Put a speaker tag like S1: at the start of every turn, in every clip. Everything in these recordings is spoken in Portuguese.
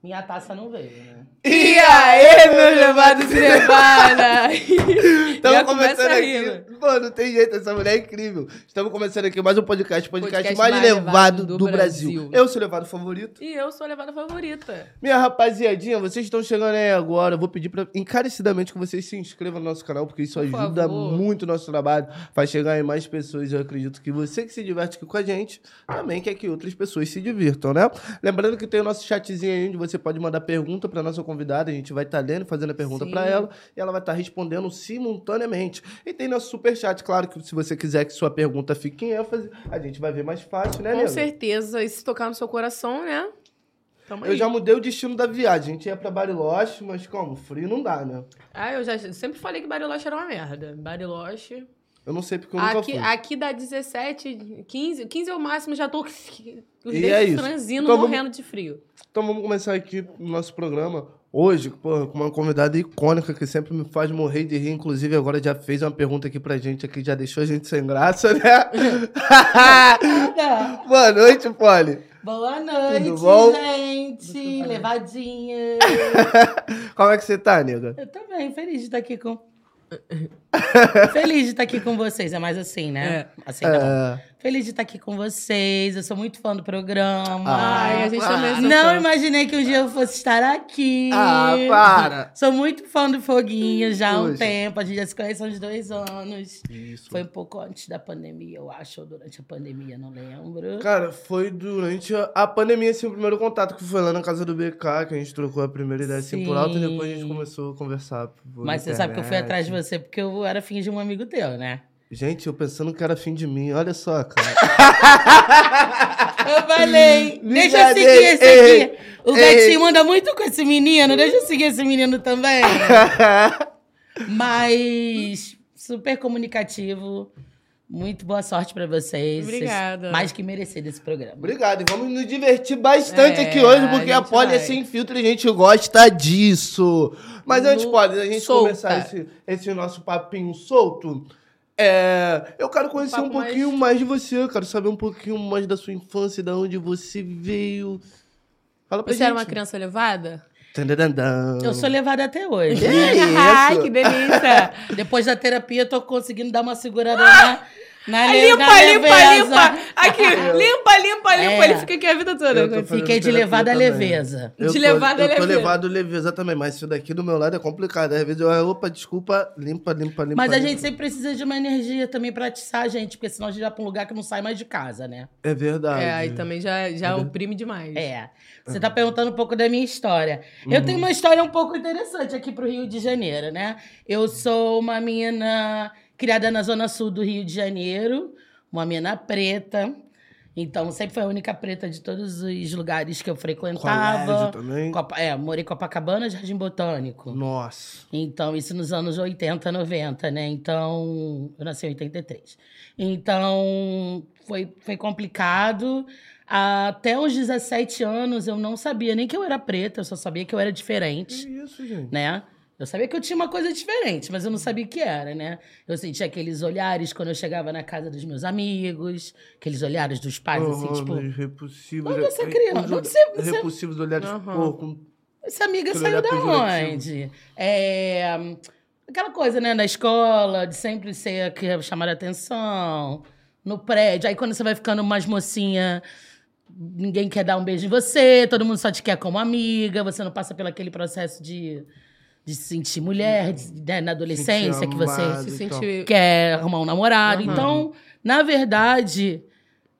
S1: Minha taça não veio, né?
S2: E aí, meus levados e levada! Já
S3: Estamos
S2: começa
S3: começando
S2: rindo.
S3: aqui. Pô, não tem jeito, essa mulher é incrível. Estamos começando aqui mais um podcast, podcast,
S2: Podcast
S3: mais,
S2: mais
S3: levado
S2: levado
S3: do,
S2: do
S3: Brasil.
S2: Brasil.
S3: Eu sou o levado favorito.
S2: E eu sou a levada favorita.
S3: Minha rapaziadinha, vocês estão chegando aí agora. Eu vou pedir pra, encarecidamente que vocês se inscrevam no nosso canal, porque isso
S2: Por
S3: ajuda
S2: favor.
S3: muito o nosso trabalho. Vai chegar em mais pessoas. Eu acredito que você que se diverte aqui com a gente também quer que outras pessoas se divirtam, né? Lembrando que tem o nosso chatzinho aí onde você pode mandar pergunta pra nossa convidada. A gente vai estar lendo, fazendo a pergunta
S2: Sim.
S3: pra ela. e ela vai estar respondendo simultaneamente. E tem nosso superchat, claro que se você quiser que sua pergunta fique em ênfase, a gente vai ver mais fácil, né,
S2: Com
S3: Nego?
S2: certeza. E se tocar no seu coração, né? Tamo
S3: Eu
S2: aí.
S3: já mudei o destino da viagem. A gente ia pra Bariloche, mas como? Frio não dá, né?
S2: Ah, eu já sempre falei que Bariloche era uma merda. Bariloche.
S3: Eu não sei porque eu nunca
S2: Aqui,
S3: fui.
S2: aqui dá 17, 15. 15 é o máximo, já tô os
S3: E
S2: dedos
S3: é isso.
S2: franzindo,
S3: Então vamos-
S2: morrendo de frio.
S3: Então vamos começar aqui o nosso programa. Hoje, pô, com uma convidada icônica que sempre me faz morrer de rir. Inclusive, agora já fez uma pergunta aqui pra gente aqui, já deixou a gente sem graça, né?
S1: Nada.
S3: Boa noite, Polly.
S1: Boa noite,
S3: Tudo bom?
S1: gente. Levadinha.
S3: Como é que você tá, nega?
S1: Eu também, feliz de estar aqui com. Feliz de estar aqui com vocês, é mais assim, né?
S2: É.
S1: Assim, tá bom.
S3: É...
S1: Feliz de estar aqui com vocês, eu sou muito fã do programa.
S3: Ah,
S2: Ai, a gente
S3: para.
S2: também é seu
S1: Não
S2: fã.
S1: imaginei que um dia eu fosse estar aqui.
S3: Ah, para!
S1: Sou muito fã do Foguinho já há um
S3: Poxa.
S1: tempo. A gente já se conhece há uns dois anos.
S3: Isso.
S1: Foi um pouco antes da pandemia, eu acho, ou durante a pandemia, não lembro.
S3: Cara, foi durante a- a pandemia, assim, o primeiro contato que foi lá na casa do BK, que a gente trocou a primeira ideia assim por alto e depois a gente
S1: Sim.
S3: começou a conversar. por
S1: Mas você sabe que eu fui
S3: internet.
S1: atrás de você porque eu era fim de um amigo teu, né?
S3: Gente, eu pensando que era fim de mim, olha só, cara.
S1: Eu falei, deixa eu
S3: Brincadeira,
S1: seguir esse
S3: Hum, ei,
S1: aqui. O
S3: ei.
S1: gatinho anda muito com esse menino, deixa eu seguir esse menino também. Mas super comunicativo. Muito boa sorte pra vocês. Vocês
S2: Obrigada.
S1: Mais que merecer desse programa.
S3: Obrigado, e vamos nos divertir bastante
S2: É,
S3: aqui hoje, porque
S2: a
S3: a
S2: gente
S3: Poli é
S2: vai.
S3: sem filtro e a gente gosta disso. Mas antes,
S2: No-
S3: Poli, da gente
S2: solta.
S3: começar esse, esse nosso papinho solto, é, eu quero conhecer um,
S2: papo mais-
S3: pouquinho mais... de você, eu quero saber um pouquinho mais da sua infância, de onde você veio. Fala pra
S2: Você
S3: gente.
S2: era uma criança levada?
S3: Tandadandam.
S1: Eu sou levada até hoje.
S3: Que isso?
S2: Ai, que delícia!
S1: Depois da terapia, eu tô conseguindo dar uma segurada na, na,
S2: Aí
S1: le-
S2: Ah! limpa,
S1: na
S2: limpa,
S1: leveza.
S2: limpa. Aqui, limpa, limpa, limpa.
S1: É.
S2: Ele fica aqui a vida toda.
S3: Eu tô fazendo
S1: Fiquei de
S3: terapia
S1: levada à
S3: também.
S1: leveza.
S3: Eu
S2: De
S3: tô-
S2: levada à
S3: Eu tô
S2: leveza.
S3: levado à leveza também, mas isso daqui do meu lado é complicado. Às vezes eu, opa, desculpa, limpa, limpa, limpa. tá
S1: Mas a
S3: limpa.
S1: gente sempre precisa de uma energia também pra atiçar a gente, porque senão a gente vai pra um lugar que não sai mais de casa, né?
S3: É verdade.
S2: É, aí também já, já oprime demais.
S1: É. Você tá perguntando um pouco da minha história. Eu
S3: Uhum.
S1: tenho uma história um pouco interessante aqui pro Rio de Janeiro, né? Eu sou uma menina criada na zona sul do Rio de Janeiro, uma menina preta. Então, sempre foi a única preta de todos os lugares que eu
S3: Colégio
S1: frequentava.
S3: também.
S1: Copa, é, morei em Copacabana, Jardim Botânico.
S3: Nossa.
S1: Então, isso nos anos 80, 90, né? Então, eu nasci em 83. Então, foi, foi complicado. Até os 17 anos, eu não sabia nem que eu era preta, eu só sabia que eu era diferente
S3: Que isso, gente?
S1: né? Eu sabia que eu tinha uma coisa diferente, mas eu não sabia o que era, né? Eu sentia aqueles olhares quando eu chegava na casa dos meus amigos, aqueles olhares dos pais, assim, tipo,
S3: Horrores repulsivos.
S1: Quando
S3: é-
S1: essa criança-
S3: os
S1: quando
S3: olha-
S1: você- você-
S3: Repulsivos olhares,
S2: Aham.
S3: pô, com-
S1: essa amiga
S3: Aquele
S1: saiu
S3: olhar
S1: da
S3: é pejorativo.
S1: onde? É, aquela coisa, né, na escola, de sempre ser a que chamar a atenção, no prédio. Aí quando você vai ficando mais mocinha, ninguém quer dar um beijo em você, todo mundo só te quer como amiga, você não passa pelo aquele processo de, de se sentir mulher, de- né, na adolescência, que você
S3: amada.
S2: Se
S3: Então.
S2: sentir.
S1: quer arrumar um namorado.
S2: Aham.
S1: Então, na verdade,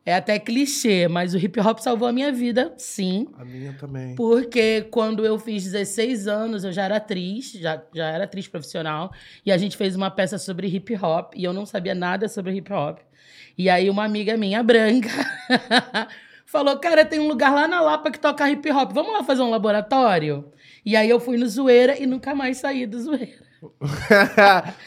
S1: é até clichê, mas o hip hop salvou a minha vida, sim.
S3: a minha também.
S1: Porque quando eu fiz 16 anos, eu já era atriz, já, já era atriz profissional, e a gente fez uma peça sobre hip hop, e eu não sabia nada sobre hip hop. E aí uma amiga minha, branca, falou: Cara, tem um lugar lá na Lapa que toca hip hop, vamos lá fazer um laboratório? E aí eu fui no Zoeira e nunca mais saí do Zoeira.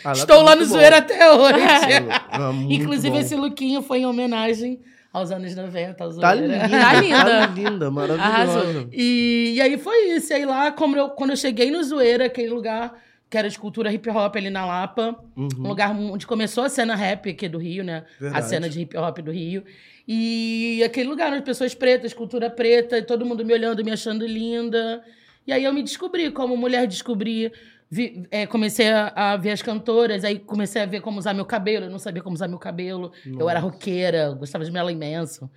S3: Ah,
S1: Estou
S3: tá
S1: lá no
S3: muito bom.
S1: Zoeira até hoje.
S3: Ah, muito
S1: Inclusive,
S3: bom.
S1: esse lookinho foi em homenagem aos anos 90, ao Zoeira.
S3: Tá linda,
S2: Tá linda.
S3: Tá linda, maravilhosa.
S2: Arrasou.
S1: E, e aí foi isso. E aí lá, como eu- quando eu cheguei no Zoeira, aquele lugar que era de cultura hip hop ali na Lapa. Um
S3: Uhum.
S1: lugar onde começou a cena rap aqui do Rio, né? A
S3: Verdade.
S1: cena de hip hop do Rio. E aquele lugar onde pessoas pretas, cultura preta, e todo mundo me olhando, me achando linda. E aí eu me descobri como mulher, descobri. vi- eh, comecei a, a ver as cantoras, aí comecei a ver como usar meu cabelo. Eu não sabia como usar meu cabelo. Eu era roqueira, gostava de mela imenso.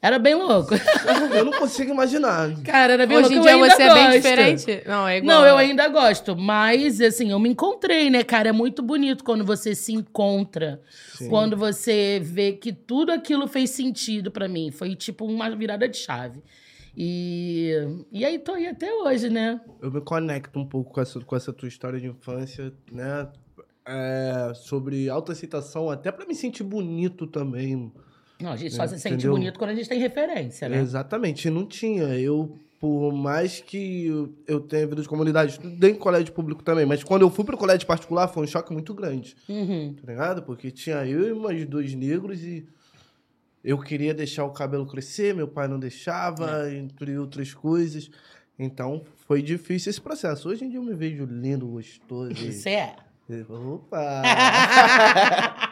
S1: Era bem louco.
S3: Eu não consigo imaginar.
S1: Cara, era bem
S2: Hoje em
S1: louco. Eu
S2: dia
S1: ainda
S2: você é bem
S1: gosto.
S2: diferente? Não, é igual.
S1: Não, eu ainda gosto, mas assim, eu me encontrei, né, cara? É muito bonito quando você se encontra,
S3: Sim.
S1: quando você vê que tudo aquilo fez sentido pra mim. Foi tipo uma virada de chave. E, e aí tô aí até hoje, né?
S3: Eu me conecto um pouco com essa, com essa tua história de infância, né? É, sobre autoaceitação, até pra me sentir bonito também.
S1: Não, a gente só
S3: É,
S1: se sente
S3: entendeu?
S1: bonito quando a gente tem referência, né?
S3: Exatamente, não tinha. Eu, por mais que eu- eu tenha vida de comunidade, estudei em colégio público também, mas quando eu fui pro colégio particular foi um choque muito grande,
S1: Uhum.
S3: tá ligado? Porque tinha eu e mais dois negros e eu queria deixar o cabelo crescer, meu pai não
S1: É.
S3: deixava, entre outras coisas. Então foi difícil esse processo. Hoje em dia eu me vejo lindo, gostoso. e-
S1: Isso é.
S3: e- Opa!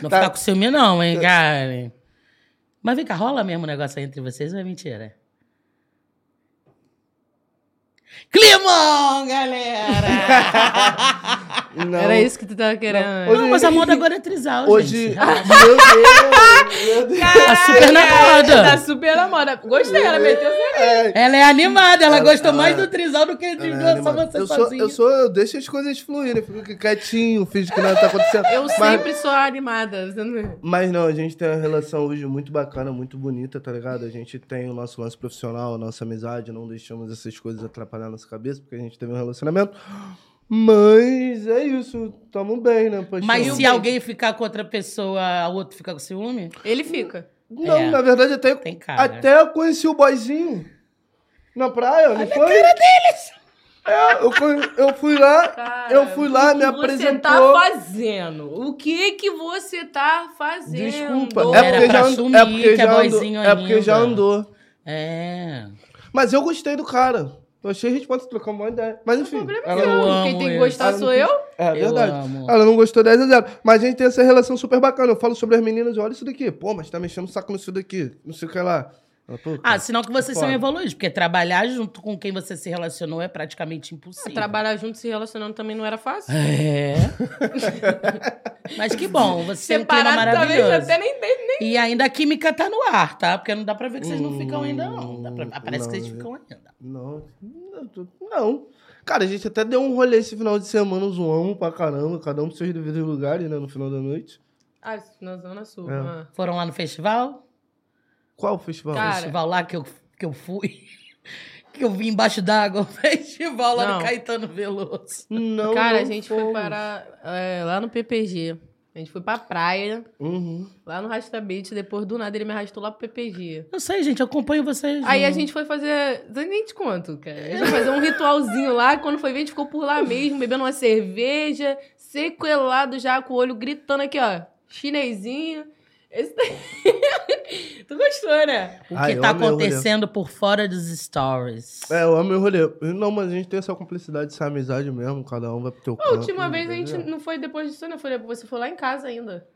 S1: Não
S3: Tá.
S1: ficar com ciúme, não, hein, cara? Mas vem cá, rola mesmo o negócio aí entre vocês ou é mentira? Climão, galera!
S3: Não,
S2: Era isso que tu tava querendo.
S3: Hoje-
S1: Não, mas a moda agora é trisal,
S3: Hoje.
S1: gente.
S3: Meu Deus! Meu Deus!
S1: Tá super na
S2: Tá
S1: moda.
S2: super na moda. Gostei, ela meteu
S3: É,
S1: Ela é animada, ela
S3: Ela-
S1: gostou
S3: ela-
S1: mais do trisal do que de
S3: Caralho,
S1: só
S3: É mano.
S1: você
S3: eu sou,
S1: sozinha.
S3: eu sou, eu deixo as coisas fluírem, fico aqui quietinho, finge que nada tá acontecendo.
S2: Eu
S3: mas,
S2: sempre sou animada. Você não...
S3: mas não, a gente tem uma relação hoje muito bacana, muito bonita, tá ligado? A gente tem o nosso lance profissional, a nossa amizade, não deixamos essas coisas atrapalhar a nossa cabeça, porque a gente teve um relacionamento. Mas é isso, tamo bem, né, paixão?
S1: Mas se alguém ficar com outra pessoa, a outra fica com ciúme,
S2: Ele fica.
S3: Não,
S1: É.
S3: na verdade, até,
S1: tem cara. né?
S3: até eu conheci o boizinho na praia, não foi? cara deles! É, eu, conhe- eu fui lá, eu fui lá, me
S2: O que você tá
S3: apresentou.
S2: fazendo? O que que você tá fazendo?
S3: Desculpa.
S1: Não
S3: É
S1: era
S3: porque,
S1: pra
S3: já and- é,
S1: assumir
S3: porque
S1: que é
S3: já
S1: boyzinho
S3: andou, é porque
S1: ainda.
S3: já andou.
S1: É.
S3: Mas eu gostei do cara. Eu achei responsa, trocamos uma ideia. Mas enfim. ela-
S1: Eu
S2: Não, Quem
S1: amo
S2: tem que
S1: isso.
S2: gostar sou eu?
S3: é
S1: eu
S3: verdade.
S1: amo.
S3: Ela não gostou 10 a 0. Mas a gente tem essa relação super bacana. Eu falo sobre as meninas, olha isso daqui. Pô, mas tá mexendo o saco nisso daqui. Não sei o que lá. Ela, pô,
S1: Ah,
S3: cara,
S1: sinal que vocês são
S3: É Foda.
S1: evoluídos, porque trabalhar junto com quem você se relacionou é praticamente impossível.
S2: Trabalhar junto, se relacionando também não era fácil.
S1: É. Mas que bom, você tem um clima
S2: Separado também,
S1: maravilhoso.
S2: já até nem tem.
S1: E ainda a química tá no ar, tá? Porque não dá pra ver que vocês não ficam ainda, não. Dá pra... ah, Parece
S3: Hum,
S1: que
S3: Não, né?
S1: vocês
S3: eu-
S1: ficam ainda.
S3: Não, não, tô- não. Cara, a gente até deu um rolê esse final de semana, zoamos pra caramba, cada um pros seus devidos lugares, né, no final da noite.
S2: Ah, isso na Zona Sul.
S3: É.
S2: ah.
S1: Foram lá no festival?
S3: Qual o festival?
S2: Cara,
S1: Festival lá que eu, que eu fui. Que eu vim embaixo d'água. o Festival lá
S2: Não.
S1: no Caetano Veloso.
S3: não,
S2: Cara,
S3: não
S2: a gente foi
S3: fomos.
S2: parar é, lá no PPG. A gente foi pra praia,
S3: Uhum.
S2: lá no Rasta Beach. Depois, do nada, ele me arrastou lá pro PPG.
S1: Eu sei, gente, eu acompanho vocês.
S2: Aí a
S1: no-
S2: gente foi fazer. Nem te conto, cara. A gente foi fazer um ritualzinho lá. Quando foi ver, a gente ficou por lá mesmo, bebendo uma cerveja, sequelado já, com o olho gritando aqui, ó. Chinesinho. Esse daí- tu gostou, né?
S1: O que
S3: Ah, eu
S1: tá
S3: amei o rolê.
S1: acontecendo por fora dos stories.
S3: É, eu amo o rolê. Não, mas a gente tem essa cumplicidade, essa amizade mesmo, cada um vai pro teu
S2: A
S3: canto.
S2: última vez a gente
S3: entendeu?
S2: não foi depois disso, né? Foi depois, você foi lá em casa ainda.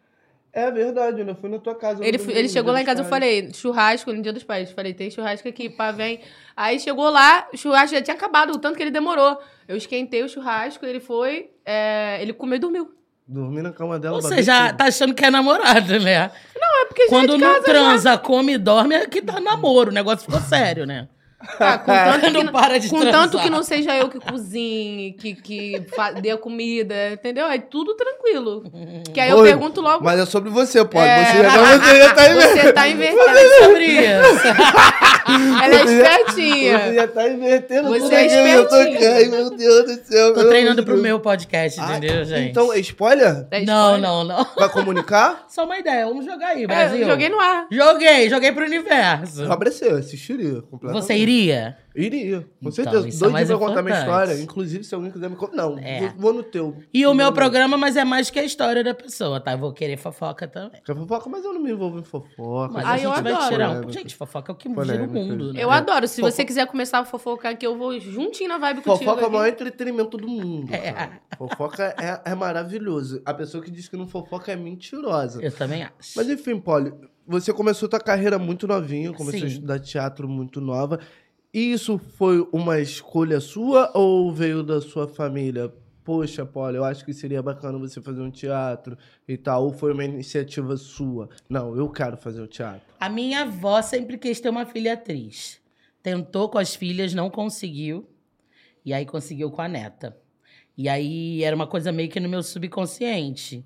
S3: É verdade, eu não fui na tua casa.
S2: Ele,
S3: no
S2: foi-
S3: domingo,
S2: ele chegou lá em
S3: dia
S2: casa,
S3: dos
S2: eu falei, churrasco no dia dos pais. Falei, tem churrasco aqui, pá, vem. Aí chegou lá, o churrasco já tinha acabado, o tanto que ele demorou. Eu esquentei o churrasco, ele foi, é, ele comeu e dormiu.
S3: pais. Dormi na cama dela.
S1: Ou
S3: babei
S1: seja,
S3: tudo.
S1: tá achando que é namorado, né?
S2: É porque
S1: Quando
S2: Então, gente,
S1: não
S2: casa,
S1: transa, come e dorme, é que tá namoro. O negócio ficou sério, né?
S2: tá, com tanto que
S1: não
S2: não...
S1: para de
S2: Com
S1: transar.
S2: tanto que não seja eu que cozinhe, que, que fa- dê a comida, entendeu? É tudo tranquilo. Que aí eu
S3: Oi,
S2: pergunto logo.
S3: Mas é sobre você, pode.
S2: É.
S3: Você já tá, você já tá invertendo.
S2: Você tá invertida.
S1: sobre isso.
S2: Ela é
S3: Você
S2: espertinha.
S3: já tá invertendo
S2: Você
S3: tudo
S2: é
S3: aqui, eu tô
S2: espertinho.
S3: Ai, meu Deus do céu.
S1: Tô
S3: meu
S1: treinando
S3: Deus.
S1: pro meu podcast,
S3: Ah,
S1: entendeu, gente?
S3: Então, é spoiler?
S2: É
S1: não,
S2: spoiler.
S1: não, não.
S3: Vai comunicar?
S1: Só uma ideia, vamos jogar aí,
S2: É,
S1: Brasil.
S2: eu joguei no ar.
S1: Joguei, joguei pro universo.
S2: tá
S3: Eu abracei, assistiria completamente.
S1: Você iria?
S3: Iria, com
S1: Então,
S3: certeza.
S1: isso é
S3: Doido
S1: mais
S3: de eu contar minha
S1: importante.
S3: história. Inclusive, se alguém quiser me contar. Não,
S1: É.
S3: vou- vou no teu.
S1: E o meu
S3: Não, não.
S1: programa, mas é mais que a história da pessoa, tá? Eu vou querer fofoca também.
S3: Que é fofoca, mas eu não me envolvo em fofoca.
S1: Mas
S2: Ah,
S1: a
S2: eu
S1: gente vai
S2: adoro.
S1: tirar um.
S3: Polêmica.
S1: Gente, fofoca é o que gira o
S3: Polêmica.
S1: mundo, né?
S2: Eu adoro. Se você
S3: Fofo-
S2: quiser começar a fofocar aqui, eu vou juntinho na vibe contigo.
S3: Fofoca é o
S2: aqui.
S3: maior entretenimento do mundo.
S1: É.
S3: cara. Fofoca é, é maravilhoso. A pessoa que diz que não fofoca é mentirosa.
S1: Eu também acho.
S3: Mas enfim, Polly, você começou sua carreira muito novinha, começou
S1: Sim.
S3: a estudar teatro muito nova. E isso foi uma escolha sua ou veio da sua família? Poxa, Polly, eu acho que seria bacana você fazer um teatro e tal. Ou foi uma iniciativa sua? Não, eu quero fazer o teatro.
S1: A minha avó sempre quis ter uma filha atriz. Tentou com as filhas, não conseguiu. E aí conseguiu com a neta. E aí era uma coisa meio que no meu subconsciente.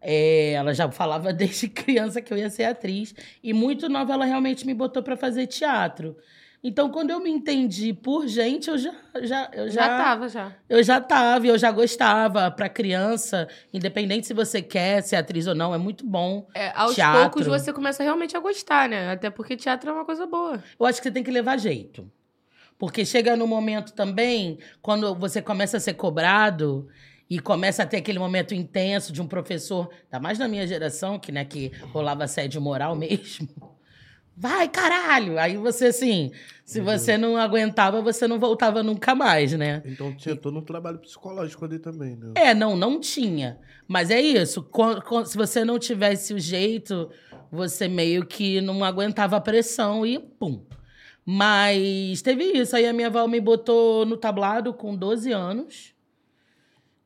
S1: É, ela já falava desde criança que eu ia ser atriz. E muito nova ela realmente me botou para fazer teatro. Então, quando eu me entendi por gente, eu já, já, eu
S2: Já tava, já.
S1: eu já tava, eu já gostava. Pra criança, independente se você quer ser atriz ou não, é muito bom.
S2: É, aos
S1: Teatro.
S2: poucos você começa realmente a gostar, né? Até porque teatro é uma coisa boa.
S1: Eu acho que você tem que levar jeito. Porque chega no momento também, quando você começa a ser cobrado e começa a ter aquele momento intenso de um professor, ainda mais na minha geração, que, né, que rolava assédio moral mesmo. Vai, caralho! Aí você, assim, se você não aguentava, você não voltava nunca mais, né?
S3: Então tinha todo um trabalho psicológico ali também, né?
S1: É, não, não tinha. Mas é isso. co- co- Se você não tivesse o jeito, você meio que não aguentava a pressão e pum. Mas teve isso. Aí a minha avó me botou no tablado com 12 anos.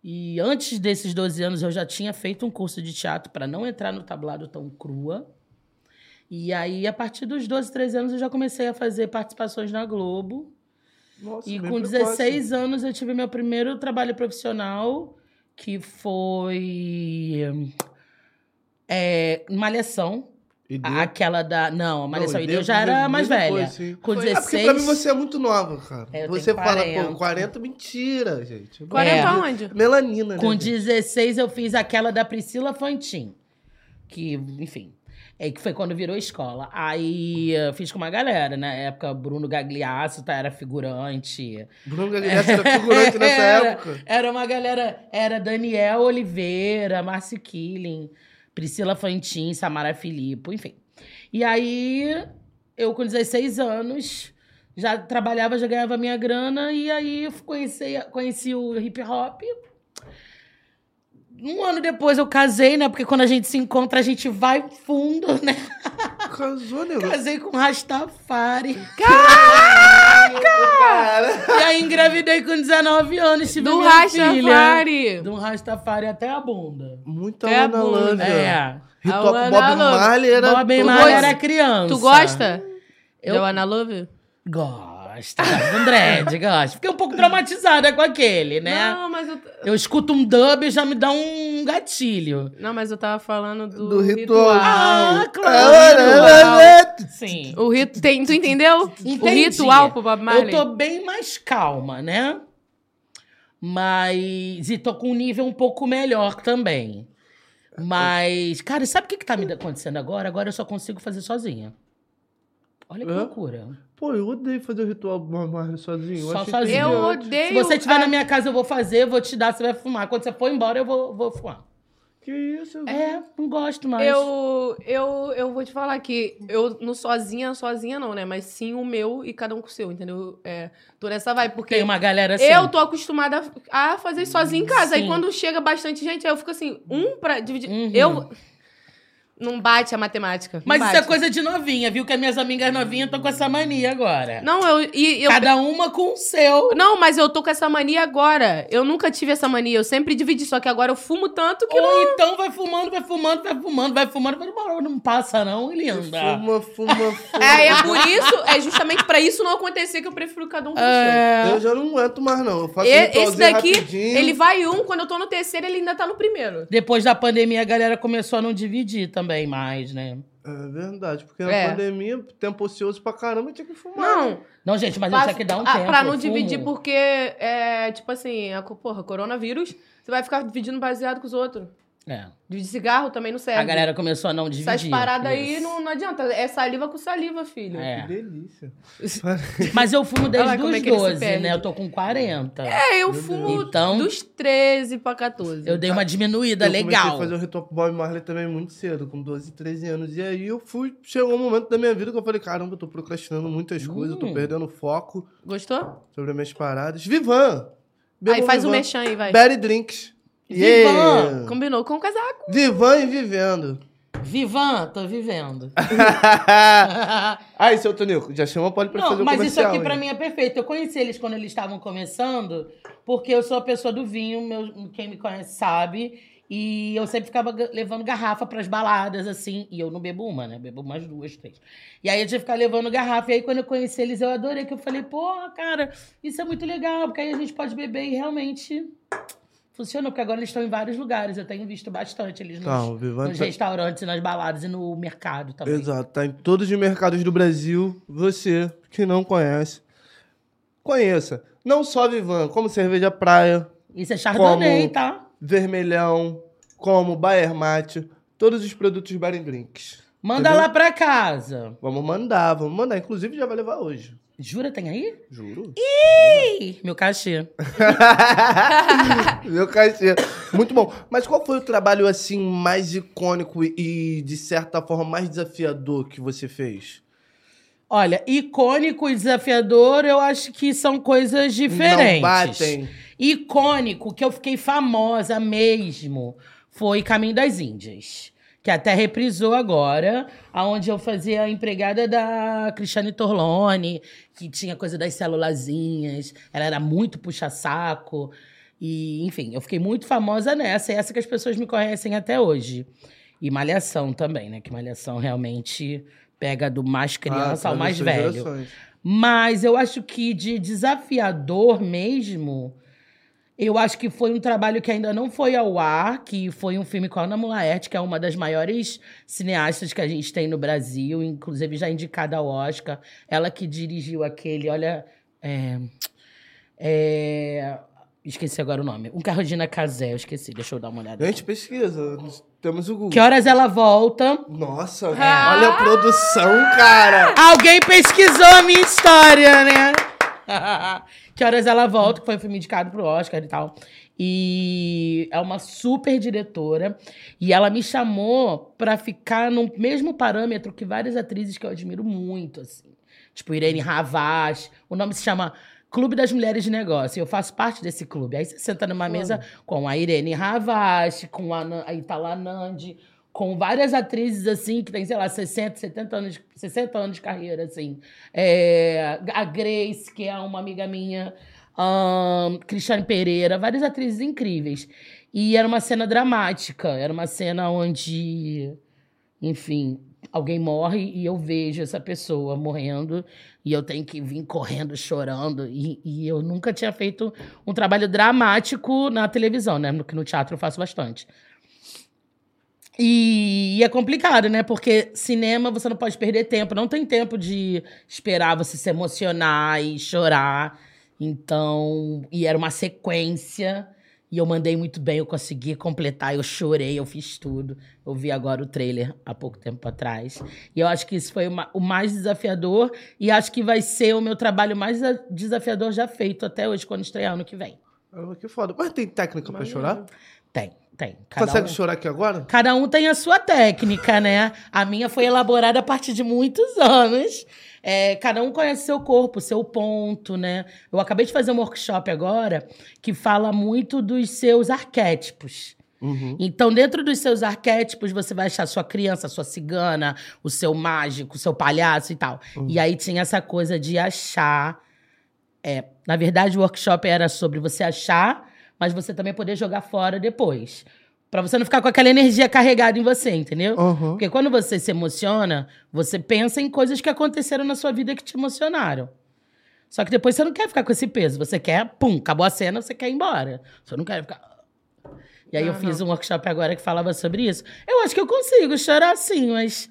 S1: E antes desses 12 anos, eu já tinha feito um curso de teatro para não entrar no tablado tão crua. E aí, a partir dos 12, 13 anos, eu já comecei a fazer participações na Globo.
S3: Nossa,
S1: E
S3: bem
S1: com
S3: precoce.
S1: 16 anos eu tive meu primeiro trabalho profissional, que foi. é, Malhação.
S3: E deu-
S1: A- Aquela da. Não, a Malhação.
S3: Não,
S1: e
S3: e
S1: deu,
S3: deu-
S1: já era
S3: deu-
S1: mais
S3: deu
S1: velha.
S3: depois, sim.
S1: Com
S2: Foi.
S3: É
S1: 16.
S3: porque pra mim você é muito nova, cara.
S1: É, eu
S3: você
S1: tenho
S3: fala,
S1: 40.
S3: pô, 40, mentira, gente.
S2: 40
S1: É.
S2: aonde?
S3: Melanina, né?
S1: Com
S3: gente?
S1: 16 eu fiz aquela da Priscila Fantin. Que, enfim. É que foi quando virou escola. Aí eu fiz com uma galera. Na época, Bruno Gagliasso tá, era figurante.
S3: Bruno Gagliasso era figurante nessa
S1: Era.
S3: época.
S1: Era uma galera. Era Daniel Oliveira, Márcio Killing, Priscila Fantin, Samara Filippo, enfim. E aí, eu com 16 anos, já trabalhava, já ganhava minha grana, e aí eu conheci, conheci o hip hop. Um ano depois eu casei, né? Porque quando a gente se encontra, a gente vai fundo, né?
S3: Casou, nego.
S1: Casei com Rastafari.
S3: Cara!
S1: e aí engravidei com 19 anos, tive
S2: Do
S1: minha filha.
S2: Rastafari.
S1: Do Rastafari até a bunda.
S3: Muita
S2: Até a
S3: Lana
S2: bunda.
S3: Lândia.
S1: É.
S3: Rita-
S2: A
S3: Bob
S2: Lana Lândia.
S3: Marley era...
S1: Bob
S3: todo-
S1: Marley
S2: gosta?
S1: era criança.
S2: Tu gosta?
S1: Eu-
S2: Eu Ana Love?
S1: Gosto. Gosto de um dread, gosto. Fiquei um pouco traumatizada com aquele, né?
S2: Não, mas eu.
S1: Eu escuto um dub e já me dá um gatilho.
S2: Não, mas eu tava falando do,
S3: Do ritual.
S1: Ah,
S3: Ah,
S1: claro. Sim.
S2: O rito tem, tu entendeu? O
S1: Entendi.
S2: ritual pro Bob Marley.
S1: Eu tô bem mais calma, né? Mas. E tô com um nível um pouco melhor também. Mas, cara, sabe o que, que tá me acontecendo agora? Agora eu só consigo fazer sozinha. Olha que
S3: Hã?
S1: loucura.
S3: Pô, eu odeio fazer o ritual do Bob Marley sozinho.
S1: Só
S3: achei
S1: sozinho.
S3: que-
S2: Eu
S1: Se
S2: odeio.
S1: você estiver
S2: a-
S1: na minha casa, eu vou fazer, eu vou te dar, você vai fumar. Quando você for embora, eu vou, vou fumar.
S3: Que isso?
S1: É, não gosto mais.
S2: Uhum. Eu, eu, eu vou te falar que eu não sozinha, sozinha não, né? Mas sim o meu e cada um com o seu, entendeu? É, tô nessa vibe, porque
S1: Tem uma galera assim.
S2: eu tô acostumada a fazer sozinha em casa.
S1: Sim.
S2: Aí quando chega bastante gente, aí eu fico assim, um pra dividir.
S1: Uhum.
S2: Eu. Não bate a matemática. não
S1: Mas isso é
S2: bate.
S1: coisa de novinha, viu? Que as minhas amigas novinhas estão com essa mania agora.
S2: Não, eu. E, eu...
S1: Cada uma com o seu.
S2: Não, mas eu tô com essa mania agora. Eu nunca tive essa mania. Eu sempre dividi, só que agora eu fumo tanto que não.
S1: Ou então vai fumando, vai fumando, vai fumando, vai fumando, vai fumando. Não passa, não, ele anda.
S3: Fuma, fuma, fuma.
S2: É, é por isso, é justamente pra isso não acontecer que eu prefiro cada um com o seu.
S1: É.
S3: Eu já não aguento mais, não. Eu faço um
S2: E-
S3: ritualzinho
S2: esse daqui,
S3: rapidinho.
S2: ele vai um, quando eu tô no terceiro, ele ainda tá no primeiro.
S1: Depois da pandemia, a galera começou a não dividir também mais, né?
S3: É verdade, porque na
S2: É.
S3: pandemia, tempo ocioso pra caramba, tinha que fumar.
S2: Não,
S1: Não, gente, mas
S2: pra-
S1: isso aqui dá um
S2: ah,
S1: tempo.
S2: pra não
S1: eu fumo.
S2: dividir, porque é tipo assim, a, co- porra, coronavírus, você vai ficar dividindo baseado com os outros.
S1: É.
S2: De cigarro também não serve.
S1: A galera começou a não dividir.
S2: É. Essas paradas aí
S1: Isso.
S2: não, não adianta. É saliva com saliva, filho.
S1: É.
S3: Que delícia.
S1: Mas eu fumo desde
S2: Olha como
S1: os
S2: é que ele se
S1: 12,
S2: perde.
S1: né? Eu tô com 40.
S2: É, eu
S3: Meu
S2: fumo
S1: Então-
S2: dos 13 pra 14.
S1: Eu dei uma diminuída
S3: eu comecei a
S1: legal.
S3: fazer o ritual pro Bob Marley também muito cedo, com 12, 13 anos. E aí eu fui, chegou um momento da minha vida que eu falei, caramba, eu tô procrastinando muitas
S1: Hum.
S3: coisas, eu tô perdendo foco
S2: Gostou?
S3: sobre as minhas paradas. Vivan!
S2: aí faz o um
S3: Vivan.
S2: mexão aí, vai.
S3: Berry Drinks.
S1: Vivan!
S3: Yeah.
S2: Combinou com o casaco.
S3: Vivan e vivendo.
S1: Vivan, tô vivendo.
S3: aí, Ah, seu Tonico, já chama pode pra fazer
S1: Não,
S3: o
S1: mas isso
S3: comercial.
S1: aqui pra
S3: hein?
S1: mim é perfeito. Eu conheci eles quando eles estavam começando, porque eu sou a pessoa do vinho, meu- quem me conhece sabe. E eu sempre ficava ga- levando garrafa pras baladas, assim. E eu não bebo uma, né? Bebo umas duas, três. E aí eu tinha que ficar levando garrafa. E aí quando eu conheci eles, eu adorei. Que eu falei, porra, cara, isso é muito legal, porque aí a gente pode beber e realmente funcionou. Porque agora eles estão em vários lugares. Eu tenho visto bastante eles nos,
S3: Não, o Vivan
S1: nos
S3: tá...
S1: restaurantes, e nas baladas e no mercado também.
S3: Exato, tá em todos os mercados do Brasil. Você que não conhece, conheça. Não só Vivan, como cerveja praia,
S1: Isso é Chardonnay,
S3: Como-
S1: tá?
S3: vermelhão, como Bayer Mate, todos os produtos Bar and Drinks.
S1: Manda
S3: Entendeu?
S1: lá pra casa.
S3: Vamos mandar, vamos mandar. Inclusive já vai levar hoje.
S1: Jura, tem aí?
S3: Juro.
S1: Ih, meu cachê.
S3: Meu cachê. Muito bom. Mas qual foi o trabalho assim mais icônico e de certa forma mais desafiador que você fez?
S1: Olha, icônico e desafiador, eu acho que são coisas diferentes.
S3: Não batem.
S1: Icônico, que eu fiquei famosa mesmo, foi Caminho das Índias. Que até reprisou agora, aonde eu fazia a empregada da Cristiane Torlone, que tinha coisa das celulazinhas, ela era muito puxa-saco. E, enfim, eu fiquei muito famosa nessa, e essa que as pessoas me conhecem até hoje. E Malhação também, né? Que Malhação realmente pega do mais criança
S3: Ah,
S1: ao mais
S3: atravessou
S1: velho.
S3: gerações.
S1: Mas eu acho que de desafiador mesmo, eu acho que foi um trabalho que ainda não foi ao ar, que foi um filme com a Ana Mulaerte, que é uma das maiores cineastas que a gente tem no Brasil, inclusive já indicada ao Oscar. Ela que dirigiu aquele, olha. é, é, esqueci agora o nome. Um carro de Ana Casé, eu esqueci, deixa eu dar uma olhada.
S3: Gente, pesquisa. Temos o Google.
S1: Que horas ela volta?
S3: Nossa,
S2: Ah!
S3: olha a produção, cara.
S1: Alguém pesquisou a minha história, né? que horas ela volta, que foi um filme indicado pro Oscar e tal. E é uma super diretora. E ela me chamou pra ficar no mesmo parâmetro que várias atrizes que eu admiro muito, assim. Tipo, Irene Havas. O nome se chama Clube das Mulheres de Negócio. E eu faço parte desse clube. Aí você senta numa mesa com a Irene Havas, com a, Nan- a Itala Nandi, com várias atrizes, assim, que tem, sei lá, 60, 70 anos, de- 60 anos de carreira, assim. É, a Grace, que é uma amiga minha, ahn, Cristiane Pereira, várias atrizes incríveis. E era uma cena dramática, era uma cena onde, enfim, alguém morre e eu vejo essa pessoa morrendo e eu tenho que vir correndo, chorando. E, e eu nunca tinha feito um trabalho dramático na televisão, né? No, que no teatro eu faço bastante. E, e é complicado, né? Porque cinema você não pode perder tempo, não tem tempo de esperar você se emocionar e chorar. Então, e era uma sequência. E eu mandei muito bem, eu consegui completar, eu chorei, eu fiz tudo. Eu vi agora o trailer há pouco tempo atrás. E eu acho que isso foi uma- o mais desafiador. E acho que vai ser o meu trabalho mais desa- desafiador já feito até hoje, quando estrear ano que vem.
S3: Ah, Que foda. Mas tem técnica pra
S2: Maneiro.
S3: chorar?
S1: Tem, tem. Cada
S3: Consegue
S1: um-
S3: chorar aqui agora?
S1: Cada um tem a sua técnica, né? A minha foi elaborada a partir de muitos anos. É, cada um conhece seu corpo, seu ponto, né? Eu acabei de fazer um workshop agora que fala muito dos seus arquétipos.
S3: Uhum.
S1: Então, dentro dos seus arquétipos, você vai achar sua criança, sua cigana, o seu mágico, o seu palhaço e tal.
S3: Uhum.
S1: E aí tinha essa coisa de achar. É, na verdade, o workshop era sobre você achar, mas você também poder jogar fora depois. Pra você não ficar com aquela energia carregada em você, entendeu?
S3: Uhum.
S1: Porque quando você se emociona, você pensa em coisas que aconteceram na sua vida que te emocionaram. Só que depois você não quer ficar com esse peso. Você quer, pum, acabou a cena, você quer ir embora. Você não quer ficar. E aí eu
S2: Aham.
S1: fiz um workshop agora que falava sobre isso. Eu acho que eu consigo chorar sim, mas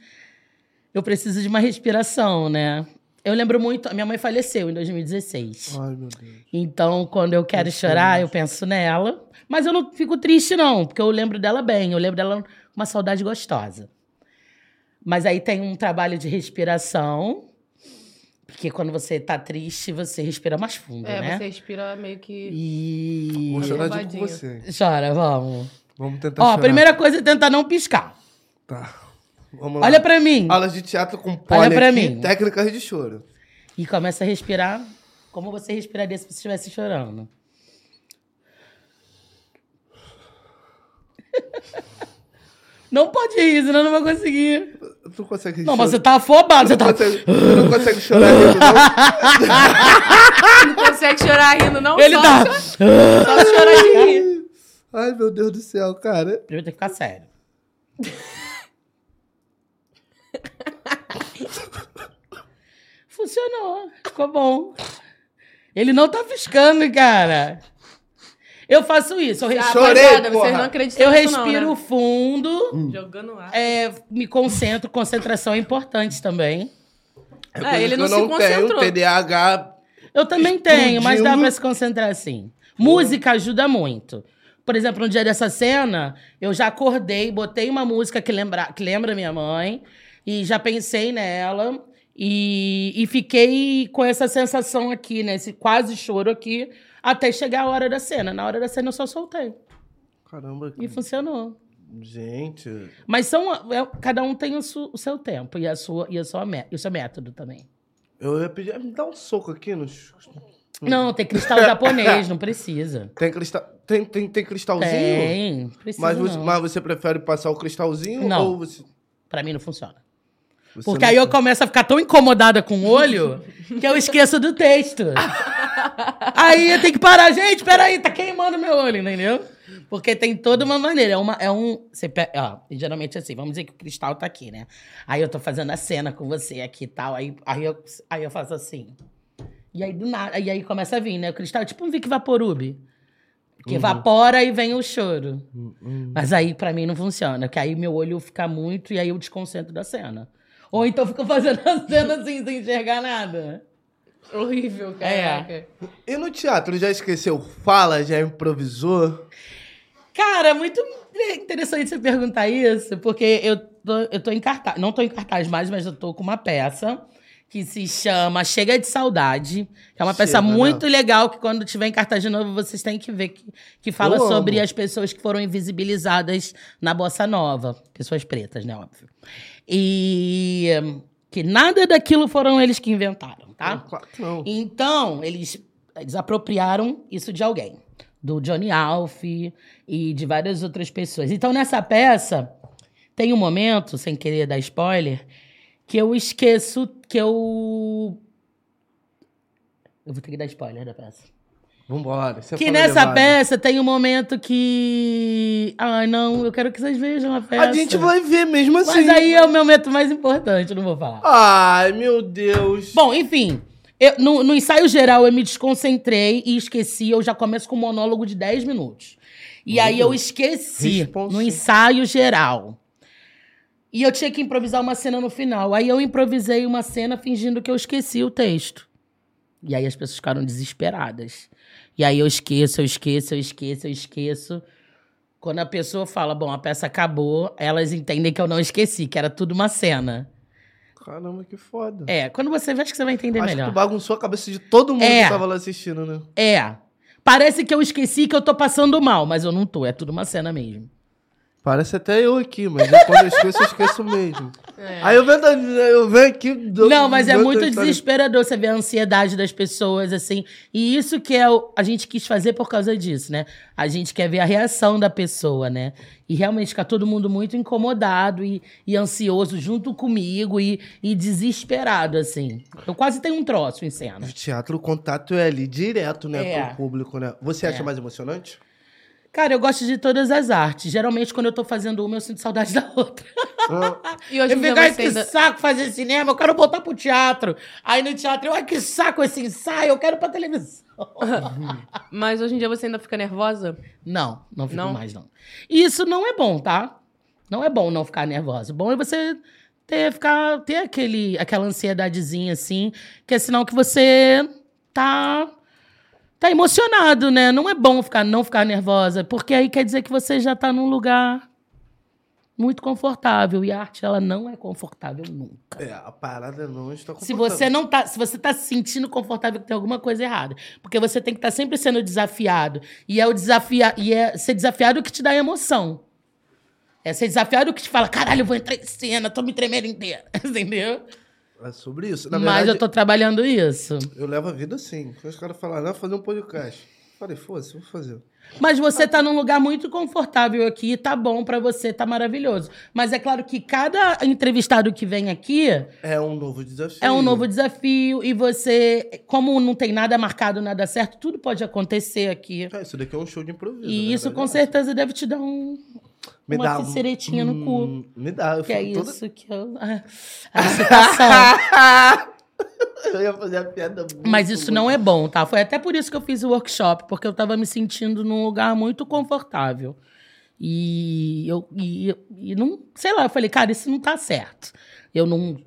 S1: eu preciso de uma respiração, né? Eu lembro muito. Minha mãe faleceu em 2016.
S3: Ai, meu Deus.
S1: Então, quando eu quero chorar, eu penso nela. Mas eu não fico triste, não, porque eu lembro dela bem. Eu lembro dela com uma saudade gostosa. Mas aí tem um trabalho de respiração. Porque quando você tá triste, você respira mais fundo,
S2: É,
S1: né?
S2: você respira meio que.
S1: E.
S3: Vou chorar junto com
S2: Elevadinho.
S3: você. hein?
S1: Chora, vamos.
S3: Vamos tentar
S1: Ó,
S3: chorar.
S1: a primeira coisa é tentar não piscar.
S3: Tá. Vamos lá.
S1: Olha pra mim.
S3: Aulas de teatro com poli
S1: Olha pra
S3: aqui,
S1: mim.
S3: Técnicas de choro.
S1: E começa a respirar como você respiraria se você estivesse chorando. Não pode rir, senão eu não vou conseguir.
S3: Tu não consegue
S1: Não,
S3: chorar.
S1: mas você tá afobado, você
S3: Tu
S1: tá.
S3: não consegue- tu não consegue chorar rindo, não?
S2: Não consegue chorar rindo, não?
S1: Ele
S2: só,
S1: tá.
S2: Só chorar de rir.
S3: Ai, meu Deus do céu, cara.
S1: Primeiro tem que ficar sério. Funcionou. Ficou bom. Ele não tá piscando, cara. Eu faço isso. Eu,
S2: Ah,
S1: res-
S3: Chorei,
S2: rapaziada,
S3: porra.
S2: vocês não acreditam
S1: eu
S2: nisso, não,
S1: respiro
S2: né?
S1: fundo.
S2: Jogando ar.
S1: É, me concentro. Concentração é importante também.
S2: É,
S3: coisa
S2: ele
S3: que
S2: não
S3: eu
S2: se
S3: não tenho,
S2: concentrou.
S3: TDAH.
S1: Eu também tenho, mas dá
S3: Explodindo.
S1: pra se concentrar sim. Música ajuda muito. Por exemplo, no dia dessa cena, eu já acordei, botei uma música que lembra, que lembra minha mãe, e já pensei nela, e, e fiquei com essa sensação aqui, né? Esse quase choro aqui, até chegar a hora da cena. Na hora da cena eu só soltei.
S3: Caramba.
S1: E funcionou.
S3: Gente.
S1: Mas são, é- cada um tem o, su- o seu tempo e, a sua, e, a sua, mé- e o seu método também.
S3: Eu ia pedir. Me dá um soco aqui nos.
S1: Não, tem cristal japonês, não precisa.
S3: Tem cristal. Tem, tem, tem cristalzinho?
S1: Tem, precisa
S3: Mas você,
S1: não.
S3: mas você prefere passar o cristalzinho
S1: Não.
S3: ou você.
S1: Pra mim não funciona.
S3: você
S1: Porque
S3: não- tá.
S1: aí eu começo a ficar tão incomodada com o olho que eu esqueço do texto. aí eu tenho que parar, gente, peraí, tá queimando meu olho, entendeu? Porque tem toda uma maneira. É, uma, é um. Você pe... ó, e geralmente é assim, vamos dizer que o cristal tá aqui, né? Aí eu tô fazendo a cena com você aqui e tal. Aí, aí, eu, aí eu faço assim. E aí do nada. E aí começa a vir, né? O cristal é tipo um Vic Vaporub.
S3: Uhum.
S1: Que evapora e vem o choro.
S3: Hum, hum.
S1: Mas aí, pra mim, não funciona. Porque aí meu olho fica muito e aí eu desconcentro da cena. Ou então fico fazendo a cena assim, sem enxergar nada.
S2: É Horrível,
S1: É.
S2: caraca.
S3: E no teatro, já esqueceu? Fala, já improvisou?
S1: Cara, muito interessante você perguntar isso, porque eu tô, eu tô em cartaz. Não tô em cartaz mais, mas eu tô com uma peça que se chama Chega de Saudade. Que é uma peça
S3: Chega, né?
S1: muito legal que quando tiver em cartaz de novo, vocês têm que ver. Que, que fala
S3: Eu amo.
S1: sobre as pessoas que foram invisibilizadas na Bossa Nova. Pessoas pretas, né? Óbvio. E hum, que nada daquilo foram eles que inventaram, tá?
S3: Claro que não.
S1: Então, eles desapropriaram isso de alguém. Do Johnny Alf e de várias outras pessoas. Então, nessa peça, tem um momento, sem querer dar spoiler, que eu esqueço que eu. Eu vou ter que dar spoiler da peça.
S3: Vambora. você é
S1: que
S3: fala
S1: nessa
S3: levado.
S1: peça tem um momento que. Ai, não, eu quero que vocês vejam a peça.
S3: A gente vai ver mesmo assim.
S1: Mas aí é o meu momento mais importante, eu não vou falar.
S3: Ai, meu Deus.
S1: Bom, enfim. eu- no, no ensaio geral, eu me desconcentrei e esqueci. Eu já começo com um monólogo de 10 minutos. E
S3: Meu
S1: aí eu
S3: Deus.
S1: esqueci
S3: Responsa.
S1: no ensaio geral. E eu tinha que improvisar uma cena no final. Aí eu improvisei uma cena fingindo que eu esqueci o texto. E aí as pessoas ficaram desesperadas. E aí eu esqueço, eu esqueço, eu esqueço, eu esqueço. Quando a pessoa fala, bom, a peça acabou, elas entendem que eu não esqueci, que era tudo uma cena.
S3: Caramba, que foda.
S1: É, quando você vê, acho que você vai entender
S3: Acho
S1: melhor.
S3: que tu bagunçou a cabeça de todo mundo
S1: É.
S3: que tava lá assistindo, né?
S1: É. Parece que eu esqueci que eu tô passando mal, mas eu não tô. É tudo uma cena mesmo.
S3: Parece até eu aqui, mas eu, quando eu esqueço, eu esqueço mesmo.
S2: É.
S3: Aí eu venho, da- eu venho aqui... dou-
S1: não, mas é
S3: dou
S1: muito
S3: outra história.
S1: desesperador você ver a ansiedade das pessoas, assim. E isso que é o- a gente quis fazer por causa disso, né? A gente quer ver a reação da pessoa, né? E realmente ficar todo mundo muito incomodado e, e ansioso junto comigo e, e desesperado, assim. Eu quase tenho um troço em cena.
S3: No teatro, o contato é ali direto, né,
S1: É.
S3: com o público, né? Você acha
S1: É.
S3: mais emocionante?
S1: Cara, eu gosto de todas as artes. Geralmente, quando eu tô fazendo uma, eu sinto saudade da outra.
S3: Ah,
S2: E hoje
S1: Eu
S2: em dia
S1: fico, ai,
S2: você
S1: que
S2: ainda...
S1: saco fazer cinema, eu quero voltar pro teatro. Aí no teatro, eu, ai, que saco esse ensaio, eu quero pra televisão.
S2: Mas hoje em dia você ainda fica nervosa?
S1: Não, não fico
S2: Não?
S1: mais, não. E isso não é bom, tá? Não é bom não ficar nervosa. Bom é você ter, ficar, ter aquele, aquela ansiedadezinha, assim, que é sinal que você tá tá emocionado, né? Não é bom ficar não ficar nervosa, porque aí quer dizer que você já tá num lugar muito confortável e a arte ela não é confortável nunca.
S3: É, a parada não está
S1: Se você não tá, se você tá se sentindo confortável que tem alguma coisa errada, porque você tem que estar sempre sendo desafiado e é o desafiar e é ser desafiado que te dá emoção. É ser desafiado que te fala, caralho, eu vou entrar em cena, tô me tremendo inteira, entendeu?
S3: É sobre isso. Na
S1: Mas
S3: verdade,
S1: eu tô trabalhando isso.
S3: eu levo a vida assim. Quando os caras falaram, "Ah, fazer um podcast. Falei, foda-se, vou fazer.
S1: Mas você tá num lugar muito confortável aqui, tá bom pra você, tá maravilhoso. Mas é claro que cada entrevistado que vem aqui
S3: É um novo desafio.
S1: é um novo desafio e você, como não tem nada marcado, nada certo, tudo pode acontecer aqui.
S3: É, isso daqui é um show de improviso.
S1: E
S3: na
S1: isso
S3: verdade. é um
S1: com certeza deve te dar um, uma ciretinha no cu.
S3: Hum, Me dá, eu
S1: Que é
S3: fico toda-
S1: isso que eu. A a excitação. Ah,
S3: Eu ia fazer a piada. muito
S1: Mas isso
S3: boa.
S1: não é bom, tá? Foi até por isso que eu fiz o workshop, porque eu tava me sentindo num lugar muito confortável. E eu e, e não, sei lá, eu falei, cara, isso não tá certo. Eu não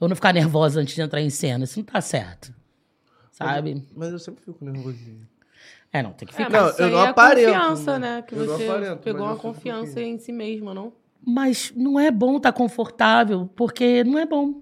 S1: eu não ficar nervosa antes de entrar em cena, isso não tá certo. Sabe?
S3: Mas eu sempre fico nervosinho.
S1: É, não, tem que
S2: É,
S1: ficar.
S2: mas
S3: Não,
S2: isso
S3: eu
S2: aí
S3: não
S2: é
S3: aparento,
S2: confiança,
S3: mano.
S2: né? Que
S3: Eu não
S2: você
S3: aparento,
S2: pegou
S3: mas
S2: uma
S3: eu sou um
S2: confiança
S3: pouquinho.
S2: em si mesma, não?
S1: Mas não é bom estar tá confortável, porque não é bom.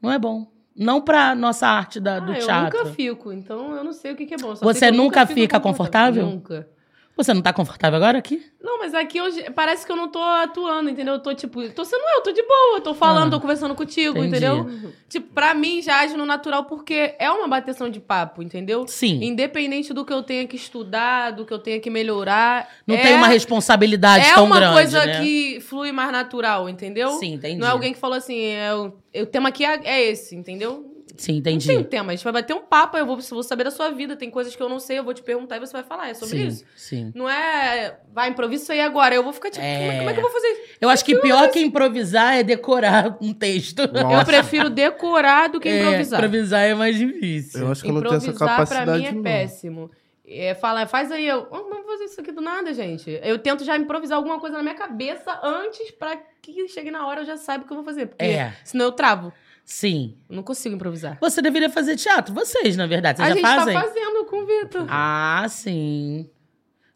S1: Não é bom. Não pra nossa arte da- do
S2: ah,
S1: teatro.
S2: eu nunca fico, então eu não sei o que, que é bom. Só
S1: Você
S2: sei que eu
S1: nunca fico confortável?
S2: Nunca.
S1: Você não tá confortável agora aqui?
S2: Não, mas aqui hoje parece que eu não tô atuando, entendeu? Eu tô tipo, tô sendo eu, tô de boa, eu tô falando,
S1: Ah,
S2: tô conversando contigo,
S1: entendi.
S2: entendeu? Tipo, pra mim já age no natural porque é uma bateção de papo, entendeu?
S1: Sim.
S2: Independente do que eu tenha que estudar, do que eu tenha que melhorar.
S1: Não
S2: é,
S1: tem uma responsabilidade
S2: É
S1: tão
S2: uma
S1: grande.
S2: coisa
S1: né?
S2: que flui mais natural, entendeu?
S1: Sim, entendi.
S2: Não é alguém que falou assim, é, o, é, o tema aqui é, é esse, entendeu?
S1: Sim,
S2: Não
S1: entendi.
S2: tem um tema, a gente vai bater um papo, eu vou, vou saber da sua vida, tem coisas que eu não sei, eu vou te perguntar e você vai falar, é sobre
S1: sim,
S2: isso.
S1: Sim.
S2: Não é, vai, improvisa isso aí agora. Eu vou ficar tipo,
S1: É.
S2: como, é, como é que eu vou fazer isso?
S1: Eu acho que pior que improvisar é decorar um texto.
S2: Eu prefiro decorar do que improvisar.
S1: É, improvisar é mais difícil.
S3: Eu acho que eu não tenho essa
S2: improvisar pra
S3: capacidade.
S2: mim é
S3: não.
S2: péssimo. É, fala, faz aí, eu, "Ah, não vou fazer isso aqui do nada, gente. Eu tento já improvisar alguma coisa na minha cabeça antes pra que chegue na hora eu já saiba o que eu vou fazer. Porque
S1: É.
S2: senão eu travo.
S1: Sim.
S2: Eu não consigo improvisar.
S1: Você deveria fazer teatro. Vocês, na verdade. Vocês
S2: a
S1: já
S2: gente
S1: fazem?
S2: tá fazendo com o Vitor.
S1: Ah, sim.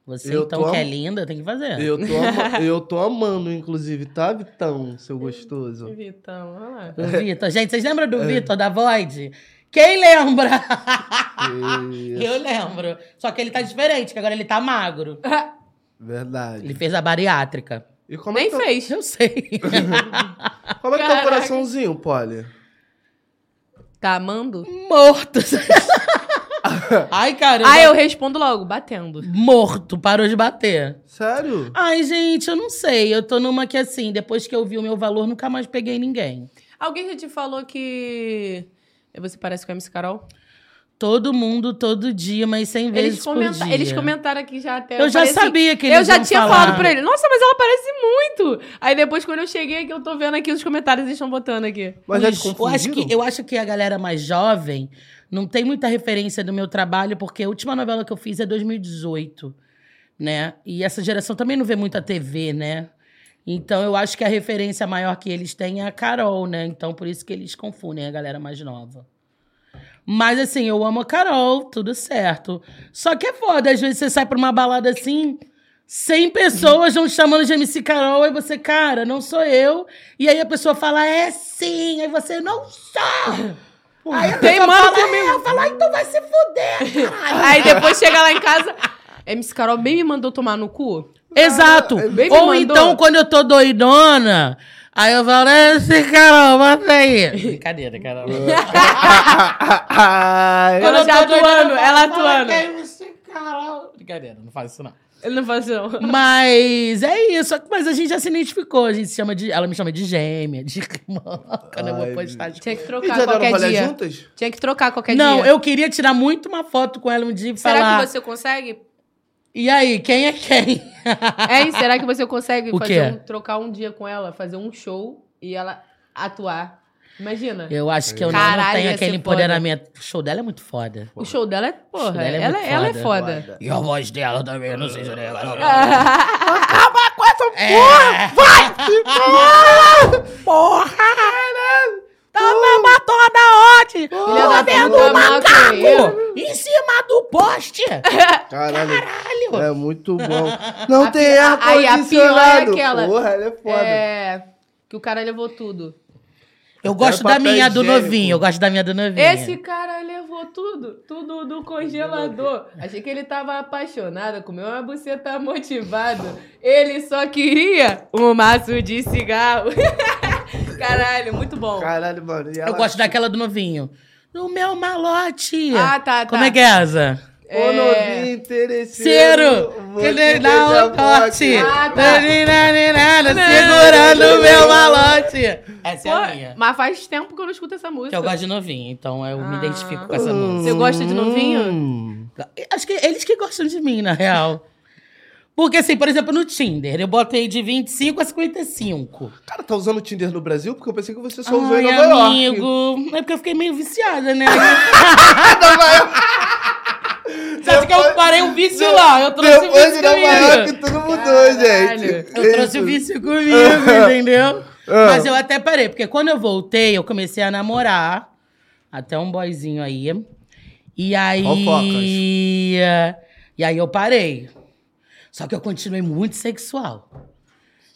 S1: Você,
S3: Eu
S1: então,
S3: tô
S1: que é
S3: am-
S1: linda, tem que fazer.
S3: Eu tô, ama- eu tô amando, inclusive, tá, Vitão, seu gostoso?
S2: Vitão, olha lá.
S1: O Vitor. Gente, vocês lembram
S3: É.
S1: do Vitor, da Void? Quem lembra?
S3: Que-
S1: Eu lembro. Só que ele tá diferente, que agora ele tá magro. Ele
S3: Verdade.
S1: fez a bariátrica.
S3: E como é
S2: Nem
S3: que tá,
S2: fez.
S1: Eu sei.
S3: como é que tá o
S2: Caraca.
S3: coraçãozinho, Polly?
S2: Tá amando?
S1: Morto. Ai, caramba.
S2: Ah, eu respondo logo, batendo.
S1: Morto, parou de bater.
S3: Sério?
S1: Ai, gente, eu não sei. Eu tô numa que assim, depois que eu vi o meu valor, nunca mais peguei ninguém.
S2: Alguém já te falou que você parece com a MC Carol?
S1: Todo mundo, todo dia, mas 100
S2: Eles,
S1: vezes por
S2: comenta-
S1: dia.
S2: eles comentaram aqui já até.
S1: Eu, já
S2: falei assim,
S1: sabia que eles
S2: Eu já
S1: iam
S2: tinha
S1: falar.
S2: falado pra ele. Nossa, mas ela parece muito. Aí depois, quando eu cheguei aqui, eu tô vendo aqui os comentários eles estão botando aqui.
S3: Mas já te
S1: Os- eu, acho que,
S3: confundiram?
S1: eu acho que a galera mais jovem não tem muita referência do meu trabalho, porque a última novela que eu fiz é 2018, né? E essa geração também não vê muita TV, né? Então eu acho que a referência maior que eles têm é a Carol, né? Então por isso que eles confundem a galera mais nova. Mas assim, eu amo a Carol, tudo certo. Só que é foda, às vezes você sai pra uma balada assim, 100 pessoas vão te chamando de MC Carol, aí você, cara, não sou eu. E aí a pessoa fala, é sim, aí você, não sou! Aí a
S2: Tem
S1: pessoa
S2: mano
S1: fala, é, eu falo, "Ah, então vai se fuder, caralho!
S2: Aí depois chega lá em casa. MC Carol bem me mandou tomar no cu.
S1: Exato!
S2: Ah, bem me
S1: Ou
S2: mandou.
S1: então, quando eu tô doidona, aí eu falo, é sim, Carol, bota aí! Brincadeira, Carol.
S3: Ai,
S2: Quando eu
S1: já
S2: tô atuando, ela atuando.
S1: É MC Carol. Brincadeira, não faz isso não.
S2: Ele não um- faz não.
S1: Mas é isso. Mas a gente já se identificou. A gente se chama de. Ela me chama de gêmea, de irmã. Quando eu
S3: Ai,
S1: vou postar as
S2: Tinha que
S3: e
S2: trocar
S3: já deram
S2: qualquer
S3: rolê
S2: dia.
S3: juntas?
S2: Tinha que trocar qualquer
S1: Não,
S2: dia.
S1: eu queria tirar muito uma foto com ela um dia e
S2: Será
S1: falar.
S2: que você consegue?
S1: E aí, quem é quem?
S2: É, e será que você consegue
S1: O
S2: fazer
S1: quê?
S2: um- trocar um dia com ela, fazer um show e ela atuar? Imagina.
S1: eu acho que eu não- não
S2: Caralho,
S1: tenho
S2: ia
S1: aquele
S2: ser foda.
S1: empoderamento. O show dela é muito foda.
S2: O show dela é, porra,
S1: show dela é
S2: ela,
S1: muito
S2: ela é
S1: foda.
S2: foda.
S3: Olha.
S1: E a voz dela também, não sei se é legal.
S2: Ah,
S3: essa porra! Vai! Porra! Porra!
S1: Toma, matou na onde?
S2: Filha da
S1: Comendo
S2: puta,
S1: um macaco!
S2: maconheiro.
S1: Em cima do poste!
S3: Caralho.
S1: Caralho!
S3: É muito bom. Não
S2: A
S3: tem
S2: pi-
S3: ar
S2: aí a pior é
S3: condicionado.
S2: aquela.
S3: Porra, ela é foda.
S2: É. Que o cara levou tudo.
S1: Eu gosto
S3: papel
S1: da minha do
S3: higiênico.
S1: novinho, eu gosto da minha do novinho.
S2: Esse cara levou tudo. Tudo do congelador. Achei que ele tava apaixonado, comeu uma buceta motivada. Ele só queria um maço de cigarro. Caralho, muito bom.
S3: Caralho, mano. E ela...
S1: Eu gosto daquela do novinho. No meu malote!
S2: Ah, tá, tá.
S1: Como é que é essa?
S3: Ô,
S2: É.
S3: novinho interesseiro.
S1: Ciro!
S3: você é
S1: Que ele
S3: beija
S1: dá
S3: a
S1: um
S3: boca.
S1: corte! né,
S2: Ah, tá.
S1: Naninanina, Segurando o meu malote! Essa é a
S2: Pô,
S1: minha.
S2: mas faz tempo que eu não escuto essa música.
S1: Que eu gosto de novinho, então eu me
S2: Ah.
S1: identifico com essa
S3: Hum.
S1: música.
S2: Você gosta de novinho?
S3: Hum.
S1: Acho que eles que gostam de mim, na real. Porque, assim, por exemplo, no Tinder, eu botei de 25 a 55.
S3: Cara, tá usando o Tinder no Brasil? Porque eu pensei que você só usou em
S1: Ai,
S3: um Nova York.
S1: amigo. É porque eu fiquei meio viciada, né? Sabe que eu parei o vício lá? Eu trouxe o
S3: Depois
S1: vício
S3: de Nova York,
S1: comigo.
S3: tudo mudou,
S2: Caralho.
S3: gente.
S1: Eu trouxe o vício comigo, entendeu?
S3: Ah.
S1: Mas eu até parei, porque quando eu voltei, eu comecei a namorar. Até um boyzinho aí. E aí. E aí eu parei. Só que eu continuei muito sexual.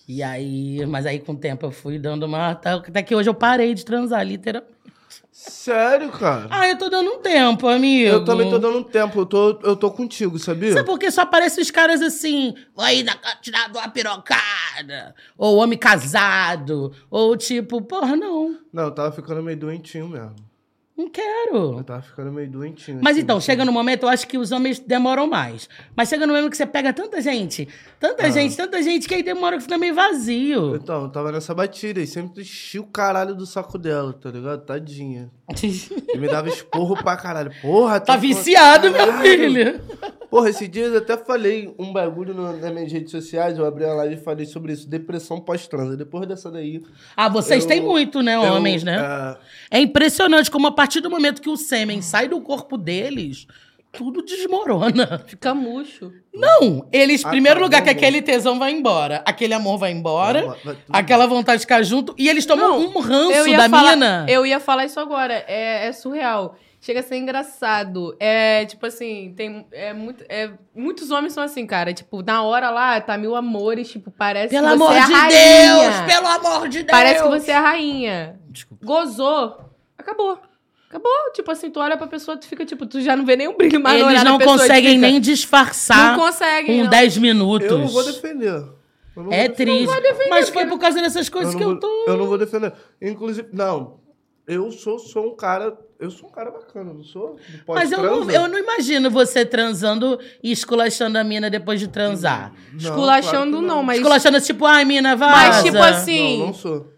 S1: E aí, mas aí com o tempo eu fui dando uma. Até que hoje eu parei de transar, literalmente.
S3: Sério, cara?
S1: Ah, eu tô dando um tempo, amigo.
S3: Eu também tô dando um tempo. Eu tô, eu tô contigo, sabia?
S1: Sabe por que só aparecem os caras assim, aí na tirar uma pirocada, ou homem casado, ou tipo, porra, não,
S3: Não, eu tava ficando meio doentinho mesmo.
S1: não
S3: Eu
S1: quero.
S3: tava ficando meio doentinho.
S1: Mas
S3: assim,
S1: então,
S3: assim.
S1: chega no momento, eu acho que os homens demoram mais. Mas chega no momento que você pega tanta gente, tanta
S3: Ah.
S1: gente, tanta gente, que aí demora que fica meio vazio.
S3: Então, eu tava nessa batida e sempre enchi o caralho do saco dela, tá ligado? Tadinha. E me dava esporro pra caralho. Porra,
S1: tá
S3: tu-
S1: viciado, meu
S3: Caralho.
S1: filho.
S3: Porra, esses dias eu até falei um bagulho no- nas minhas redes sociais. Eu abri uma live e falei sobre isso. Depressão pós-transa. Depois dessa daí.
S1: Ah, vocês
S3: Eu-
S1: têm muito, né,
S3: eu,
S1: homens, né?
S3: ah,
S1: É impressionante como a partir do momento que o sêmen sai do corpo deles, tudo desmorona.
S2: Fica murcho.
S1: Não, eles,
S3: Ah,
S1: primeiro
S3: tá,
S1: lugar,
S3: bom,
S1: que
S3: bom.
S1: aquele tesão vai embora, aquele amor vai embora,
S3: vai- vai- tudo
S1: aquela vontade de ficar junto, e eles tomam
S2: Não,
S1: um ranço
S2: eu ia
S1: da
S2: falar,
S1: mina.
S2: Eu ia falar isso agora. É, é surreal. Chega a ser engraçado. É, tipo assim, tem. É, muito, é, muitos homens são assim, cara. Tipo, na hora lá, tá mil amores, tipo, parece
S1: Pelo
S2: que você
S1: amor
S2: é a
S1: de
S2: rainha.
S1: Deus, pelo amor de Deus.
S2: Parece que você é a rainha.
S1: Desculpa.
S2: Gozou, acabou. Acabou. Tipo assim, tu olha pra pessoa, tu fica, tipo, tu já não vê nenhum brilho mais no
S1: eles
S2: olhar da
S1: não
S2: pessoa, tu
S1: conseguem
S2: fica,
S1: nem um
S2: Não
S1: disfarçar
S2: conseguem.
S1: com
S2: não.
S1: 10 minutos.
S3: Eu não vou defender. Eu não
S1: É
S3: vou defender.
S1: triste. Mas foi por causa dessas
S3: Eu
S1: coisas
S3: não
S1: que
S3: vou,
S1: eu tô.
S3: eu não vou defender. Inclusive, não. Eu sou, sou um cara. Eu sou um cara bacana, não sou? Do
S1: Mas eu não,
S3: pós-transa?
S1: eu não imagino você transando e esculachando a mina depois de transar.
S3: Não,
S2: Esculachando,
S3: claro que
S2: não, mas.
S1: Esculachando tipo, ai, mina, vai.
S2: Mas, tipo assim.
S3: Não, não sou.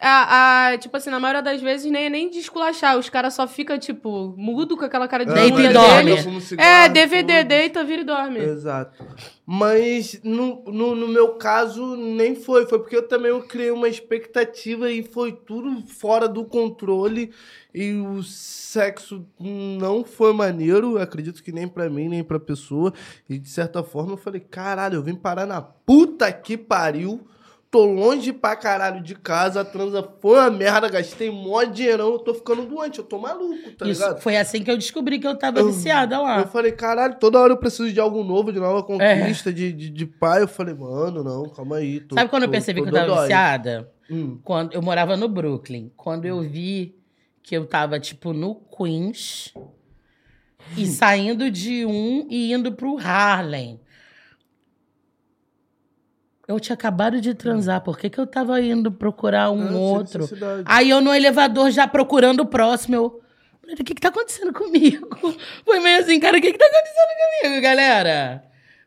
S2: A, a- tipo assim, na maioria das vezes nem, nem de esculachar. Os caras só ficam, tipo, mudo com aquela
S3: Ah,
S2: cara de
S1: Deita e
S2: bunda
S1: dorme.
S2: deles.
S3: Fumo cigarro,
S2: É, DVD,
S3: tudo.
S2: deita, vira e dorme.
S3: Exato. Mas no, no, no meu caso, nem foi. Foi porque eu também criei uma expectativa e foi tudo fora do controle. E o sexo não foi maneiro. Acredito que nem pra mim, nem pra pessoa. E de certa forma eu falei: caralho, eu vim parar na puta que pariu. Tô longe pra caralho de casa, a transa foi uma merda, gastei mó dinheirão, eu tô ficando doente, eu tô maluco, tá
S1: Isso,
S3: ligado?
S1: foi assim que eu descobri que eu tava
S3: Eu-
S1: viciada lá. É.
S3: Eu falei, caralho, toda hora eu preciso de algo novo, de nova conquista, de, de, de pai. Eu falei, mano, não, calma aí. tô-
S1: Sabe quando eu
S3: tô-
S1: percebi
S3: tô
S1: que eu tava
S3: dodói.
S1: viciada?
S3: Hum.
S1: Quando eu morava no Brooklyn. Quando eu vi que eu tava, tipo, no Queens e saindo de um e indo pro Harlem. Eu tinha acabado de transar, por que, que eu tava indo procurar um
S3: Ah, sem
S1: outro?
S3: necessidade.
S1: Aí eu no elevador já procurando o próximo, eu. "Mano, O que que tá acontecendo comigo? Foi meio assim, cara, o que que tá acontecendo comigo, galera?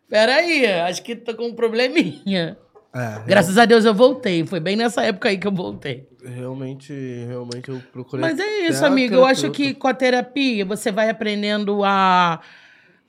S1: Peraí, acho que tô com um probleminha.
S3: É,
S1: Graças a Deus eu voltei. Foi bem nessa época aí que eu voltei.
S3: realmente, realmente eu procurei.
S1: Mas é isso,
S3: até
S1: amigo. Eu acho
S3: terapeuta.
S1: que com a terapia você vai aprendendo a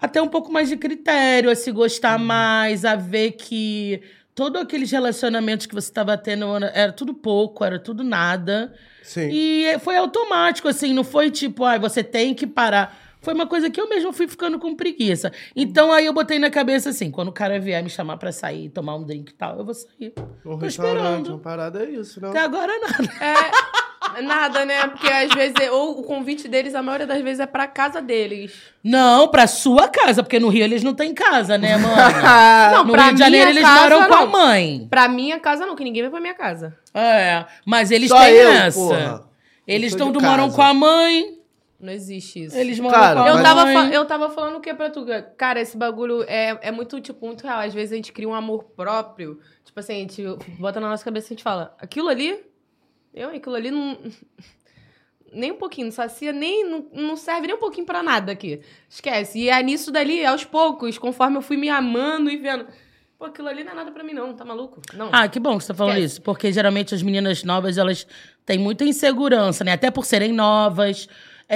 S1: até um pouco mais de critério, a se gostar mais, a ver que todos aqueles relacionamentos que você estava tendo era- era tudo pouco, era tudo nada.
S3: Sim.
S1: E é, foi automático, assim, não foi tipo, ai, você tem que parar. Foi uma coisa que eu mesma fui ficando com preguiça. Então aí eu botei na cabeça assim: quando o cara vier me chamar pra sair, tomar um drink e tal, eu vou sair.
S3: Um
S1: Tô
S3: restaurante,
S1: esperando.
S3: uma parada é isso, não?
S1: Até agora nada.
S2: É, nada, né? Porque às vezes, é- ou o convite deles, a maioria das vezes é pra casa deles.
S1: Não, pra sua casa, porque no Rio eles não têm casa, né, mano?
S3: Ah,
S2: Não,
S1: no
S2: pra
S1: Rio de Janeiro eles
S2: casa,
S1: moram com a
S2: não.
S1: mãe.
S2: Pra minha casa não, que ninguém vai pra minha casa.
S1: É, mas eles
S3: Só
S1: têm
S3: eu,
S1: essa.
S3: porra.
S1: Eles
S3: Eu sou
S1: estão
S3: de
S1: moram
S3: casa.
S1: com a mãe,
S2: Não existe isso.
S1: eles moram
S3: Cara,
S1: com a
S2: Eu
S1: mãe.
S3: Mas-
S2: tava, fa- eu tava falando o que pra tu? Cara, esse bagulho é, é muito, tipo, muito real. Às vezes a gente cria um amor próprio. Tipo assim, a gente bota na nossa cabeça e a gente fala, aquilo ali, eu, aquilo ali não... Nem um pouquinho, não sacia, nem, não, não serve nem um pouquinho pra nada aqui. Esquece. E é nisso dali, aos poucos, conforme eu fui me amando e vendo. Pô, aquilo ali não é nada pra mim não, tá maluco? Não.
S1: Ah, que bom que você tá falando
S2: Esquece.
S1: isso, porque geralmente as meninas novas, elas têm muita insegurança, né? Até por serem novas.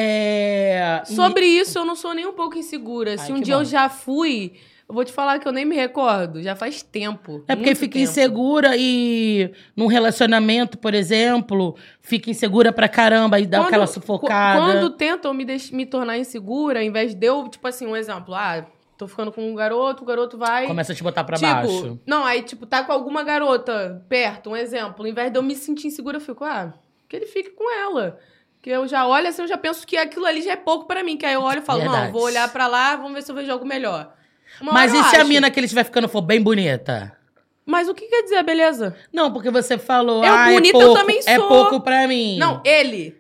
S1: É... e-
S2: Sobre isso, eu não sou nem um pouco insegura. Se
S1: Ai,
S2: um
S1: que
S2: dia
S1: bom.
S2: eu já fui, eu vou te falar que eu nem me recordo. Já faz tempo.
S1: É porque
S2: muito
S1: fica
S2: tempo.
S1: insegura e num relacionamento, por exemplo, fica insegura pra caramba e dá
S2: Quando-
S1: aquela
S2: qu-
S1: sufocada.
S2: Quando tentam me, deix- me tornar insegura, ao invés de eu, tipo assim, um exemplo, ah, tô ficando com um garoto, o garoto vai.
S1: Começa a te botar pra
S2: tipo,
S1: baixo.
S2: Não, aí, tipo, tá com alguma garota perto, um exemplo. Ao invés de eu me sentir insegura, eu fico, ah, que ele fique com ela. Que eu já olho assim, eu já penso que aquilo ali já é pouco pra mim. Que aí eu olho e falo,
S1: Verdade.
S2: não, vou olhar pra lá, vamos ver se eu vejo algo melhor. Uma
S1: Mas e
S2: hora eu
S1: se a
S2: acho.
S1: mina que ele estiver ficando for bem bonita?
S2: Mas o que quer dizer beleza?
S1: Não, porque você falou,
S2: Eu
S1: ah, é
S2: bonita, eu
S1: pouco,
S2: também
S1: é
S2: sou."
S1: pouco pra mim.
S2: Não, ele.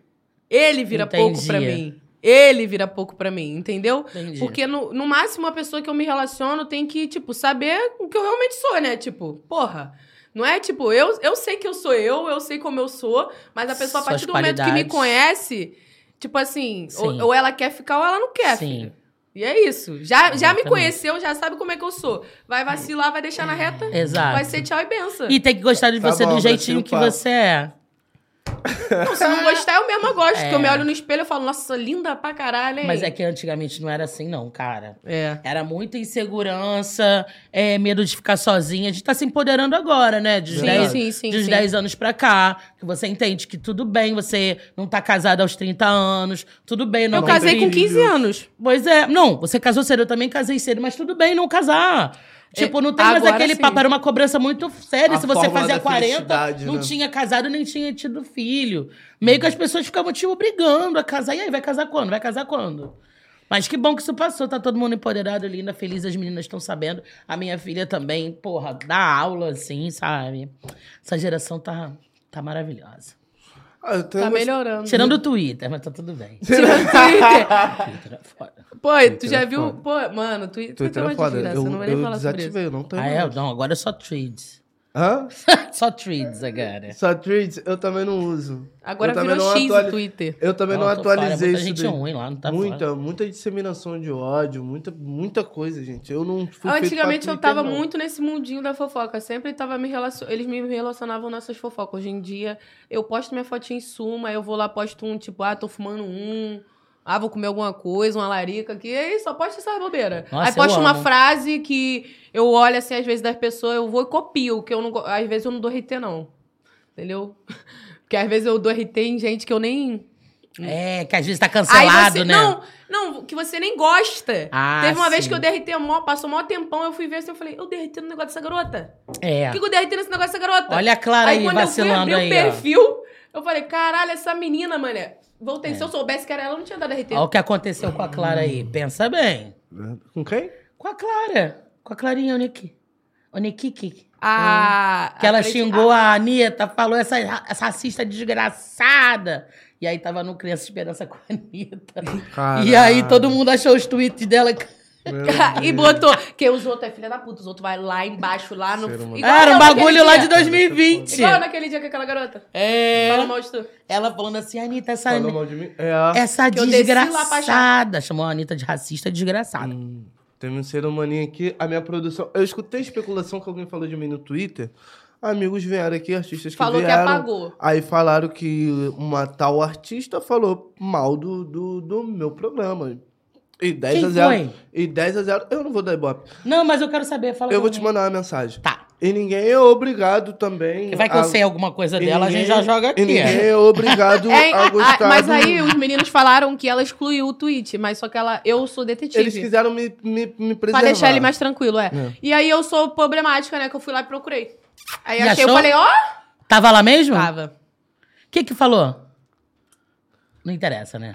S2: Ele vira pouco
S1: Entendi.
S2: pra mim. Ele vira pouco pra mim, entendeu?
S1: Entendi.
S2: Porque no, no máximo a pessoa que eu me relaciono tem que, tipo, saber o que eu realmente sou, né? Tipo, porra. Não é tipo, eu, eu sei que eu sou eu, eu sei como eu sou, mas a pessoa, a
S1: Suas
S2: partir do momento que me
S1: qualidades.
S2: conhece, tipo assim, ou,
S1: Sim.
S2: ou ela quer ficar ou ela não quer.
S1: Sim.
S2: filho. E é isso. Já, já me
S1: Exatamente.
S2: conheceu, já sabe como é que eu sou. Vai vacilar, vai deixar na reta,
S1: É, Exato.
S2: vai ser tchau e benção.
S1: E tem que gostar de
S3: Tá
S1: você
S3: bom,
S1: do jeitinho
S3: Brasil,
S1: que
S3: papo.
S1: você é.
S2: Não, se não gostar, eu mesma gosto. Porque eu me
S1: É.
S2: olho no espelho e falo, nossa, linda pra caralho, hein?
S1: Mas é que antigamente não era assim, não, cara.
S2: É.
S1: Era muita insegurança, é, medo de ficar sozinha. A gente tá se empoderando agora, né? Dos
S2: Sim,
S1: 10,
S2: sim, sim.
S1: dos
S2: sim.
S1: 10 anos pra cá. Que você entende que tudo bem, você não tá casada aos 30 anos. Tudo bem, não
S2: Eu
S1: tem
S2: casei com
S1: filho.
S2: 15 anos.
S1: Pois é. Não, você casou cedo, eu também casei cedo. Mas tudo bem não casar. Tipo, não tem mais
S2: agora
S1: aquele
S2: sim.
S1: papo. Era uma cobrança muito séria.
S3: É, A
S1: Se você
S3: fórmula
S1: fazia
S3: da
S1: 40,
S3: felicidade,
S1: não
S3: né? Uhum.
S1: tinha casado nem tinha tido filho. Meio que as pessoas ficavam te obrigando a casar. E aí, vai casar quando? Vai casar quando? Mas que bom que isso passou. Tá todo mundo empoderado, linda, feliz. As meninas estão sabendo. A minha filha também, porra, dá aula, assim, sabe? Essa geração tá, tá maravilhosa.
S3: Ah, eu tenho
S2: Tá
S3: uma-
S2: melhorando.
S1: Tirando o Twitter, mas tá tudo bem.
S2: Tirando o Twitter.
S1: Twitter é foda.
S2: Pô, tu
S3: Twitter
S2: já
S3: é
S2: viu...
S3: foda.
S2: Pô, mano, Twitter,
S3: Twitter
S2: é uma
S3: é foda.
S2: desgraça.
S3: Eu,
S2: Eu, não vou nem
S3: eu
S2: falar sobre isso.
S3: desativei, eu não tenho.
S1: Ah, é?
S3: mais.
S1: Não, agora é só trades.
S3: Hã?
S1: Só trades agora.
S3: Só tweets? Eu também não uso.
S2: Agora
S3: Eu também
S2: virou
S3: não
S2: X o
S3: é atuali-
S2: Twitter.
S3: Eu também não,
S1: Não, tô fora, é
S3: atualizei
S1: muita
S3: isso
S1: gente
S3: daí.
S1: ruim lá, não tá
S3: muita,
S1: fora.
S3: muita disseminação de ódio, muita, muita coisa, gente. Eu não fui feito
S2: Antigamente
S3: pra
S2: eu
S3: Twitter,
S2: tava
S3: não.
S2: muito nesse mundinho da fofoca. Sempre tava me relacion... Eles me relacionavam nessas fofocas. Hoje em dia, eu posto minha fotinha em suma, eu vou lá, posto um, tipo, ah, tô fumando um. Ah, vou comer alguma coisa, uma larica aqui. E aí só posto essas bobeiras.
S1: Nossa,
S2: aí posto
S1: eu
S2: uma
S1: amo.
S2: frase que eu olho assim, às vezes, das pessoas, eu vou e copio, que eu não. go- Às vezes eu não dou RT, não. Entendeu? Porque às vezes eu dou RT em gente que eu nem.
S1: É, que às vezes tá
S2: Aí
S1: cancelado,
S2: você-
S1: né?
S2: Não, não, que você nem gosta.
S1: Ah,
S2: Teve uma vez
S1: sim.
S2: que eu derretei, mó, passou mó tempão, eu fui ver assim, eu falei, eu derretei no negócio dessa garota?
S1: É.
S2: Por que que eu derretei nesse negócio dessa garota?
S1: Olha a Clara aí, vacilando
S2: eu
S1: aí,
S2: fui abrir o perfil, eu falei, caralho, essa menina, mané. Voltei,
S1: É.
S2: se eu soubesse que era ela, eu não tinha dado RT.
S1: ó. Olha o que aconteceu com a Clara aí. Pensa bem.
S3: Com quem?
S1: Com a Clara. Com a Clarinha Oniki. Onikiki.
S2: Ah,
S1: Que ela
S2: acredito-
S1: xingou a Anitta, falou essa, essa racista desgraçada. E aí tava no Criança Esperança com a Anitta. E aí todo mundo achou os tweets dela.
S3: Meu
S2: Ah, e
S3: Deus.
S2: botou, que os outros é filha da puta, os outros vai lá embaixo, lá no...
S3: Ser humano.
S2: Igual
S1: Era
S2: eu
S1: um
S2: naquele
S1: bagulho lá
S2: dia.
S1: de 2020.
S2: Igual eu naquele dia com aquela garota.
S1: É.
S2: Fala mal de tu.
S1: Ela falando assim, Anitta, essa,
S3: Falou mal de mim? É a...
S1: essa
S2: Que eu desci lá pra
S1: desgraçada. Chamou a Anitta de racista desgraçada.
S3: Hum, Tem um ser humaninho aqui. A minha produção... Eu escutei especulação que alguém falou de mim no Twitter. Amigos vieram aqui, artistas que
S2: Falou que
S3: vieram.
S2: apagou.
S3: Aí falaram que uma tal artista falou mal do, do, do meu programa. E 10
S1: Quem
S3: a 0.
S1: foi?
S3: E 10 a 0. Eu não vou dar ibope.
S1: Não, mas eu quero saber. Fala
S3: Eu vou
S1: pra
S3: te
S1: mim.
S3: mandar uma mensagem.
S1: Tá.
S3: E ninguém é obrigado também.
S1: Porque vai que
S3: a-
S1: eu sei alguma coisa
S3: e
S1: dela, a gente
S3: ninguém-
S1: já joga
S3: E
S1: aqui.
S3: ninguém
S1: é.
S3: é obrigado
S2: É,
S3: a gostar.
S2: a- mas
S3: do-
S2: aí os meninos falaram que ela excluiu o tweet, mas só que ela. Eu sou detetive.
S3: Eles quiseram me, me, me
S2: Pra
S3: preservar.
S2: deixar ele mais tranquilo, é.
S3: É.
S2: E aí eu sou problemática, né? Que eu fui lá e procurei. Aí
S1: E
S2: achei, eu
S1: achou?
S2: falei, ó,
S1: Tava lá mesmo?
S2: tava.
S1: O que que falou? Não interessa, né?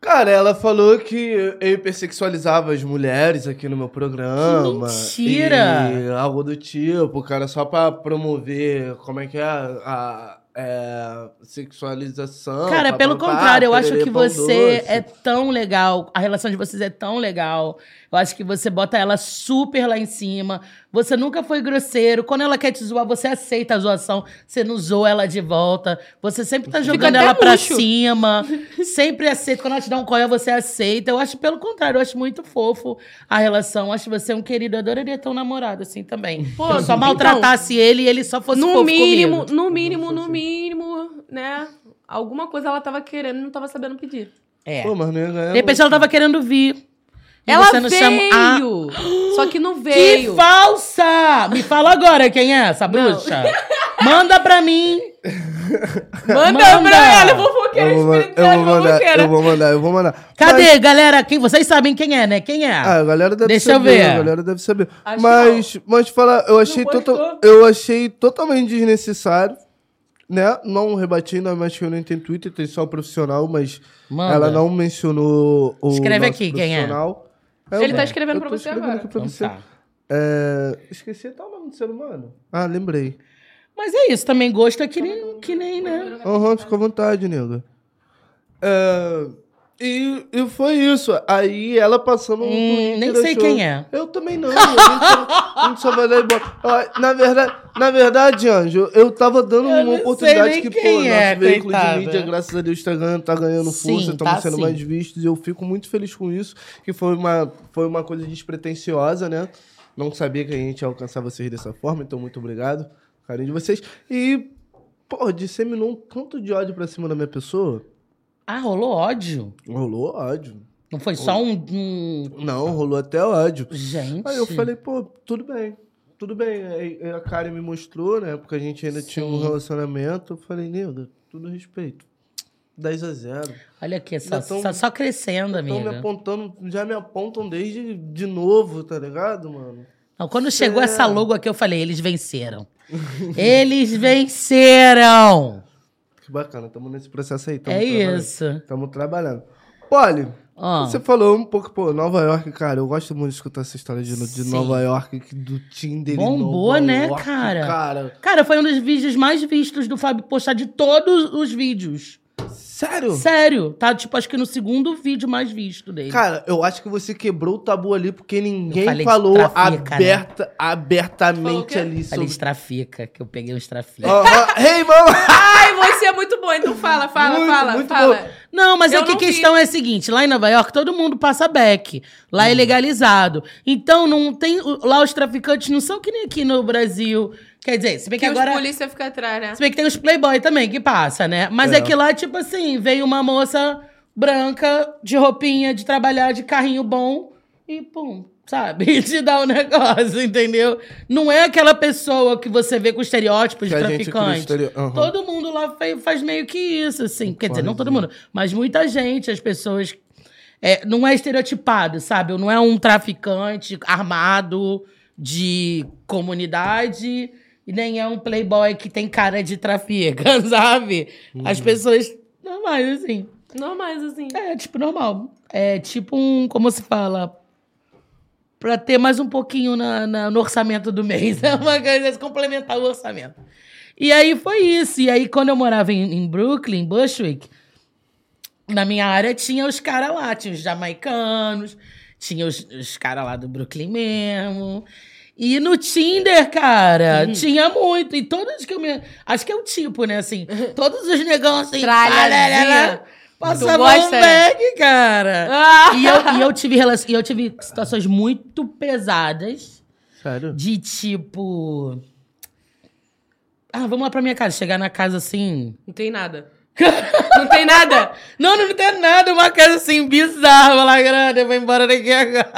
S3: Cara, ela falou que eu hipersexualizava as mulheres aqui no meu programa.
S1: Que mentira!
S3: E algo do tipo, cara, só pra promover, como é que é, a, é,
S2: Ah,
S3: sexualização.
S1: Cara,
S3: pá,
S1: pelo
S3: pá, pá,
S1: contrário, eu acho
S3: tererê,
S1: que
S3: pão
S1: você
S3: doce.
S1: é tão legal, a relação de vocês é tão legal. Eu acho que você bota ela super lá em cima. Você nunca foi grosseiro. Quando ela quer te zoar, você aceita a zoação. Você não zoa ela de volta. Você sempre tá jogando
S2: até
S1: ela pra
S2: murcho.
S1: cima. Sempre aceita. Quando ela te dá um coia, você aceita. Eu acho pelo contrário, eu acho muito fofo a relação. Eu acho você um querido. Eu adoraria ter um namorado assim também.
S2: Pô,
S1: Que eu só
S2: então,
S1: maltratasse ele e ele só fosse
S2: no
S1: fofo
S2: mínimo,
S1: comigo.
S2: no mínimo,
S3: assim.
S2: no mínimo, né? Alguma coisa ela tava querendo e não tava sabendo pedir.
S1: É.
S3: Pô, mas não ia ganhar
S1: De repente ela tava querendo vir. E
S2: ela
S1: você não
S2: veio!
S1: chama- Ah,
S2: Só que não
S1: que
S2: veio.
S1: falsa! Me fala agora quem é essa bruxa. Manda pra mim.
S2: Manda,
S1: Manda!
S2: pra ela, fofoqueira,
S3: eu vou, man-
S2: espírito
S3: eu vou mandar, eu
S2: fofoqueira.
S3: vou mandar, eu vou mandar.
S1: Cadê,
S3: Mas-
S1: galera? Quem, vocês sabem quem é, né? Quem é?
S3: ah, a galera deve
S1: Deixa eu
S3: saber.
S1: ver.
S3: A galera deve saber.
S2: Acho
S3: mas, mas fala, eu achei,
S2: gostou?
S3: total, eu achei totalmente desnecessário, né? Não rebati, ainda mais que eu nem tenho Twitter, tem só o profissional, mas
S1: Manda.
S3: ela não mencionou o.
S1: Escreve
S3: nosso
S1: aqui quem é.
S3: profissional. É,
S2: Ele
S3: eu-
S2: tá escrevendo
S3: eu
S2: pra
S3: tô
S2: você
S3: escrevendo
S2: agora.
S3: aqui pra
S1: Então
S3: você.
S1: tá.
S3: É, esqueci até o nome do ser humano. Ah, lembrei.
S1: Mas é isso, também gosto é que nem, que nem né?
S3: Aham, fica à vontade, nego. É, e, e foi isso. Aí ela passando um
S1: Hum,
S3: Twitter,
S1: nem sei
S3: achou-
S1: quem é.
S3: Eu também não. A gente só, a gente só vai dar embora. Ó, Na verdade, na verdade, Anjo, eu tava dando
S1: Eu não
S3: uma
S1: sei
S3: oportunidade
S1: nem
S3: que, pô,
S1: quem
S3: nosso
S1: é,
S3: veículo
S1: coitada.
S3: de mídia, graças a Deus, tá ganhando, tá ganhando
S1: Sim,
S3: força, estamos
S1: tá
S3: sendo
S1: sim.
S3: mais vistos. E eu fico muito feliz com isso, que foi uma, foi uma coisa despretensiosa, né? Não sabia que a gente ia alcançar vocês dessa forma, então muito obrigado. Carinho de vocês. E, pô, disseminou um tanto de ódio pra cima da minha pessoa.
S1: Ah, rolou ódio.
S3: Rolou ódio.
S1: Não foi só um. um-
S3: Não, rolou até ódio.
S1: Gente.
S3: Aí eu falei, pô, tudo bem, tudo bem. Aí aí a Karen me mostrou, né? Porque a gente ainda tinha um
S1: Sim.
S3: relacionamento. Eu falei, Nilda, tudo respeito. 10 a 0.
S1: Olha aqui, só,
S3: Ainda tão-
S1: só, só crescendo,
S3: Estão me
S1: amiga.
S3: apontando, já me apontam desde de novo, tá ligado, mano?
S1: Não, quando chegou
S3: É.
S1: essa logo aqui, eu falei, eles venceram. eles venceram!
S3: Que bacana, estamos nesse processo aí.
S1: é isso. Ah.
S3: Estamos trabalhando. Olha,
S1: Ó.
S3: então você falou um pouco, pô, Nova York, cara, eu gosto muito de escutar essa história de, de
S1: Sim.
S3: Nova York, que do Tinder. em
S1: Bombou,
S3: Nova
S1: né,
S3: York,
S1: cara?
S3: Cara,
S1: Cara, foi um dos vídeos mais vistos do Fábio postar de todos os vídeos.
S3: sério?
S1: Sério. Tá, tipo, acho que no segundo vídeo mais visto dele.
S3: Cara, eu acho que você quebrou o tabu ali, porque
S1: Eu
S3: ninguém
S1: falei de
S3: falou
S1: trafica, né?
S3: aberta,
S2: Falou o
S3: abertamente
S2: quê?
S3: ali
S1: Falei
S3: sobre...
S1: de trafica, que eu peguei um os trafica.
S3: Aham. Ei, mama!
S2: Ai, você é muito boa, então fala, fala,
S3: Muito,
S2: fala,
S3: muito
S2: fala.
S3: boa.
S1: Não, mas
S2: Eu
S1: é que a
S2: não
S1: questão é a seguinte: lá em Nova York, todo mundo passa back. Lá
S3: Hum.
S1: é legalizado. Então, não tem. Lá os traficantes não são que nem aqui no Brasil. Quer dizer, se bem que,
S2: Que
S1: agora.
S2: os polícia fica atrás, né?
S1: Se bem que tem os playboy também que passa, né? Mas
S3: É.
S1: é, que lá, tipo assim, veio uma moça branca, de roupinha, de trabalhar, de carrinho bom e pum, sabe? E te dá o negócio, entendeu? Não é aquela pessoa que você vê com estereótipos
S3: Que
S1: de
S3: a gente cria
S1: traficante.
S3: estere- Aham.
S1: Todo mundo lá fe- faz meio que isso, assim. Quer dizer, não todo mundo, mas muita gente, as pessoas. é, não é estereotipado, sabe? Não é um traficante armado de comunidade e nem é um playboy que tem cara de trafica, sabe? As pessoas normais, assim.
S2: Normais, assim.
S1: É, tipo, normal. É tipo um, como se fala? Pra ter mais um pouquinho na, na- no orçamento do mês. É uma coisa, assim, complementar o orçamento. E aí foi isso. E aí, quando eu morava em, em Brooklyn, em Bushwick, na minha área tinha os caras lá, tinha os jamaicanos, tinha os, os caras lá do Brooklyn mesmo. E no Tinder, cara, tinha muito. E todos que eu me. Acho que é o tipo, né? Assim, todos os negão assim.
S2: Tralhazinha. Tu
S1: Passava
S2: gosta,
S1: um bag, cara.
S2: Ah!
S1: E eu, e eu tive relação, e eu tive situações muito pesadas
S3: Sério?
S1: de tipo. Ah, vamos lá pra minha casa. Chegar na casa assim.
S2: Não tem nada. Não tem nada?
S1: Não, não tem nada, uma casa assim bizarra, falar, grande, eu vou embora daqui agora.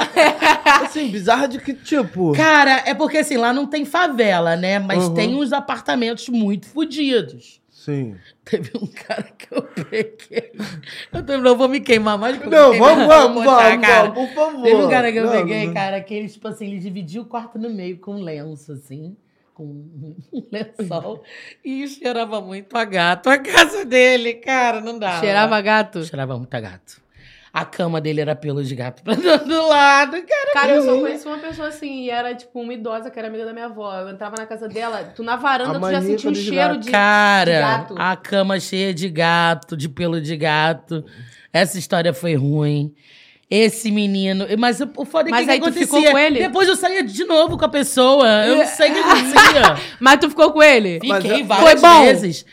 S3: Assim, bizarra de que tipo?
S1: Cara, é porque assim, lá não tem favela, né? Mas
S3: Uhum.
S1: tem uns apartamentos muito fodidos.
S3: Sim.
S1: Teve um cara que eu peguei. Eu também não vou me queimar mais. porque eu
S3: Não,
S1: me queimar,
S3: vamos,
S1: não vou
S3: vamos,
S1: botar,
S3: vamos,
S1: cara.
S3: vamos, por favor.
S1: Teve um cara que eu
S3: Não,
S1: peguei,
S3: não.
S1: cara, que ele, tipo assim, ele dividia o quarto no meio com um lenço, assim, com um lençol, e cheirava muito a gato. A casa dele, cara, não dava.
S2: Cheirava gato?
S1: Cheirava muito a gato. A cama dele era pelo de gato pra todo lado, cara.
S2: Cara, eu
S3: Uhum.
S2: só conheci uma pessoa assim, e era tipo uma idosa que era amiga da minha avó. Eu entrava na casa dela, tu na varanda, tu
S3: A
S2: já
S3: maníaca
S2: sentia um
S3: dos
S2: cheiro
S3: gatos.
S2: de.
S1: Cara,
S2: gato.
S1: a cama cheia de gato, de pelo de gato. Essa história foi ruim. Esse menino. Mas o o foda é
S2: Mas
S1: que o que
S2: aí tu
S1: acontecia.
S2: ficou com ele? É.
S1: Depois eu saía de novo com a pessoa. Eu não sei o que acontecia.
S2: Mas tu ficou com ele?
S3: Mas é-
S1: Fiquei
S3: eu-
S1: várias
S2: Foi bom?
S1: vezes.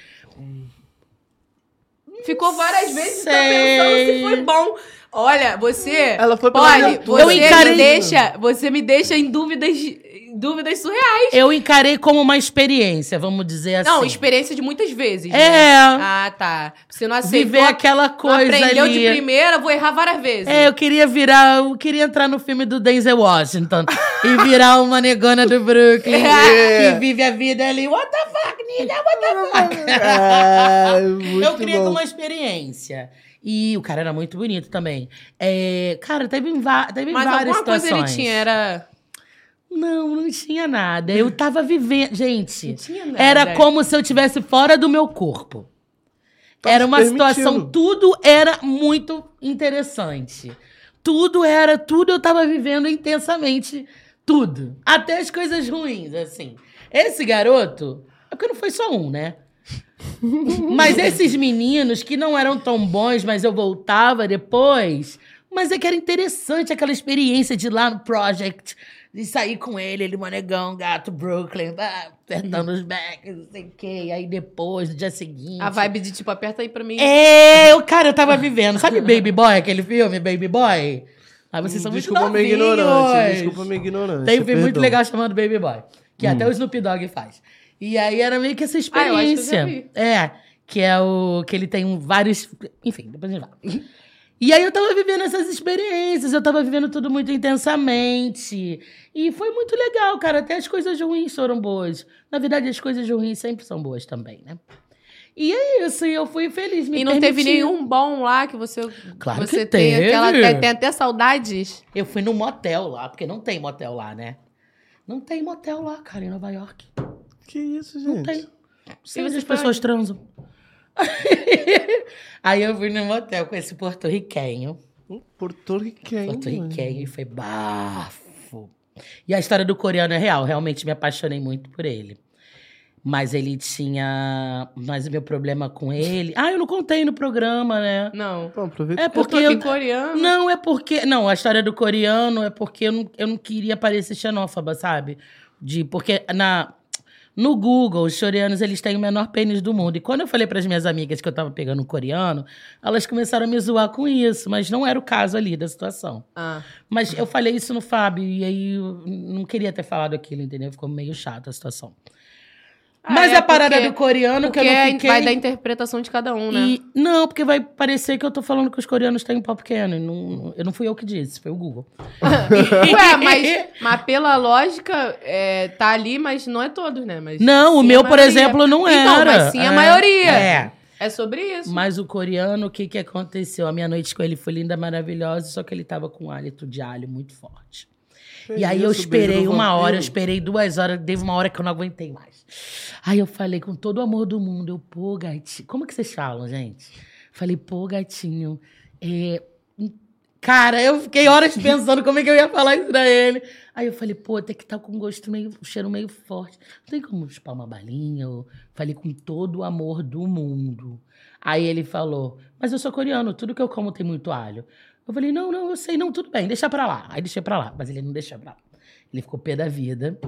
S2: Ficou várias vezes e tá
S1: Sei.
S2: pensando se foi bom. Olha, você.
S3: Ela foi pela
S2: Olha,
S3: aventura.
S2: você
S1: Eu encarei-
S2: me deixa, você me deixa em dúvidas, em dúvidas surreais.
S1: Eu encarei como uma experiência, vamos dizer assim.
S2: Não, experiência de muitas vezes. né?
S1: É,
S2: Ah, tá. Você não aceitou.
S1: viver aquela
S2: não
S1: coisa
S2: aprendeu
S1: ali.
S2: de primeira, vou errar várias vezes.
S1: É, eu queria virar, eu queria entrar no filme do Denzel Washington e virar uma negona do Brooklyn
S3: Yeah.
S2: É.
S1: que vive a vida ali. What the fuck, nigga? What the fuck?
S3: Ah, muito
S1: eu queria
S3: bom.
S1: uma experiência. E o cara era muito bonito também. É, cara, teve, em va- teve em
S2: Mas
S1: várias
S2: alguma coisa
S1: situações.
S2: ele tinha, era.
S1: Não, não tinha nada. Eu tava vivendo. Gente,
S2: Não tinha nada.
S1: era como se eu tivesse fora do meu corpo.
S3: Tava
S1: era
S3: se
S1: uma
S3: permitindo.
S1: situação, tudo era muito interessante. Tudo era, tudo eu tava vivendo intensamente, tudo. Até as coisas ruins, assim. Esse garoto, é porque não foi só um, né? mas esses meninos que não eram tão bons, mas eu voltava depois. Mas é que era interessante aquela experiência de ir lá no Project, de sair com ele, ele manegão, gato, Brooklyn, ah, apertando os backs, não sei o quê. E aí depois, no dia seguinte.
S2: A vibe de tipo, aperta aí pra mim.
S1: É, eu, cara, eu tava vivendo. Sabe Baby Boy, aquele filme, Baby Boy? Ah, vocês são
S3: desculpa
S1: muito
S3: minha
S1: novinhos.
S3: ignorância, desculpa minha ignorância.
S1: Tem um filme muito
S3: perdão.
S1: legal chamado Baby Boy, que até o Snoop Dogg faz. E aí era meio que essa
S2: Ah, eu acho que eu já
S1: experiência.
S2: vi.
S1: é, que é o que ele tem um vários, enfim, depois a gente vai. E aí eu tava vivendo essas experiências, eu tava vivendo tudo muito intensamente. E foi muito legal, cara, até as coisas ruins foram boas. Na verdade, as coisas ruins sempre são boas também, né? E é isso, e eu fui feliz, me
S2: E não teve
S1: permiti.
S2: nenhum bom lá que você.
S1: Claro que
S2: você tem aquela.
S1: teve.
S2: Tem, tem até saudades.
S1: Eu fui num motel lá, porque não tem motel lá, né? Não tem motel lá, cara, em Nova York.
S3: Que isso, gente?
S1: Não tem. Sim,
S2: você
S1: as
S2: foi
S1: pessoas transam. Aí eu fui no motel com esse porto-riquenho.
S3: Um Porto-riquenho.
S1: Porto-riquenho e foi bafo. E a história do coreano é real. Realmente me apaixonei muito por ele. Mas ele tinha. Mas o meu problema com ele. Ah, eu não contei no programa, né?
S2: Não.
S3: Bom, aproveita.
S1: É
S2: Porque
S1: porque.
S2: eu tô aqui
S1: eu-
S2: coreano.
S1: Não, é porque. Não, a história do coreano é porque eu não, eu não queria parecer xenófoba, sabe? De, porque na, no Google, os coreanos eles têm o menor pênis do mundo. E quando eu falei para as minhas amigas que eu tava pegando um coreano, elas começaram a me zoar com isso, mas não era o caso ali da situação.
S2: Ah.
S1: Mas eu falei isso no Fábio, e aí eu não queria ter falado aquilo, entendeu? Ficou meio chata a situação.
S2: Ah,
S1: mas
S2: é
S1: a parada
S2: porque-
S1: do coreano que
S2: Porque
S1: eu não fiquei.
S2: vai da interpretação de cada um, né?
S1: E- não, porque vai parecer que eu tô falando que os coreanos têm um pau pequeno. e não- eu não fui eu que disse, foi o Google.
S2: Ué, mas, mas pela lógica, é, tá ali, mas não é todos, né? Mas
S1: Não, o
S2: sim,
S1: meu,
S2: a
S1: por
S2: maioria.
S1: exemplo, não era.
S2: Então, mas sim a
S1: É,
S2: maioria.
S1: É.
S2: É sobre isso.
S1: Mas o coreano, o que que aconteceu? A minha noite com ele foi linda, maravilhosa, só que ele tava com um hálito de alho muito forte.
S3: Que
S1: e aí eu
S3: isso, beijo
S1: esperei
S3: do
S1: uma hora, eu
S3: vampiro.
S1: esperei duas horas, teve uma hora que eu não aguentei mais. Aí eu falei com todo o amor do mundo, eu, pô, gatinho, como que vocês falam, gente? Falei, pô, gatinho, é... Cara, eu fiquei horas pensando como é que eu ia falar isso pra ele. Aí eu falei, pô, tem que estar com um gosto meio, um cheiro meio forte. Não tem como chupar uma balinha? Eu falei com todo o amor do mundo. Aí ele falou, mas eu sou coreano, tudo que eu como tem muito alho. Eu falei, não, não, eu sei, não, tudo bem, deixa pra lá. Aí deixei pra lá, mas ele não deixou pra lá. Ele ficou pé da vida.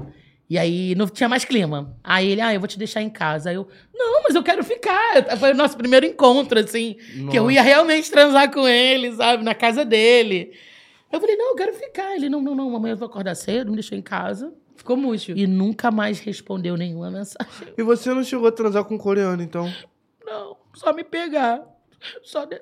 S1: E aí não tinha mais clima. Aí ele, ah, eu vou te deixar em casa. Aí eu, não, mas eu quero ficar. Foi o nosso primeiro encontro, assim. Que eu
S3: Nossa.
S1: ia realmente transar com ele, sabe? Na casa dele. Eu falei, não, eu quero ficar. Ele, não, não, não, mamãe, eu vou acordar cedo, me deixou em casa.
S2: Ficou murcho.
S1: E nunca mais respondeu nenhuma mensagem.
S3: E você não chegou a transar com um coreano, então?
S1: Não. Só me pegar. Só. de-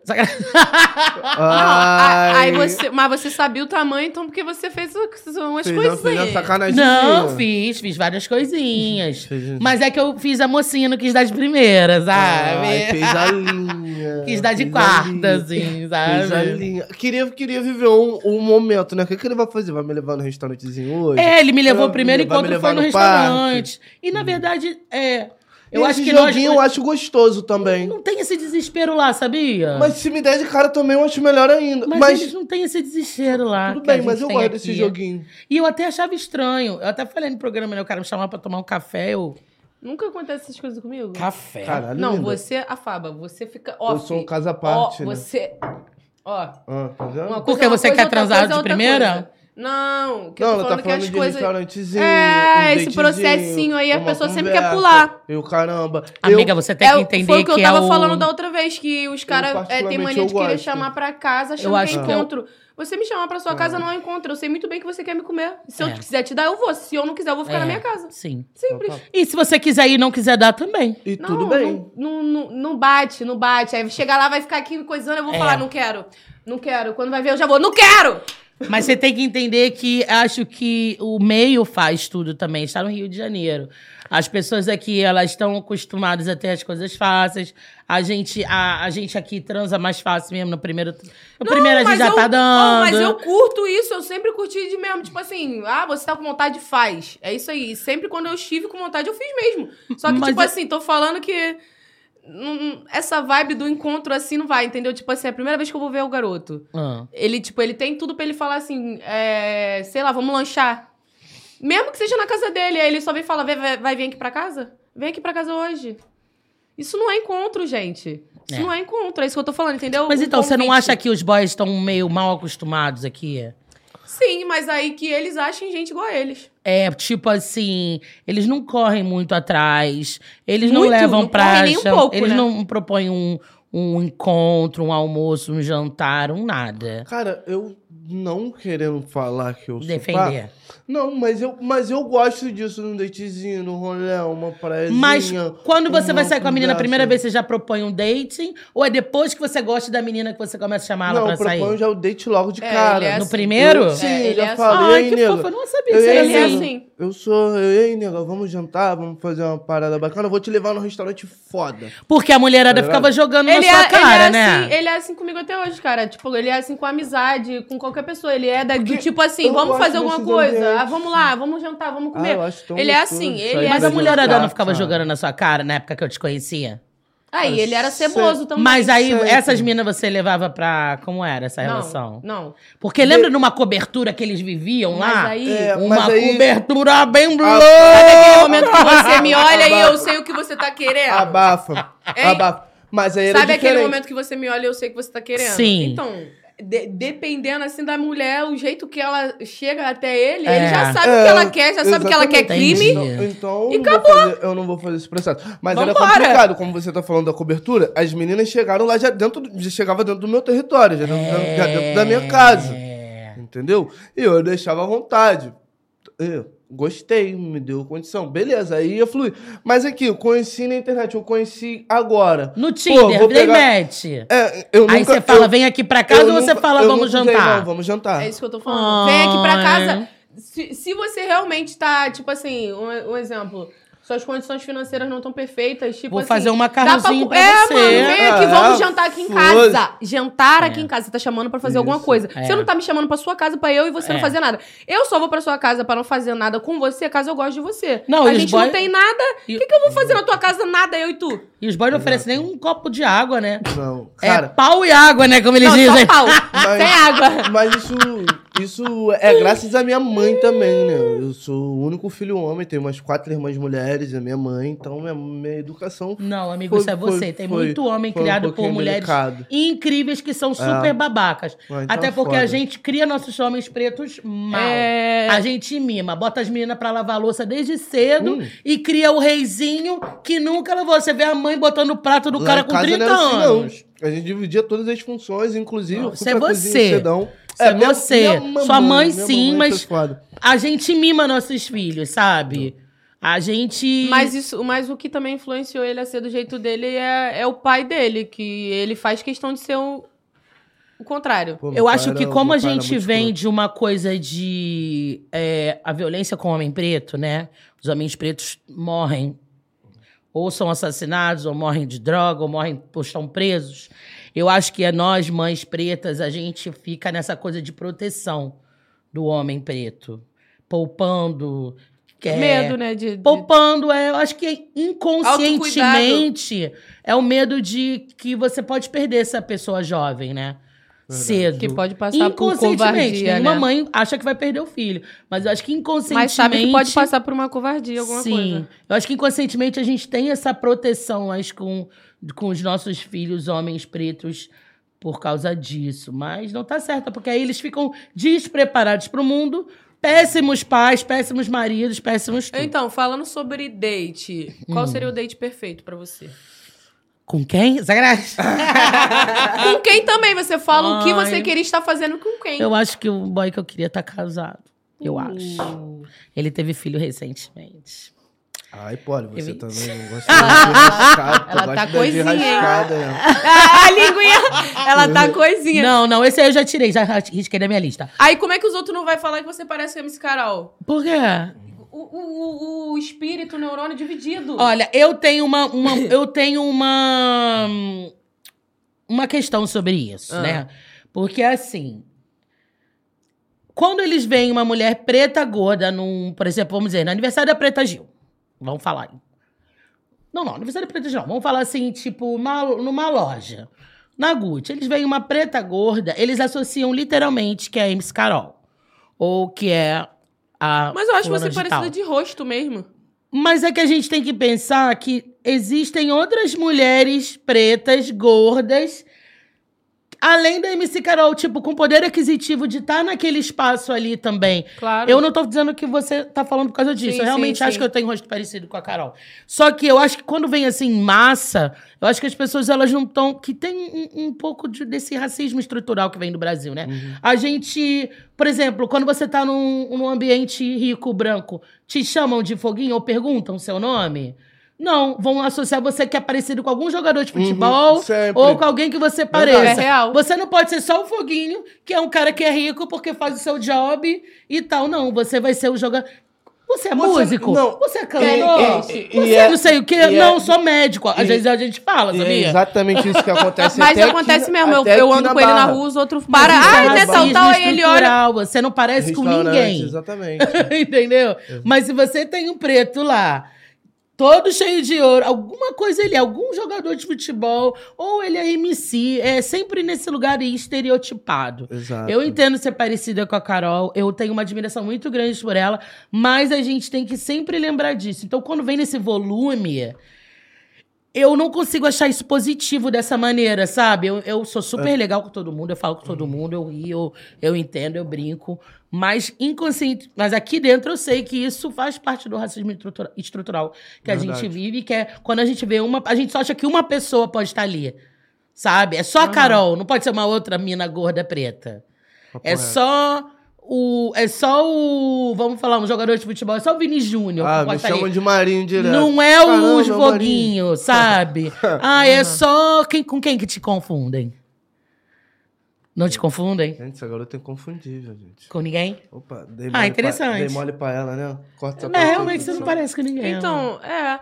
S2: Ah,
S3: Ai.
S2: aí você, mas você sabia o tamanho, então porque você fez umas
S3: Fez uma-
S2: coisas
S3: fez uma sacanagem.
S1: Não, fiz, fiz várias coisinhas.
S3: Fez-
S1: Mas é que eu fiz a mocinha, não quis dar de primeira, sabe?
S3: Ah, Ai, fez a linha.
S1: quis dar de
S3: fez a
S1: quarta,
S3: linha,
S1: assim,
S3: fez a
S2: é.
S1: sabe?
S3: linha. Queria, queria viver um, um momento, né? O que, que ele vai fazer? Vai me levar no restaurantezinho hoje?
S1: É, ele me levou
S3: Eu-
S1: primeiro
S3: vai me
S1: enquanto
S3: levar
S1: foi no,
S3: no Hum.
S1: restaurante. E na verdade, é. Eu
S3: Esse
S1: acho que nós.
S3: joguinho eu acho gostoso também.
S1: Não tem esse desespero lá, sabia?
S3: Mas se me der de cara também, eu acho melhor ainda.
S1: Mas
S3: Mas,
S1: eles não têm esse desespero lá.
S2: Ah,
S3: tudo
S1: que a
S3: bem, mas
S1: gente
S3: eu
S1: tem
S3: gosto
S1: aqui.
S3: desse joguinho.
S1: E eu até achava estranho. Eu até falei no programa, né? O cara me chamava pra tomar um café. Eu...
S2: Nunca acontece essas coisas comigo?
S1: Café?
S3: Caralho,
S2: É. Não,
S3: linda.
S2: você, a Faba, você fica
S3: Eu
S2: off.
S3: sou um caso à
S2: Ó,
S3: parte, né?
S2: você. Ó,
S3: Ah, tá vendo?
S2: uma coisa
S1: Porque
S2: é uma
S1: você
S2: coisa,
S1: quer
S2: outra
S1: transar
S2: coisa é
S1: de
S2: outra
S1: primeira?
S2: coisa. Não, que
S3: Não,
S2: eu tô
S3: ela
S2: falando é que
S3: tá falando
S2: as
S3: de
S2: coisas.
S3: restaurantezinho.
S2: É, esse
S3: datezinho,
S2: processinho aí, a
S3: uma
S2: pessoa sempre
S3: conversa.
S2: quer pular.
S3: Eu, caramba.
S1: Amiga, você tem
S2: É,
S1: que entender
S2: foi o que, eu
S1: é
S2: tava
S1: o-
S2: falando da outra vez, que os caras é, têm
S3: particularmente,
S2: mania
S3: eu
S2: de querer
S3: gosto.
S2: chamar pra
S1: Eu
S2: casa achando que
S1: acho
S2: é
S1: que eu-
S2: encontro. Você me chamar pra sua
S3: Ah.
S2: casa não é encontro. Eu sei muito bem que você quer me comer. Se
S1: É.
S2: eu quiser te dar, eu vou. Se eu não quiser, eu vou ficar
S1: É,
S2: na minha casa.
S1: Sim.
S2: Simples.
S1: E se você quiser ir e não quiser dar também.
S3: E
S2: Não,
S3: tudo bem.
S2: Não, não, não bate, não bate. Aí chegar lá, vai ficar aqui coisando, eu vou
S1: É.
S2: falar, não quero. Não quero. Quando vai ver, eu já vou. Não quero!
S1: Mas você tem que entender que acho que o meio faz tudo também. Está no Rio de Janeiro. As pessoas aqui, elas estão acostumadas a ter as coisas fáceis. A gente, a, a gente aqui transa mais fácil mesmo no primeiro. No primeiro a gente
S2: Mas
S1: já
S2: eu-
S1: tá dando.
S2: Não, mas eu curto isso, eu sempre curti de mesmo. Tipo assim, ah, você tá com vontade, faz. É isso aí. Sempre quando eu estive com vontade, eu fiz mesmo. Só que,
S1: Mas é
S2: tipo
S1: eu-
S2: assim, tô falando que. não- essa vibe do encontro assim não vai, entendeu? Tipo assim, é a primeira vez que eu vou ver o garoto.
S1: Ah.
S2: Ele, tipo, ele tem tudo pra ele falar assim, é, sei lá, vamos lanchar. Mesmo que seja na casa dele, aí ele só vem falar, vai, vai, vai vir aqui pra casa? Vem aqui pra casa hoje. Isso não é encontro, gente. Isso
S1: É.
S2: não é encontro, é isso que eu tô falando, entendeu?
S1: Mas
S2: Um
S1: então, você não
S2: convite.
S1: acha que os boys estão meio mal acostumados aqui?
S2: Sim, mas aí que eles achem gente igual a eles.
S1: É, tipo assim, eles não correm muito atrás, eles não
S2: Muito,
S1: levam
S2: não
S1: pra.
S2: correm nem um pouco,
S1: eles
S2: né?
S1: não propõem um, um encontro, um almoço, um jantar, um nada.
S3: Cara, eu não querendo falar que eu sou
S1: Defender.
S3: pá. Não, mas eu, mas eu gosto disso num datezinho, num rolê, uma praiazinha.
S1: Mas quando você
S3: uma
S1: vai sair com a menina a
S3: conversa.
S1: primeira vez, você já propõe um dating? Ou é depois que você gosta da menina que você começa a chamar ela
S3: Não,
S1: pra
S3: eu proponho
S1: sair?
S3: já o date logo de
S2: É,
S3: cara.
S2: ele é
S1: No
S2: assim.
S1: primeiro?
S3: Sim,
S2: É, ele
S3: já
S2: é assim.
S3: falei,
S1: Ai, que
S3: nego.
S1: fofo, eu não sabia que
S3: Eu
S1: você
S3: e
S1: era
S3: aí,
S2: Ele é
S1: assim.
S2: assim.
S3: Eu sou. Eu e aí, nega, vamos jantar, vamos fazer uma parada bacana. Eu vou te levar num restaurante foda.
S1: Porque a mulherada
S3: Tá ligado?
S1: ficava jogando
S2: Ele
S1: na
S2: é,
S1: sua cara,
S2: ele, é
S1: né?
S2: assim, ele é assim comigo até hoje, cara. Tipo, ele é assim com amizade, com qualquer pessoa. Ele é da, do tipo assim,
S3: eu
S2: vamos
S3: gosto
S2: fazer alguma
S3: desses
S2: coisa.
S3: ambientes.
S2: Ah, vamos lá, vamos jantar, vamos
S3: Ah,
S2: comer.
S3: eu acho tão
S2: ele é
S3: gostoso
S2: assim,
S3: sair
S2: ele é
S1: Mas
S2: Pra
S1: a
S2: gente
S1: mulherada
S3: jantar,
S1: não ficava
S3: cara.
S1: jogando na sua cara na época que eu te conhecia?
S2: Aí, ele era
S3: Sei.
S2: ceboso também.
S1: Mas aí,
S3: sei,
S1: essas
S3: sim.
S1: minas você levava pra. Como era essa
S2: não,
S1: Tá, relação?
S2: não.
S1: Porque lembra numa cobertura que eles viviam lá?
S2: Mas aí,
S3: É,
S1: Uma
S3: mas aí-
S1: cobertura bem
S3: Ah,
S2: aquele
S1: louca!
S2: momento que você me olha e eu sei o que você tá querendo.
S3: Abafa.
S2: Hein?
S3: Abafa. Mas
S1: é
S3: aí era
S2: Sabe aquele
S3: diferente.
S2: momento que você me olha e eu sei o que você tá querendo?
S1: Sim.
S2: Então, de- dependendo assim da mulher, o jeito que ela chega até ele,
S1: É.
S2: ele já sabe o
S3: É,
S2: que ela quer, já sabe que ela quer
S1: exatamente.
S2: crime.
S1: Entendi.
S3: Então,
S2: E
S3: eu não vou fazer- eu não vou fazer esse processo. Mas era
S2: Vambora.
S3: complicado, como você tá falando da cobertura, as meninas chegaram lá já dentro, do- já chegava dentro do meu território, já dentro, da- já dentro da minha casa.
S1: É.
S3: Entendeu? E eu deixava à vontade. Eu gostei, me deu condição. Beleza, aí ia fluir. Mas aqui, eu conheci na internet, eu conheci agora.
S1: No Tinder,
S3: vou
S1: dei
S3: pegar-
S1: match.
S3: É, eu
S1: aí
S3: nunca-
S1: você fala,
S3: eu-
S1: vem aqui pra casa
S3: eu
S1: ou você
S3: nunca-
S1: fala,
S3: eu
S1: vamos
S3: nunca usei,
S1: jantar?
S3: não, vamos jantar.
S1: Ah.
S2: É isso que eu tô falando. Vem aqui
S1: Ai.
S2: pra casa. Se, se você realmente tá, tipo assim, um, um exemplo. Suas condições financeiras não estão perfeitas, tipo
S1: Vou
S2: assim...
S1: fazer um
S2: dá
S1: macarrãozinho
S2: cu-
S1: pra
S2: é,
S1: você.
S2: mano, vem aqui,
S3: Ah,
S2: vamos jantar aqui em
S3: foda-se.
S2: casa. Jantar
S1: É.
S2: aqui em casa, você tá chamando pra fazer
S3: Isso.
S2: alguma coisa.
S1: É.
S2: Você não tá me chamando pra sua casa, pra eu e você
S1: É.
S2: não fazer nada. Eu só vou pra sua casa pra não fazer nada com você, caso eu goste de você.
S1: Não, e
S2: A
S1: os
S2: gente
S1: boy-
S2: não tem nada. O
S1: E-
S2: que, que eu vou fazer na tua casa? Nada, eu e tu.
S1: E os boys não oferecem nem um copo de água, né?
S3: Não,
S1: é
S3: cara.
S1: pau e água, né? Como eles
S2: não,
S1: dizem.
S2: só pau.
S3: Mas-
S2: Sem água.
S3: Mas isso, isso é graças à minha mãe também, né? Eu sou o único filho homem, tenho umas quatro irmãs mulheres, a minha mãe, então minha, minha educação
S1: Não, amigo,
S3: Foi-
S1: isso é
S3: foi-
S1: você. Tem
S3: foi-
S1: muito homem
S3: foi um
S1: criado por
S3: pouquinho
S1: mulheres
S3: delicado.
S1: incríveis que são super babacas.
S3: Ah, então
S1: Até porque a
S3: foda.
S1: gente cria nossos homens pretos mal.
S2: É.
S1: A gente mima, bota as meninas pra lavar a louça desde cedo
S3: Hum.
S1: e cria o reizinho que nunca lavou. Você vê a mãe botando o prato é do
S3: Lá
S1: cara
S3: em
S1: com
S3: casa
S1: 30
S3: não era assim, não.
S1: anos.
S3: A gente dividia todas as funções, inclusive.
S1: Não,
S3: eu fui
S1: isso é
S3: pra cozinha
S1: você.
S3: cedão.
S1: Isso é você. Sua mãe, sim,
S3: mamãe
S1: mas-
S3: foi foda.
S1: A gente mima nossos filhos, sabe? A gente.
S2: Mas, isso, mas o que também influenciou ele a ser do jeito dele é, é o pai dele, que ele faz questão de ser o, o contrário.
S3: Pô, meu
S1: Eu
S3: pai
S1: acho
S3: era-
S1: que
S3: meu
S1: como a
S3: pai era
S1: gente
S3: é um muito
S1: vem
S3: escroto.
S1: de uma coisa de é, a violência com o homem preto, né? Os homens pretos morrem ou são assassinados, ou morrem de droga, ou morrem ou estão presos. Eu acho que é nós, mães pretas, a gente fica nessa coisa de proteção do homem preto, poupando. é,
S2: Medo, né? De, de-
S1: Poupando, é, eu acho que inconscientemente é o medo de que você pode perder essa pessoa jovem, né?
S3: Verdade.
S1: Cedo.
S2: que pode passar por
S1: inconscientemente,
S2: covardia,
S1: nenhuma
S2: né?
S1: mãe acha que vai perder o filho, mas eu acho que inconscientemente
S2: Mas sabe que pode passar por uma covardia, alguma
S1: Sim,
S2: coisa.
S1: eu acho que inconscientemente a gente tem essa proteção acho, com, com os nossos filhos homens pretos por causa disso, mas não tá certo, porque aí eles ficam despreparados pro mundo, péssimos pais, péssimos maridos, péssimos tudo.
S2: Então, falando sobre date,
S1: Hum.
S2: qual seria o date perfeito pra você?
S1: Com quem? Sacanagem.
S2: com quem também você fala o que
S1: Ai.
S2: você queria estar fazendo com quem?
S1: Eu acho que o boy que eu queria tá casado. Eu
S2: Uh.
S1: acho. Ele teve filho recentemente.
S3: Ai, pode, você
S1: Eu-
S3: também não gosta de rascada.
S2: Ela
S3: gosta
S2: tá
S3: de
S2: coisinha, hein?
S3: rascada, né?
S2: Ah, a linguinha, ela tá coisinha.
S1: Não, não, esse aí eu já tirei, já risquei da minha lista.
S2: Aí como é que os outros não vai falar que você parece com a MC Carol?
S1: Por quê?
S2: O, o, o, o espírito, o neurônio dividido.
S1: Olha, eu tenho uma, uma- eu tenho uma uma questão sobre isso,
S2: Ah.
S1: né? Porque assim, quando eles veem uma mulher preta gorda num, por exemplo, vamos dizer, no aniversário da Preta Gil, vamos falar. Não, não, aniversário da Preta Gil, não. Vamos falar assim, tipo, uma- numa loja. Na Gucci, eles veem uma preta gorda, eles associam literalmente que é a MC Carol. Ou que é a.
S2: Mas eu acho
S1: fulana
S2: você
S1: de
S2: parecida
S1: tal.
S2: de rosto mesmo.
S1: Mas é que a gente tem que pensar que existem outras mulheres pretas, gordas, além da MC Carol, tipo, com poder aquisitivo de estar naquele espaço ali também.
S2: Claro.
S1: Eu não tô dizendo que você tá falando por causa disso.
S2: Sim,
S1: eu realmente
S2: sim,
S1: acho
S2: sim.
S1: que eu tenho um rosto parecido com a Carol. Só que eu acho que quando vem assim em massa, eu acho que as pessoas elas não estão. Que tem um, um pouco de- desse racismo estrutural que vem do Brasil, né? A gente, por exemplo, quando você tá num, num ambiente rico, branco, te chamam de foguinho ou perguntam seu nome? Não, vão associar você que é parecido com algum jogador de futebol
S3: Uhum, sempre.
S1: ou com alguém que você
S2: É
S1: pareça.
S2: real.
S1: Você não pode ser só o Foguinho, que é um cara que é rico porque faz o seu job e tal. Não, você vai ser o jogador. Você é
S3: Você-
S1: músico?
S3: não.
S1: Você é cantor?
S3: E- e- e-
S1: Você
S3: e é-
S1: não sei o quê?
S3: e é-
S1: não, sou médico. Às
S3: e-
S1: vezes a gente fala,
S3: E é
S1: sabia?
S3: exatamente isso que acontece
S2: Ah, Mas
S3: até aqui
S2: acontece
S3: na-
S2: mesmo, eu,
S3: até
S2: eu
S3: aqui
S2: ando com ele na
S3: Barra.
S2: rua, os outros para. Ah,
S3: isso é
S2: Ai,
S3: racismo
S2: nessa tal, aí ele olha.
S1: estrutural, Você não parece com
S3: Restaurantes,
S1: ninguém.
S3: né, Exatamente.
S1: Entendeu? Mas se você tem um preto lá, todo cheio de ouro, alguma coisa ele é, algum jogador de futebol, ou ele é MC, é sempre nesse lugar aí estereotipado.
S3: Exato.
S1: Eu entendo ser parecida com a Carol, eu tenho uma admiração muito grande por ela, mas a gente tem que sempre lembrar disso. Então, quando vem nesse volume, eu não consigo achar isso positivo dessa maneira, sabe? Eu, eu sou super
S3: É.
S1: legal com todo mundo, eu falo com todo mundo, eu rio, eu entendo, eu brinco, mas inconsciente. Mas aqui dentro eu sei que isso faz parte do racismo estrutura- estrutural que a
S3: Verdade.
S1: gente vive, que é quando a gente vê uma. A gente só acha que uma pessoa pode estar ali. Sabe? É só a Carol, não pode ser uma outra mina gorda preta.
S3: Papo
S1: É
S3: reto.
S1: só o. É só o. Vamos falar, um jogador de futebol, é só o Vini Júnior.
S3: Ah,
S1: com
S3: me
S1: quarta-
S3: chamam de Marinho direto.
S1: Não é
S3: Caramba,
S1: o
S3: é o Marinho.
S1: Joguinho, sabe? Ah, é só. Quem, com quem que te confundem? Não te confundem?
S3: Gente, essa garota é inconfundível, gente.
S1: Com ninguém?
S3: Opa, dei
S1: Ah,
S3: mole
S1: interessante.
S3: Pra, dei mole pra ela, né? Corta essa
S1: Não,
S3: parte aí,
S1: realmente você não
S3: produção.
S1: parece com ninguém.
S2: Então, é.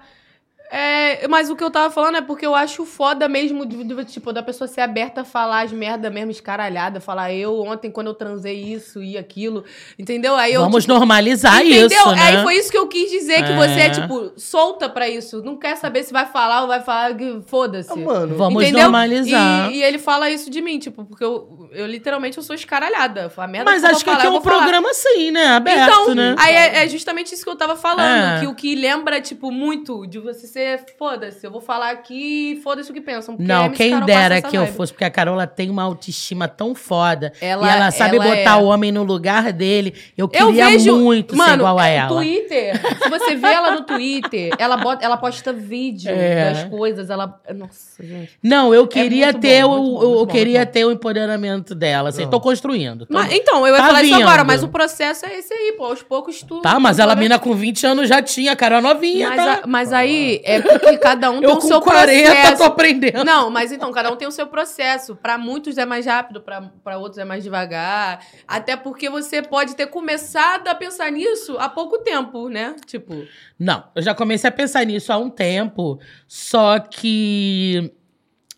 S2: É, mas o que eu tava falando é porque eu acho foda mesmo, de- de- tipo, da pessoa ser aberta a falar as merda mesmo, escaralhada, falar eu ontem quando eu transei isso e aquilo, entendeu? Aí eu, tipo,
S1: Vamos normalizar
S2: Entendeu?
S1: isso, né?
S2: Aí foi isso que eu quis dizer, que
S1: É.
S2: você é, tipo, solta pra isso. Não quer saber se vai falar ou vai falar, que foda-se.
S3: Ah, mano,
S1: Vamos
S2: Entendeu?
S1: normalizar.
S2: E, e ele fala isso de mim, tipo, porque eu, eu literalmente eu sou escaralhada. A merda
S1: Mas
S2: que eu vou
S1: acho que
S2: falar,
S1: aqui é
S2: eu
S1: um
S2: vou falar.
S1: programa assim, né? Aberto,
S2: então,
S1: né?
S2: aí é, é justamente isso que eu tava falando.
S1: É.
S2: Que o que lembra, tipo, muito de você ser foda-se. Eu vou falar aqui e foda-se o que pensam. porque a
S1: Não,
S2: Miss
S1: quem
S2: Carol passa
S1: dera
S2: essa
S1: que eu
S2: vibe.
S1: fosse, porque a Carola tem uma autoestima tão foda.
S2: Ela-
S1: e ela sabe
S2: ela
S1: botar
S2: é.
S1: o homem no lugar dele. Eu
S2: Eu
S1: queria
S2: vejo
S1: muito
S2: mano, é
S1: ser igual a ela.
S2: Twitter. Se você vê ela no Twitter, ela, bota, ela posta vídeo
S1: É.
S2: das coisas. Ela. Nossa, gente.
S1: Não, eu queria
S2: muito
S1: ter
S2: bom,
S1: o,
S2: é muito bom, muito
S1: eu
S2: bom,
S1: queria
S2: muito
S1: ter o empoderamento dentro dela. Assim, tô construindo. tô-
S2: Mas- então, eu ia
S1: Tá
S2: falar isso
S1: vindo.
S2: agora, mas o processo é esse aí, pô. Aos poucos tu.
S1: Tá, mas
S2: tu
S1: ela,
S2: vai-
S1: mina com 20 anos, já tinha, cara, era novinha,
S2: Mas,
S1: tá?
S2: a- mas aí é porque cada um tem
S1: Eu
S2: o seu
S1: com 40
S2: processo.
S1: tô aprendendo.
S2: Não, mas então, cada um tem o seu processo. Pra muitos é mais rápido, pra pra outros é mais devagar. Até porque você pode ter começado a pensar nisso há pouco tempo, né? Tipo,
S1: Não, eu já comecei a pensar nisso há um tempo, só que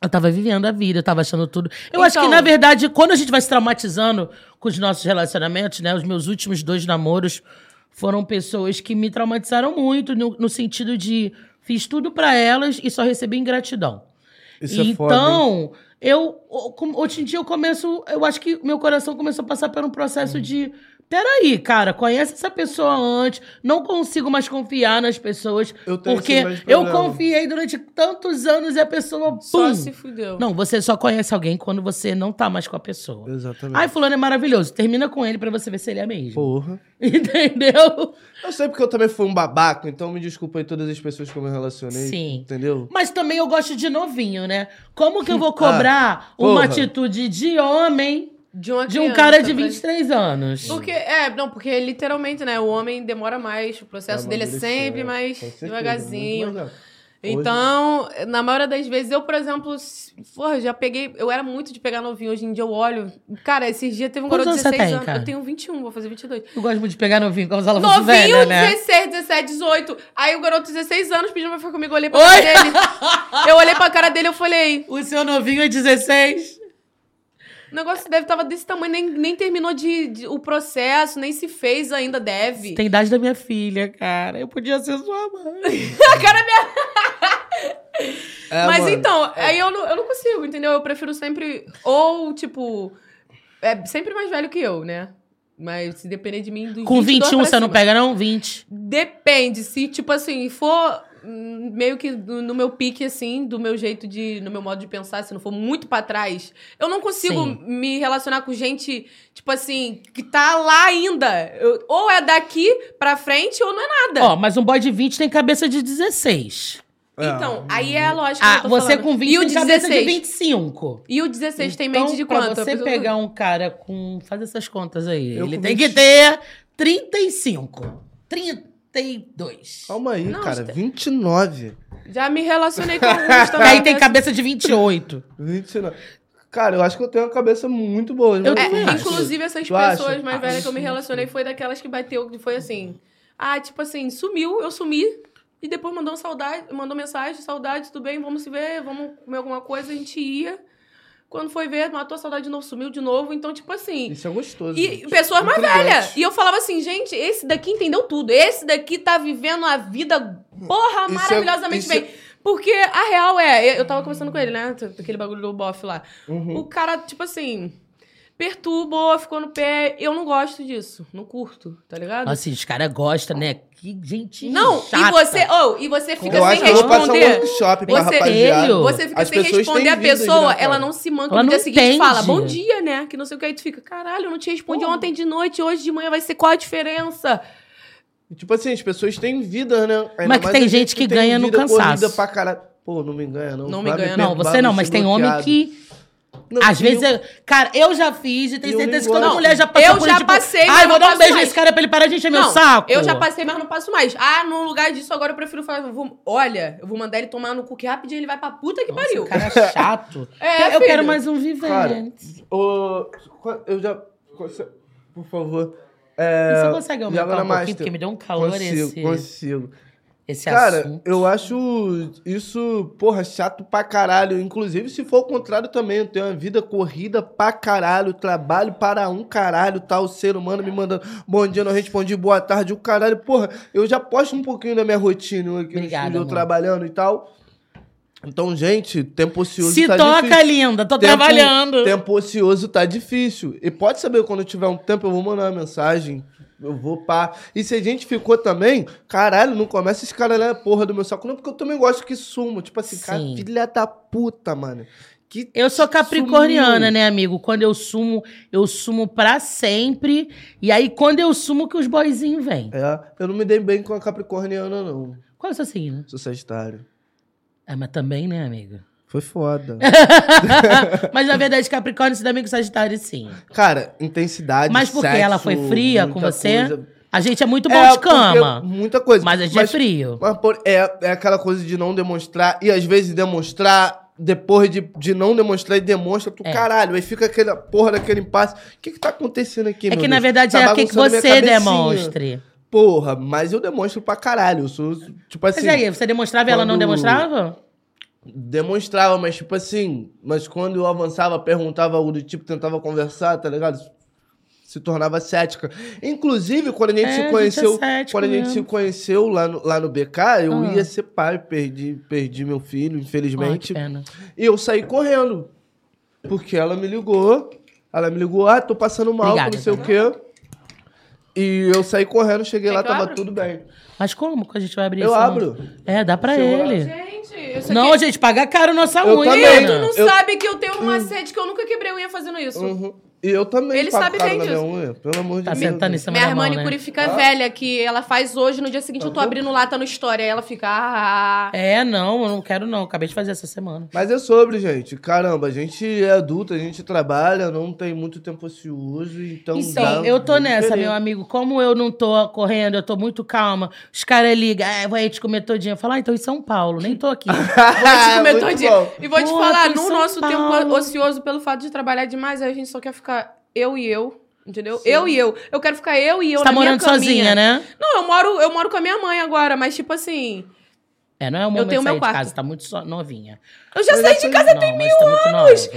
S1: eu tava vivendo a vida, eu tava achando tudo. Eu acho que,
S2: Então-
S1: na verdade, quando a gente vai se traumatizando com os nossos relacionamentos, né? Os meus últimos dois namoros foram pessoas que me traumatizaram muito, no, no sentido de fiz tudo pra elas e só recebi ingratidão.
S3: Isso é foda, hein?
S1: então, eu o- com- hoje em dia eu começo, eu acho que meu coração começou a passar por um
S3: Hum.
S1: processo de peraí, cara, conhece essa pessoa antes, não consigo mais confiar nas pessoas,
S3: Eu tenho
S1: porque
S3: esse mesmo
S1: eu
S3: problema.
S1: confiei durante tantos anos e a pessoa pum.
S2: só se fudeu.
S1: Não, você só conhece alguém quando você não tá mais com a pessoa.
S3: Exatamente.
S1: Ai, fulano é maravilhoso, termina com ele pra você ver se ele é mesmo.
S3: Porra.
S1: Entendeu?
S3: Eu sei porque eu também fui um babaca, então me desculpa aí todas as pessoas que eu me relacionei.
S1: Sim.
S3: Entendeu?
S1: Mas também eu gosto de novinho, né? Como que eu vou cobrar uma
S3: Ah, porra.
S1: atitude de homem
S2: De, uma
S1: De um
S2: criança,
S1: cara de
S2: pra-
S1: 23 anos.
S2: Porque, é, não, porque literalmente, né? O homem demora mais, o processo
S3: Pra
S2: dele é
S3: amadurecer,
S2: sempre mais
S3: com certeza, né?
S2: devagarzinho.
S3: muito mais rápido. Hoje-
S2: Então, na maioria das vezes, eu, por exemplo, s- porra, já peguei. Eu era muito de pegar novinho. Hoje em dia eu olho. Cara, esses dias teve um
S1: Quantos
S2: garoto de
S1: anos você
S2: 16
S1: tem,
S2: anos.
S1: cara?
S2: Eu tenho 21, vou fazer 22.
S1: Eu gosto muito de pegar novinho, como se ela fosse
S2: Novinho,
S1: velha, né?
S2: 16, 17, 18. Aí o garoto de 16 anos pedindo pra ficar comigo. Eu olhei pra
S1: Oi?
S2: cara dele. Eu olhei pra cara dele e falei:
S1: O seu novinho é 16.
S2: o negócio deve tava desse tamanho, nem, nem terminou de, de- o processo, nem se fez ainda, deve.
S1: Tem idade da minha filha, cara. Eu podia ser sua mãe.
S3: É,
S2: Mas
S3: mano.
S2: então, aí eu não, eu não consigo, entendeu? Eu prefiro sempre. Ou, tipo. É sempre mais velho que eu, né? Mas se depender de mim. Dos
S1: Com
S2: 22
S1: 21
S2: pra
S1: você não
S2: cima.
S1: pega, não? 20.
S2: Depende. Se, tipo assim, for hum, meio que do- no meu pique, assim, do meu jeito de. no meu modo de pensar, se não for muito pra trás, eu não consigo
S1: Sim.
S2: me relacionar com gente, tipo assim, que tá lá ainda. Eu- ou é daqui pra frente ou não é nada.
S1: Ó, mas um boy de 20 tem cabeça de 16.
S3: É.
S2: Então, aí é a lógica que eu
S1: Ah,
S2: tô
S1: você
S2: falando.
S1: com 20
S2: E o
S1: tem cabeça de
S2: 16?
S1: 25.
S2: E o 16 tem
S1: Então,
S2: mente de
S1: pra
S2: quanto?
S1: você
S2: Eu-
S1: pegar um cara com... Faz essas contas aí.
S3: Eu
S1: Ele
S3: com
S1: tem
S3: 20.
S1: que ter 35. 32.
S3: Calma aí,
S2: Não,
S3: cara.
S2: você-
S3: 29.
S2: Já me relacionei com alguns
S1: E
S2: também.
S1: um- aí tem
S2: né?
S1: cabeça de 28.
S3: 29. Cara, eu acho que eu tenho uma cabeça muito boa.
S1: Eu
S3: mano.
S1: também
S2: É,
S1: acho.
S2: inclusive, essas
S3: Tu acha?
S2: pessoas mais
S3: Acho.
S2: velhas que eu me relacionei foi daquelas que bateu, que foi assim. Ah, tipo assim, sumiu, eu sumi. E depois mandou um saudade, mandou mensagem, saudade, tudo bem, vamos se ver, vamos comer alguma coisa, a gente ia. Quando foi ver, matou a saudade de novo, sumiu de novo. Então, tipo assim.
S3: Isso é gostoso.
S2: E
S3: gente.
S2: pessoas mais
S3: Intrigante.
S2: velhas. E eu falava assim, gente, esse daqui entendeu tudo. Esse daqui tá vivendo a vida, porra,
S3: Isso é-
S2: maravilhosamente
S3: isso é-
S2: bem. Porque a real é, eu- eu tava conversando com ele, né? Aquele bagulho do bofe lá.
S3: Uhum.
S2: O cara, tipo assim, perturbou, ficou no pé. Eu não gosto disso. Não curto, tá ligado?
S1: Nossa, Assim, os caras gostam, né? Que gente
S2: não,
S1: chata.
S2: e você, oh, e você fica
S3: eu
S2: sem
S3: acho que eu vou passar um
S2: responder.
S3: workshop pra
S2: Você-
S3: rapaziada.
S1: Eu-
S2: Você fica
S3: As
S2: sem
S3: pessoas têm
S2: responder a
S3: vida,
S2: pessoa,
S3: né, cara?
S2: ela não se manca
S1: Ela
S2: no dia
S1: não
S2: seguinte e fala,
S1: entende.
S2: bom dia, né? Que não sei o que. Aí tu fica, caralho, eu não te respondi
S3: Porra.
S2: ontem de noite, hoje de manhã vai ser qual a diferença?
S3: Tipo assim, as pessoas têm vida, né? Ainda
S1: Mas que
S3: mais
S1: tem
S3: a
S1: gente que
S3: tem
S1: ganha no
S3: vida
S1: cansaço.
S3: corrida pra caralho. Pô, não me ganha, não.
S2: Não me
S3: Vai
S2: ganha,
S1: Não,
S3: perturbar,
S1: você não,
S3: vou
S1: mas
S3: ser
S1: tem homem
S3: bloqueado.
S1: que.
S3: Não,
S1: Às
S3: e
S1: vezes. é-
S3: eu-
S1: eu- Cara, eu já fiz e tenho
S3: Eu
S1: certeza
S3: não
S1: que toda
S3: gosto.
S1: mulher já passou
S2: Eu
S1: por
S2: já
S1: isso, tipo,
S2: passei, mas
S1: Ai, vou dar um
S2: não faço
S1: beijo
S2: mais."
S1: nesse cara pra ele parar de encher é meu
S2: não,
S1: saco.
S2: eu já passei, mas não passo mais. Ah, no lugar disso, agora eu prefiro falar, eu vou- olha, eu vou mandar ele tomar no cu que rapidinho ele vai pra puta que
S1: Nossa,
S2: pariu.
S1: o cara é chato.
S2: É,
S1: eu
S2: filho.
S1: quero mais um vivente.
S3: Cara, ô, qua- eu já. conse- Por favor.
S1: E
S3: É,
S1: você consegue aumentar um
S3: joga na
S1: pouquinho?
S3: master.
S1: Porque me deu um calor
S3: Consigo,
S1: esse,
S3: consigo.
S1: esse
S3: Cara,
S1: assunto.
S3: eu acho isso, porra, chato pra caralho. Inclusive, se for o contrário também, eu tenho uma vida corrida pra caralho, trabalho para um caralho, tal, o ser humano me mandando bom dia, não respondi, boa tarde, o caralho. Porra, eu já posto um pouquinho da minha rotina aqui no
S1: Obrigada,
S3: estúdio, eu
S1: amor.
S3: trabalhando e tal. Então, gente, tempo ocioso
S1: Se
S3: tá
S1: toca,
S3: difícil.
S1: linda. Tô
S3: Tempo-
S1: trabalhando.
S3: Tempo ocioso tá difícil. E pode saber quando eu tiver um tempo, eu vou mandar uma mensagem. Eu vou pá. E se a gente ficou também, caralho, não começa esse cara lá, porra do meu saco, não, porque eu também gosto que sumo. Tipo assim, cara,
S1: Sim.
S3: filha da puta, mano. Que
S1: Eu sou capricorniana,
S3: sumiu.
S1: né, amigo? Quando eu sumo, eu sumo pra sempre. E aí, quando eu sumo, que os boizinhos vêm.
S3: É, eu não me dei bem com a capricorniana, não.
S1: Qual é o seu signo?
S3: Sou sagitário.
S1: Ah, mas É, também, né, amigo?
S3: Foi foda.
S1: Mas na verdade, Capricórnio se dá bem com Sagitário, sim.
S3: Cara, intensidade.
S1: Mas porque
S3: sexo,
S1: ela foi fria com
S3: muita
S1: você?
S3: coisa.
S1: A gente é muito bom
S3: É,
S1: de cama.
S3: porque Muita coisa.
S1: Mas a gente é frio.
S3: Mas, por- é, é aquela coisa de não demonstrar e às vezes demonstrar, depois de, de não demonstrar e demonstra, tu
S1: É.
S3: caralho, aí fica aquela porra daquele impasse. O que que tá acontecendo aqui,
S1: É
S3: meu
S1: que na
S3: Deus?
S1: verdade
S3: Tá
S1: é o que, que
S3: bagunçando minha
S1: você
S3: cabecinha.
S1: demonstre.
S3: Porra, mas eu demonstro pra caralho. Eu sou, tipo
S1: Mas
S3: assim,
S1: aí, você demonstrava e ela não
S3: quando-
S1: demonstrava?
S3: demonstrava, mas tipo assim, mas quando eu avançava, perguntava algo do tipo, tentava conversar, tá ligado? Se tornava cética. Inclusive, quando a gente
S1: É, a gente
S3: se
S1: é
S3: conheceu,
S1: cético
S3: quando a gente
S1: mesmo.
S3: se conheceu lá no, lá no BK, eu
S1: Ah.
S3: ia ser pai, perdi, perdi meu filho,
S1: Ah, que
S3: infelizmente.
S1: pena.
S3: E eu saí correndo. Porque ela me ligou. Ela me ligou, ah, tô passando mal,
S1: Obrigada,
S3: que não sei o quê. E eu saí correndo, cheguei
S2: Quer
S3: lá,
S2: que eu
S3: tava
S2: abra?
S3: tudo bem.
S1: Mas como que a gente vai abrir
S3: Eu
S1: isso?
S3: abro.
S1: É, dá pra
S3: Chegou lá.
S1: ele.
S2: Gente, isso
S1: Não,
S2: aqui... é
S1: gente, paga caro nossa
S3: Eu
S1: unha.
S3: também.
S1: Ana.
S2: Tu não
S3: Eu-
S2: sabe que eu tenho uma sede que eu nunca quebrei unha fazendo isso.
S3: Uhum. E eu também
S2: Ele
S3: pago
S2: sabe
S3: caro
S2: bem
S3: na minha
S2: disso.
S3: unha, pelo amor de
S1: Tá
S3: Deus.
S1: sentando em cima
S2: Minha
S1: da mão,
S2: irmã
S1: né?
S2: fica velha, que ela faz hoje, no dia seguinte eu tô abrindo lá, tá no Story. Aí ela fica... Ah,
S1: É, não, eu não quero não. Acabei de fazer essa semana.
S3: Mas é sobre, gente. Caramba, a gente é adulto, a gente trabalha, não tem muito tempo ocioso, então.
S1: Então, eu tô nessa, meu
S3: amigo.
S1: amigo. Como eu não tô correndo, eu tô muito calma. Os caras ligam, ah, vai te comer todinha. Eu falo, ah, então em São Paulo, nem tô aqui.
S3: É,
S2: Vou te comer todinho. E vou te
S1: Pô,
S2: falar,
S1: tô em São
S2: no nosso
S1: Paulo.
S2: tempo ocioso, pelo fato de trabalhar demais, a gente só quer ficar eu e eu. Entendeu? Eu e eu. Eu quero ficar eu e eu
S1: Você tá
S2: na minha
S1: morando
S2: caminha.
S1: sozinha, né?
S2: Não, eu moro, eu moro com a minha mãe agora, mas tipo assim.
S1: É, não é o momento
S2: tenho
S1: de
S2: meu
S1: sair de
S2: quarto.
S1: casa, tá muito so- novinha.
S2: Eu já
S3: Mas
S2: saí
S3: já
S2: de
S3: foi-
S2: casa.
S1: Você tem mil anos!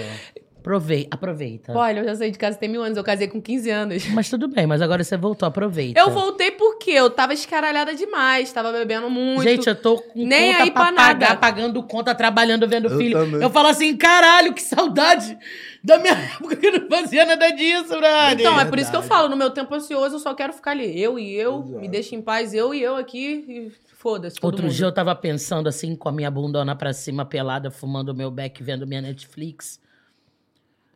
S1: Aprovei, aproveita.
S2: Olha, eu já saí de casa tem mil anos, eu casei com 15 anos.
S1: Mas tudo bem, mas agora você voltou, aproveita.
S2: Eu voltei porque eu tava escaralhada demais, tava bebendo muito.
S1: Gente, eu tô com
S2: Nem
S1: conta
S2: aí
S1: pra
S2: pra nada.
S1: pagar, pagando conta, trabalhando, vendo
S3: Eu
S1: filho.
S3: também.
S1: Eu falo assim, caralho, que saudade da minha época que eu não fazia nada disso, brother.
S2: Então, é por isso que eu falo, no meu tempo ocioso, eu só quero ficar ali. Eu e eu,
S3: Exato.
S2: me deixa em paz, eu e eu aqui, e foda-se. todo
S1: Outro
S2: mundo.
S1: dia eu tava pensando assim, com a minha bundona pra cima, pelada, fumando meu beck, vendo minha Netflix.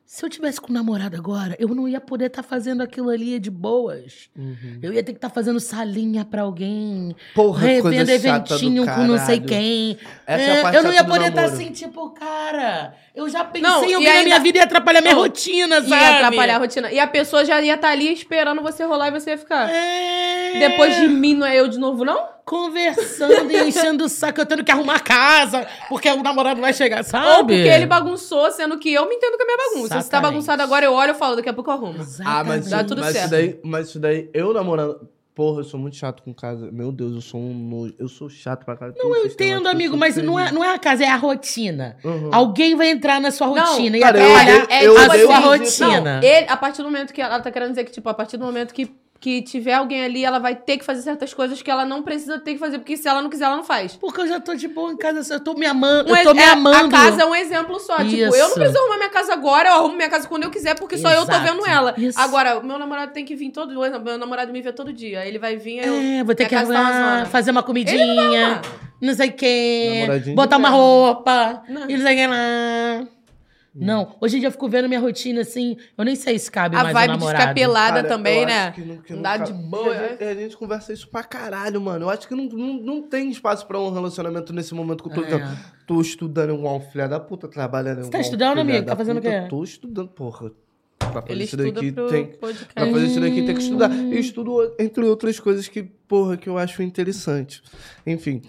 S1: Se eu tivesse com um namorado agora, eu não ia poder estar fazendo aquilo ali de boas. Eu ia ter que estar fazendo salinha pra alguém,
S3: Porra, que coisa
S1: revendo
S3: chata
S1: eventinho
S3: do
S1: com não sei
S3: caralho.
S1: quem.
S3: Essa é a
S1: É,
S3: parte
S1: eu não ia
S3: chata do
S1: poder estar
S3: namoro.
S1: assim, tipo, cara, eu já pensei
S2: Não,
S1: em
S2: e
S1: alguém na
S2: ainda-
S1: minha vida e atrapalhar minha
S2: Não,
S1: rotina, sabe?
S2: Ia atrapalhar a rotina. E a pessoa já ia estar ali esperando você rolar e você ia ficar.
S1: É...
S2: Depois de mim, não é eu de novo, não?
S1: Conversando e enchendo o saco, eu tendo que arrumar casa, porque o namorado vai chegar, sabe?
S2: Ou porque ele bagunçou, sendo que eu me entendo com a minha bagunça. Se tá
S1: Exatamente.
S2: bagunçado agora, eu olho e falo, daqui a pouco eu arrumo.
S3: Ah, mas,
S2: Dá tudo
S3: mas
S2: certo.
S3: Isso daí, mas isso daí, eu namorando. Porra, eu sou muito chato com casa. Meu Deus, eu sou um nojo. Eu sou chato pra caralho. Não,
S1: Eu entendo, amigo, mas não é, não é a casa, é a rotina.
S3: Uhum.
S1: Alguém vai entrar na sua
S2: Não,
S1: rotina e
S3: cara, eu
S2: É,
S1: atrapalhar
S3: odeio- eu
S1: a
S3: odeio
S1: sua
S3: isso.
S1: rotina.
S2: tipo assim, Não, ele, a partir do momento que ela tá querendo dizer que, tipo, a partir do momento que, que tiver alguém ali, ela vai ter que fazer certas coisas que ela não precisa ter que fazer, porque se ela não quiser, ela não faz.
S1: Porque eu já tô de boa em casa, eu tô me amando,
S2: Um
S1: eu tô
S2: ex-
S1: me
S2: é,
S1: amando.
S2: A casa é um exemplo só. Tipo, eu
S1: Isso.
S2: não preciso arrumar minha casa agora, eu arrumo minha casa quando eu quiser, porque só eu
S1: Exato.
S2: tô vendo ela.
S1: Isso.
S2: Agora, o meu namorado tem que vir todo dia, meu namorado me vê todo dia. Ele vai vir, eu.
S1: É, vou ter
S2: minha
S1: que
S2: casa tá uma
S1: arrumar,
S2: zona.
S1: fazer uma comidinha,
S2: arrumar.
S1: não sei o quê,
S3: Namoradinho
S1: botar
S3: de
S1: uma
S3: merda.
S1: roupa,
S2: Não.
S1: e não sei o que lá. Não, hoje em dia eu fico vendo minha rotina assim, eu nem sei se cabe
S2: A
S1: mais
S2: vibe
S1: um
S2: de
S1: namorado.
S2: ficar pelada também, né?
S3: Que não, que
S2: Não dá de
S3: cabe.
S2: boa,
S3: E A gente, e a gente conversa isso pra caralho, mano. Eu acho que não, não, não tem espaço pra um relacionamento nesse momento que eu tô.
S1: É.
S3: Tô estudando igual um filha da puta, trabalhando igual
S1: tá
S3: um
S1: estudando,
S3: filha
S1: amigo?
S3: da
S1: Tá fazendo o
S3: puta.
S1: quê?
S3: Tô estudando, porra. Pra fazer
S2: Ele
S3: isso
S2: estuda
S3: daqui
S2: pro
S3: tem Pra
S2: podcast.
S3: fazer isso daqui tem que estudar.
S1: Hum.
S3: Eu estudo, entre outras coisas que, porra, que eu acho interessante. Enfim.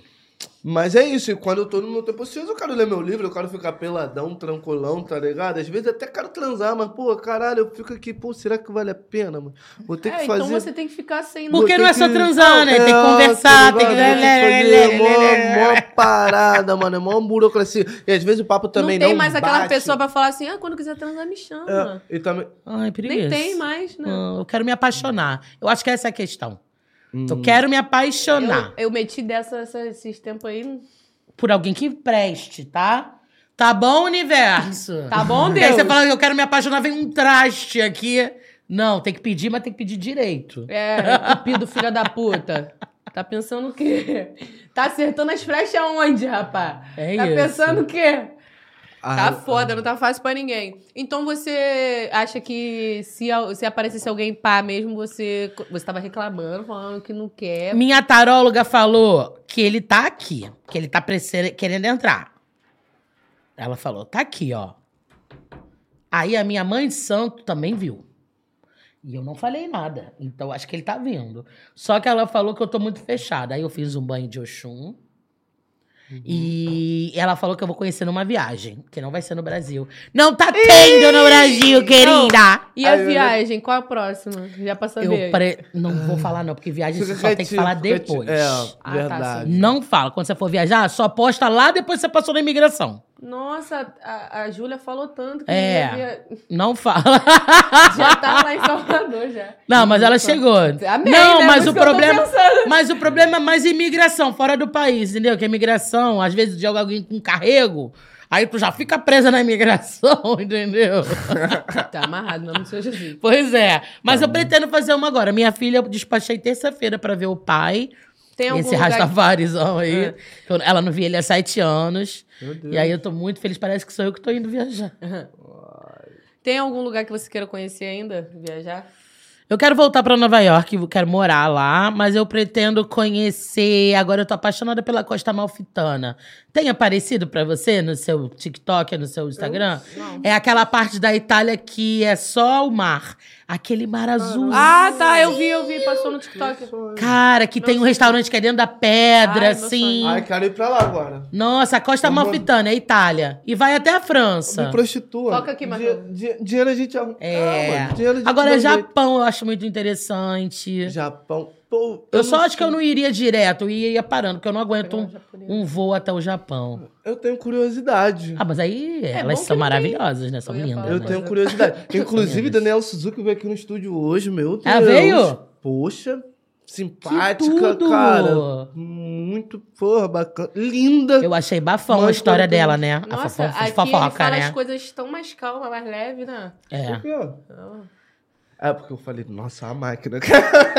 S3: Mas é isso, e quando eu tô no meu tempo ocioso, eu quero ler meu livro, eu quero ficar peladão, trancolão, tá ligado? Às vezes até quero transar, mas, pô, caralho, eu fico aqui, pô, será que vale a pena, mano? Vou ter
S2: É,
S3: que
S2: então
S3: fazer.
S2: você tem que ficar sem.
S1: Por Porque
S3: Vou
S1: não
S3: ter
S1: é só transar, né? Tem que
S3: É,
S1: conversar,
S3: tá
S1: tem que-
S3: ligado? Tem que fazer mó, mó parada, mano, é mó burocracia. E às vezes o papo também não
S2: não tem mais aquela
S3: bate.
S2: pessoa pra falar assim, ah, quando quiser transar, me
S1: Ah,
S2: chama.
S3: É, e também...
S1: Ai, preguiça.
S2: Nem tem mais, né?
S1: Ah, eu quero me apaixonar. Eu acho que essa é a questão. Eu
S3: Hum.
S1: quero me apaixonar
S2: Eu, eu meti dessa essa- esses tempos aí.
S1: por alguém que preste, tá? Tá bom, universo?
S2: Tá bom,
S1: E aí
S2: Deus?
S1: você fala, eu quero me apaixonar, vem um traste aqui. Não, tem que pedir, mas tem que pedir direito.
S2: É, cupido, filha da puta. Tá pensando o quê? Tá acertando as flechas aonde, rapá?
S1: É
S2: tá
S1: isso.
S2: pensando o quê?
S3: Ah,
S2: Tá foda, não tá fácil pra ninguém. Então você acha que se, al- se aparecesse alguém pá mesmo, você, você tava reclamando, falando que não quer.
S1: Minha taróloga falou que ele tá aqui, que ele tá prece- querendo entrar. Ela falou, tá aqui, ó. Aí a minha mãe de santo também viu. E eu não falei nada. Então acho que ele tá vendo. Só que ela falou que eu tô muito fechada. Aí eu fiz um banho de Oxum.
S3: Uhum.
S1: E ela falou que eu vou conhecer numa viagem, que não vai ser no Brasil. Não tá tendo no Brasil, querida!
S2: E a
S3: Aí eu-
S2: viagem? Qual a próxima? Já pra saber.
S1: Eu pre- não vou falar, não, porque viagem você
S3: Fica
S1: só tem que
S3: quietinho,
S1: falar
S3: fica
S1: depois. Ah,
S3: quietinho. É,
S2: tá,
S3: verdade.
S1: Não fala. Quando você for viajar, só posta lá depois que você passou na imigração.
S2: Nossa, a, a Júlia falou tanto que
S1: É.
S2: devia-
S1: Não fala.
S2: já tá lá em Salvador já.
S1: Não, mas ela
S2: Nossa.
S1: chegou.
S2: Amei,
S1: não,
S2: né?
S1: mas o
S2: Por isso que eu tô
S1: problema.
S2: pensando.
S1: Mas o problema é mais imigração, fora do país, entendeu? Que a imigração, às vezes, joga alguém com carrego, aí tu já fica presa na imigração, entendeu?
S2: Tá amarrado, não sei Jesus.
S1: pois é. Mas
S2: Tá
S1: eu pretendo fazer uma agora. Minha filha, eu despachei terça-feira pra ver o pai.
S2: Tem algum
S1: esse
S2: lugar...
S1: Rastafarizão aí.
S2: É.
S1: que eu- Ela não via ele há sete anos.
S3: Meu Deus.
S2: Hum.
S1: E aí eu tô muito feliz. Parece que sou eu que tô indo viajar.
S2: Tem algum lugar que você queira conhecer ainda? Viajar?
S1: Eu quero voltar pra Nova York, eu quero morar lá, mas eu pretendo conhecer. Agora eu tô apaixonada pela Costa Malfitana. Tem aparecido pra você no seu TikTok, no seu Instagram?
S2: Não.
S1: É aquela parte da Itália que é só o mar. Aquele mar azul.
S2: Ah, tá, eu vi, eu vi, passou no TikTok.
S1: Cara, que tem um restaurante que é dentro da pedra,
S2: Ai, meu
S1: assim.
S2: sonho.
S3: Ai, quero ir pra lá agora.
S1: Nossa, a Costa
S3: Vamos-
S1: Malfitana, é Itália. E vai até a França.
S3: Me prostitua.
S2: Toca aqui, Marcão.
S3: Di- di- Dinheiro a gente arruma.
S1: É.
S3: Ah, mano, dinheiro a gente
S1: Agora,
S3: dá um
S1: Japão eu acho muito interessante.
S3: jeito. Japão. Pô,
S1: Eu só
S3: não
S1: acho que eu não iria direto, eu iria parando, porque eu não aguento
S2: Pegar um
S1: um,
S2: japonês.
S1: um voo até o Japão.
S3: Eu tenho curiosidade.
S1: Ah, mas aí elas
S2: É bom que
S1: são
S2: ele
S1: maravilhosas, né? São
S2: Eu ia
S1: lindas.
S2: falar,
S1: né?
S3: Eu
S2: mas
S3: tenho
S2: eu-
S3: curiosidade. Inclusive,
S1: Menos.
S3: Daniel Suzuki veio aqui no estúdio hoje, meu Deus.
S1: Ah, veio?
S3: Poxa,
S1: Que
S3: simpática,
S1: tudo!
S3: cara. Muito, porra, bacana. Linda.
S1: Eu achei bafão a
S3: Mas
S1: história
S3: quando-
S1: dela, né? a
S2: Nossa,
S1: fofo-
S2: aqui ele
S1: fofoca,
S2: fala
S1: né?
S2: as coisas tão mais calmas, mais leves, né?
S1: É.
S3: Aqui, ó.
S2: Não.
S3: É porque eu falei, nossa, a máquina.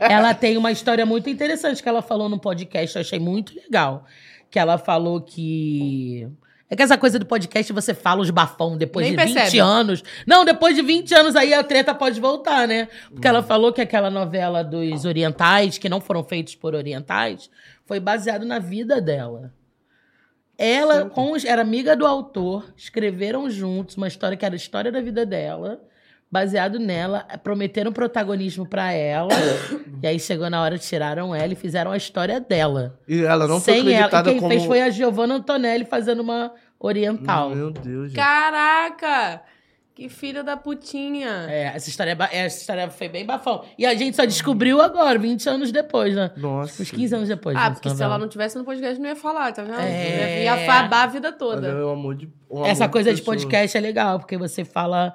S1: Ela tem uma história muito interessante que ela falou no podcast, eu achei muito legal. Que ela falou que. É que essa coisa do podcast você fala os bafão depois
S2: Nem
S1: de 20
S2: percebe.
S1: anos. Não, depois de 20 anos aí a treta pode voltar, né? Porque
S3: Hum.
S1: ela falou que aquela novela dos orientais, que não foram feitos por orientais, foi baseado na vida dela. Ela com os- era amiga do autor, escreveram juntos uma história que era a história da vida dela, baseado nela, eh, prometeram protagonismo pra ela, e aí chegou na hora, tiraram ela e fizeram a história dela.
S3: E ela não
S1: Sem ela.
S3: foi
S1: E
S3: acreditada
S1: quem
S3: como...
S1: fez foi a Giovanna Antonelli fazendo uma oriental.
S3: Meu Deus, gente.
S2: Caraca! Que filha da putinha!
S1: É, essa história, é ba- essa história foi bem bafão. E a gente só descobriu agora, 20 anos depois, né?
S3: Nossa.
S1: Uns 15 anos depois. né,
S2: Ah,
S1: dessa
S2: porque se ela
S1: novela.
S2: não tivesse no podcast, não ia falar, tá vendo?
S1: É.
S2: Ia afabar a vida
S3: Mas
S2: toda.
S3: é um amor de- um amor
S1: Essa coisa de
S3: pessoa.
S1: podcast é legal, porque você fala,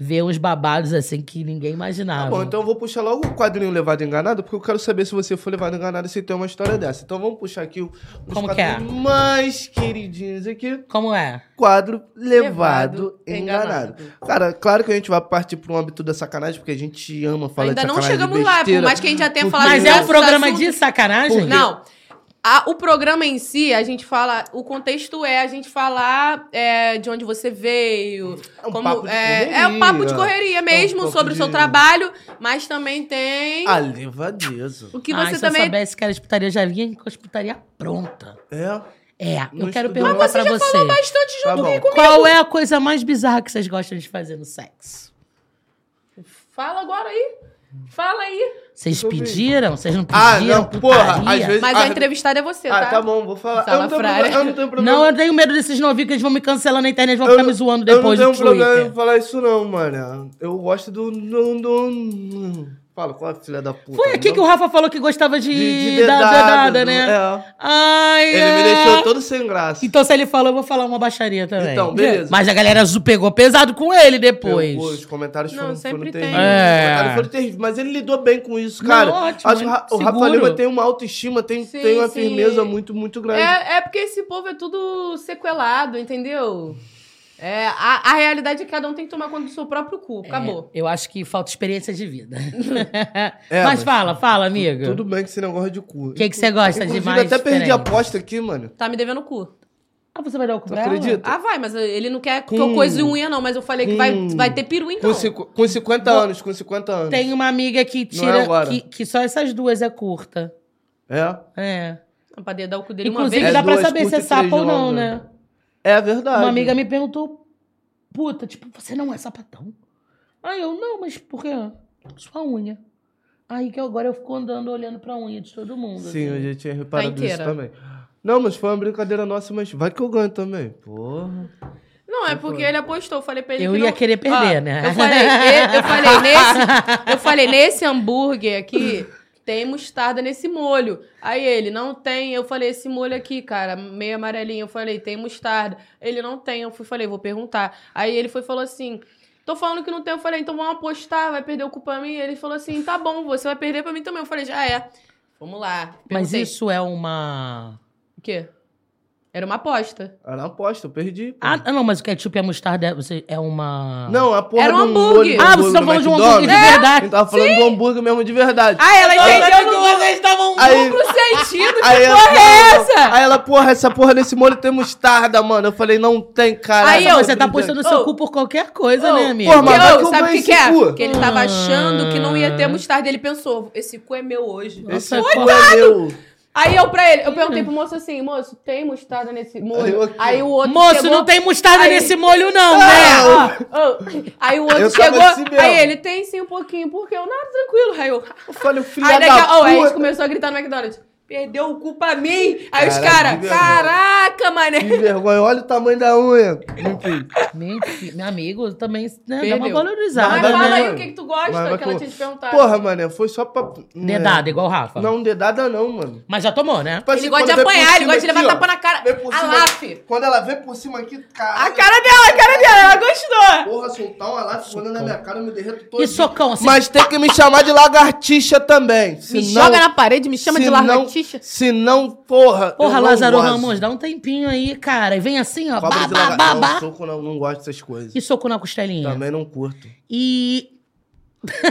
S1: vê uns babados assim que ninguém
S3: Tá
S1: imaginava.
S3: bom, então eu vou puxar logo o quadrinho Levado Enganado, porque eu quero saber se você for levado enganado e se tem uma história dessa. Então vamos puxar aqui os
S1: Como que
S3: quadrinhos
S2: é?
S3: mais queridinhos aqui.
S1: Como é?
S3: Quadro Levado, enganado. Cara, claro que a gente vai partir para um âmbito da sacanagem, porque a gente ama falar
S2: Ainda
S3: de
S2: não
S3: sacanagem
S2: chegamos
S3: e
S2: lá, por
S3: besteira.
S2: mais que a gente já tenha
S3: Porque-
S2: falado
S1: Mas
S2: de
S1: é um
S2: outros
S1: programa né,
S2: assuntos.
S1: de sacanagem?
S2: Não. A- o programa em si, a gente fala. O contexto é a gente falar é, de onde você veio.
S3: É um
S2: como,
S3: papo de
S2: é,
S3: correria.
S2: é um papo de correria mesmo,
S3: É um papo
S2: sobre o seu
S3: de- Ah,
S2: trabalho, mas também tem
S3: A levadeza.
S2: o que
S1: Ai,
S2: você
S1: Ah, se eu
S2: também.
S1: soubesse que era de putaria, eu já vinha com as putaria pronta.
S3: É.
S1: É, eu
S3: Não
S1: quero
S3: estudou.
S1: perguntar
S3: Mas
S1: pra você.
S2: Bastante
S3: Tá
S2: junto
S3: bom.
S2: comigo.
S1: Qual é a coisa mais bizarra que vocês gostam de fazer no sexo?
S2: Fala agora aí. Fala aí.
S1: Vocês
S3: Sobre-
S1: pediram? Vocês não pediram?
S3: Ah, não, porra,
S1: putaria?
S3: às vezes.
S2: Mas
S3: ah,
S2: a entrevistada é você,
S3: Ah,
S2: tá?
S3: tá bom, vou falar. Eu não, tenho
S2: Salafrária.
S3: problema, eu não tenho problema.
S1: Não, eu tenho medo desses novinhos que eles vão me cancelar na internet, vão
S3: Eu
S1: ficar
S3: não-
S1: me zoando
S3: Eu não
S1: depois
S3: tenho um
S1: do Twitter.
S3: problema em falar isso, não, mano. Eu gosto do. do, do... Fala, qual é a filha da puta?
S1: Foi aqui
S3: Não-
S1: que o Rafa falou que gostava de,
S3: De, de
S1: da
S3: dedado,
S1: dedada,
S3: do-
S1: né?
S3: É.
S1: Ai,
S3: Ele
S1: é.
S3: me deixou todo sem graça.
S1: Então, se ele falou, eu vou falar uma baixaria também.
S3: Então, beleza.
S1: Mas a galera zo- pegou pesado com ele depois.
S3: Pô, os comentários
S2: Não,
S3: foram,
S2: sempre
S3: foram
S2: tem.
S3: terríveis.
S1: É.
S3: Os comentários foram terríveis. Mas ele lidou bem com isso,
S1: Não,
S3: cara.
S1: ótimo,
S3: Acho que o Ra- o Rafa
S1: seguro.
S3: Lima tem uma autoestima, tem,
S2: Sim,
S3: tem uma
S2: sim.
S3: firmeza muito, muito grande.
S2: É, é porque esse povo é tudo sequelado, entendeu? É, a, a realidade é que cada um tem que tomar conta do seu próprio cu.
S1: É.
S2: Acabou.
S1: Eu acho que falta experiência de vida.
S3: É,
S1: mas,
S3: mas
S1: fala, fala, amigo.
S3: Tudo bem que esse negócio de cu.
S1: O que que você gosta de
S3: Inclusive,
S1: mais?
S3: até perdi
S1: diferente?
S3: a aposta aqui, mano.
S2: Tá me devendo o cu.
S1: Ah, você vai dar o cu
S3: Tu
S1: pra ela?
S3: acredita?
S2: Ah, vai, mas ele não quer que
S3: Com-
S2: eu coise unha, não. Mas eu falei que vai,
S3: com-
S2: vai ter peru, então.
S3: Com, cinqu- com 50 anos, com 50 anos.
S1: Tem uma amiga que tira.
S3: é agora.
S1: que, que só essas duas é curta.
S3: É.
S1: É.
S2: Pra poder dar o cu dele
S1: Inclusive,
S2: uma
S3: É
S1: dá pra
S2: vez.
S3: duas
S1: saber se é
S3: curtas e
S1: sapo
S3: três
S1: ou não,
S3: longas.
S1: né?
S3: É verdade.
S1: Uma amiga me perguntou, puta, tipo, você não é sapatão? Aí eu, não, mas por quê? Sua unha. Aí que agora eu fico andando olhando pra unha de todo mundo.
S3: Sim, eu
S1: assim.
S3: já tinha reparado isso
S2: inteira.
S3: também. Não, mas foi uma brincadeira nossa, mas vai que eu ganho também. Porra.
S2: Não, é porque ele apostou. Eu falei pra ele
S1: Eu
S2: que
S1: ia
S2: não-
S1: querer perder,
S2: Ó,
S1: né?
S2: Eu falei, e- eu falei nesse, eu falei nesse hambúrguer aqui tem mostarda nesse molho. Aí ele não tem. Eu falei esse molho aqui, cara, meio amarelinho. Eu falei tem mostarda. Ele não tem. Eu fui falei vou perguntar. Aí ele foi e falou assim. Tô falando que não tem, eu falei, então vamos apostar, vai perder o culpa mim. Ele falou assim: tá bom, você vai perder pra mim também. Eu falei, já é. Vamos lá.
S1: Mas
S2: Perguntei,
S1: isso é uma.
S2: O quê? Era uma aposta.
S3: Era uma aposta, eu perdi. pô.
S1: Ah, não, mas o ketchup e a mostarda é, você, é uma.
S3: Não, a porra
S2: Era um
S3: do
S2: hambúrguer.
S3: molho do
S1: Ah, vocês estão falando
S3: hambúrguer do
S1: de um hambúrguer
S3: McDonald's.
S1: de verdade.
S3: A gente tava falando do hambúrguer mesmo de verdade.
S2: Ah, ela entendeu no
S1: vocês estavam.
S3: Aí,
S2: duplo um sentido.
S3: aí, ela,
S1: é
S2: essa?
S3: aí ela, porra, essa porra desse molho tem mostarda, mano. Eu falei, não tem, cara.
S2: Aí eu-
S1: Você tá postando seu
S2: Ô.
S1: cu por qualquer coisa,
S2: Ô,
S1: né, amigo?
S3: porra, mas- vai
S2: Yo,
S3: que eu
S2: sabe o
S3: ganho
S2: que, que
S3: esse
S2: é?
S3: cu.
S2: Que ele tava achando que não ia ter
S1: Ah.
S2: mostarda. Ele pensou, esse cu é meu hoje.
S1: Nossa,
S3: Esse cu é meu.
S2: Aí eu pra ele, eu perguntei pro moço assim, moço, tem mostarda nesse
S3: Aí eu
S2: molho?
S3: aqui,
S2: Aí o outro
S1: Moço,
S2: chegou,
S1: não tem mostarda
S2: Aí-
S1: nesse molho, não, né?
S3: Ah,
S2: "Ô, ô." Aí o outro
S3: Eu tava
S2: chegou,
S3: assim mesmo.
S2: aí ele, tem sim um pouquinho. Por quê? Eu, nada, tranquilo. Aí eu... "Ah."
S3: Eu falei, filho
S2: Aí, daqui, a-
S3: da
S2: ó,
S1: é
S2: aí a gente
S3: puta.
S2: começou a gritar no McDonald's. Perdeu o cu pra mim! Aí os
S3: Caraca, que
S2: caras,
S3: vergonha.
S2: caraca, mané!
S3: Que vergonha, olha o tamanho da unha. Enfim.
S1: Meu, fi- meu amigo, também né, dá uma
S2: Perdeu.
S1: valorizada,
S2: Mas
S3: vai
S2: fala
S1: né?
S2: aí
S3: mesmo.
S2: o que, que tu gosta
S3: Mas vai
S2: que ela
S3: com-
S2: tinha te perguntado.
S3: Porra, mano, foi só pra.
S1: Tá. Dedada, igual o Rafa.
S3: É. Não, dedada não, mano.
S1: Mas já tomou, né?
S3: Tipo assim,
S2: Ele gosta de
S3: quando vem por
S2: apanhar, ele
S3: cima
S2: gosta de levar
S3: aqui, ó.
S2: tapa na cara.
S3: Vem por
S2: A
S3: cima
S2: laf.
S3: Quando ela vem por cima aqui,
S2: A
S3: caralho.
S2: cara dela, a cara dela, ela gostou!
S3: Porra, soltar um alaf quando na minha cara, eu me derreto todo.
S1: E socão, assim.
S3: Mas tem que me chamar de lagartixa também. Se
S2: Me
S3: não-
S2: joga na parede, me chama
S3: se
S2: de
S3: não-
S2: lagartixa.
S3: Se não, porra.
S1: Porra,
S3: eu não
S1: Lázaro
S3: gosto.
S1: Ramos, dá um tempinho aí, cara. E vem assim, ó.
S3: Cobra
S1: Babá,
S3: de lagartixa.
S1: babá.
S3: Não, soco não, não gosto dessas coisas.
S1: E soco na costelinha.
S3: Também não curto.
S1: E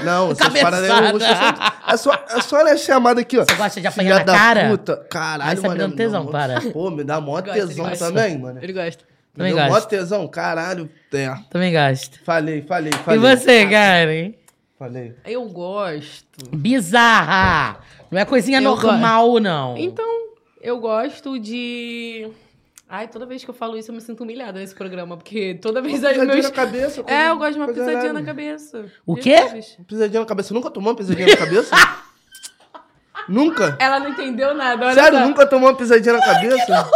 S3: Não, essas
S1: Cabeçada.
S3: paradas aí eu não gosto. É só, é só olha a chamada aqui, ó.
S1: Você gosta de apanhar
S3: Filha
S1: na
S3: da
S1: cara?
S3: Puta.
S1: Aí
S3: Caralho,
S2: é
S1: você tá
S3: mano.
S1: dando tesão,
S3: não-
S1: para.
S3: Pô, me dá mó
S2: Ele gosta, ele
S3: tesão
S2: gosta.
S3: também, mano.
S2: Ele gosta.
S3: Me
S1: Também
S3: deu mó
S1: gosto.
S3: tesão, caralho. É.
S1: Também gosta.
S3: Falei, falei,
S1: E
S3: falei.
S1: você, Karen?
S3: Falei.
S2: Eu gosto.
S1: Bizarra! Não é coisinha
S2: Eu
S1: normal, não.
S2: Então, eu gosto de. Ai, toda vez que eu falo isso, eu me sinto humilhada nesse programa, porque toda vez as
S3: Pisadinha
S2: meus.
S3: na cabeça. coisa-
S2: É, eu gosto de uma
S3: coisa
S2: pisadinha
S3: errada.
S2: na cabeça.
S1: O quê?
S2: Jesus.
S3: Pisadinha na cabeça. Você nunca tomou uma pisadinha na cabeça? nunca?
S2: Ela não entendeu nada, olha
S3: Sério,
S2: só.
S3: nunca tomou uma pisadinha na cabeça?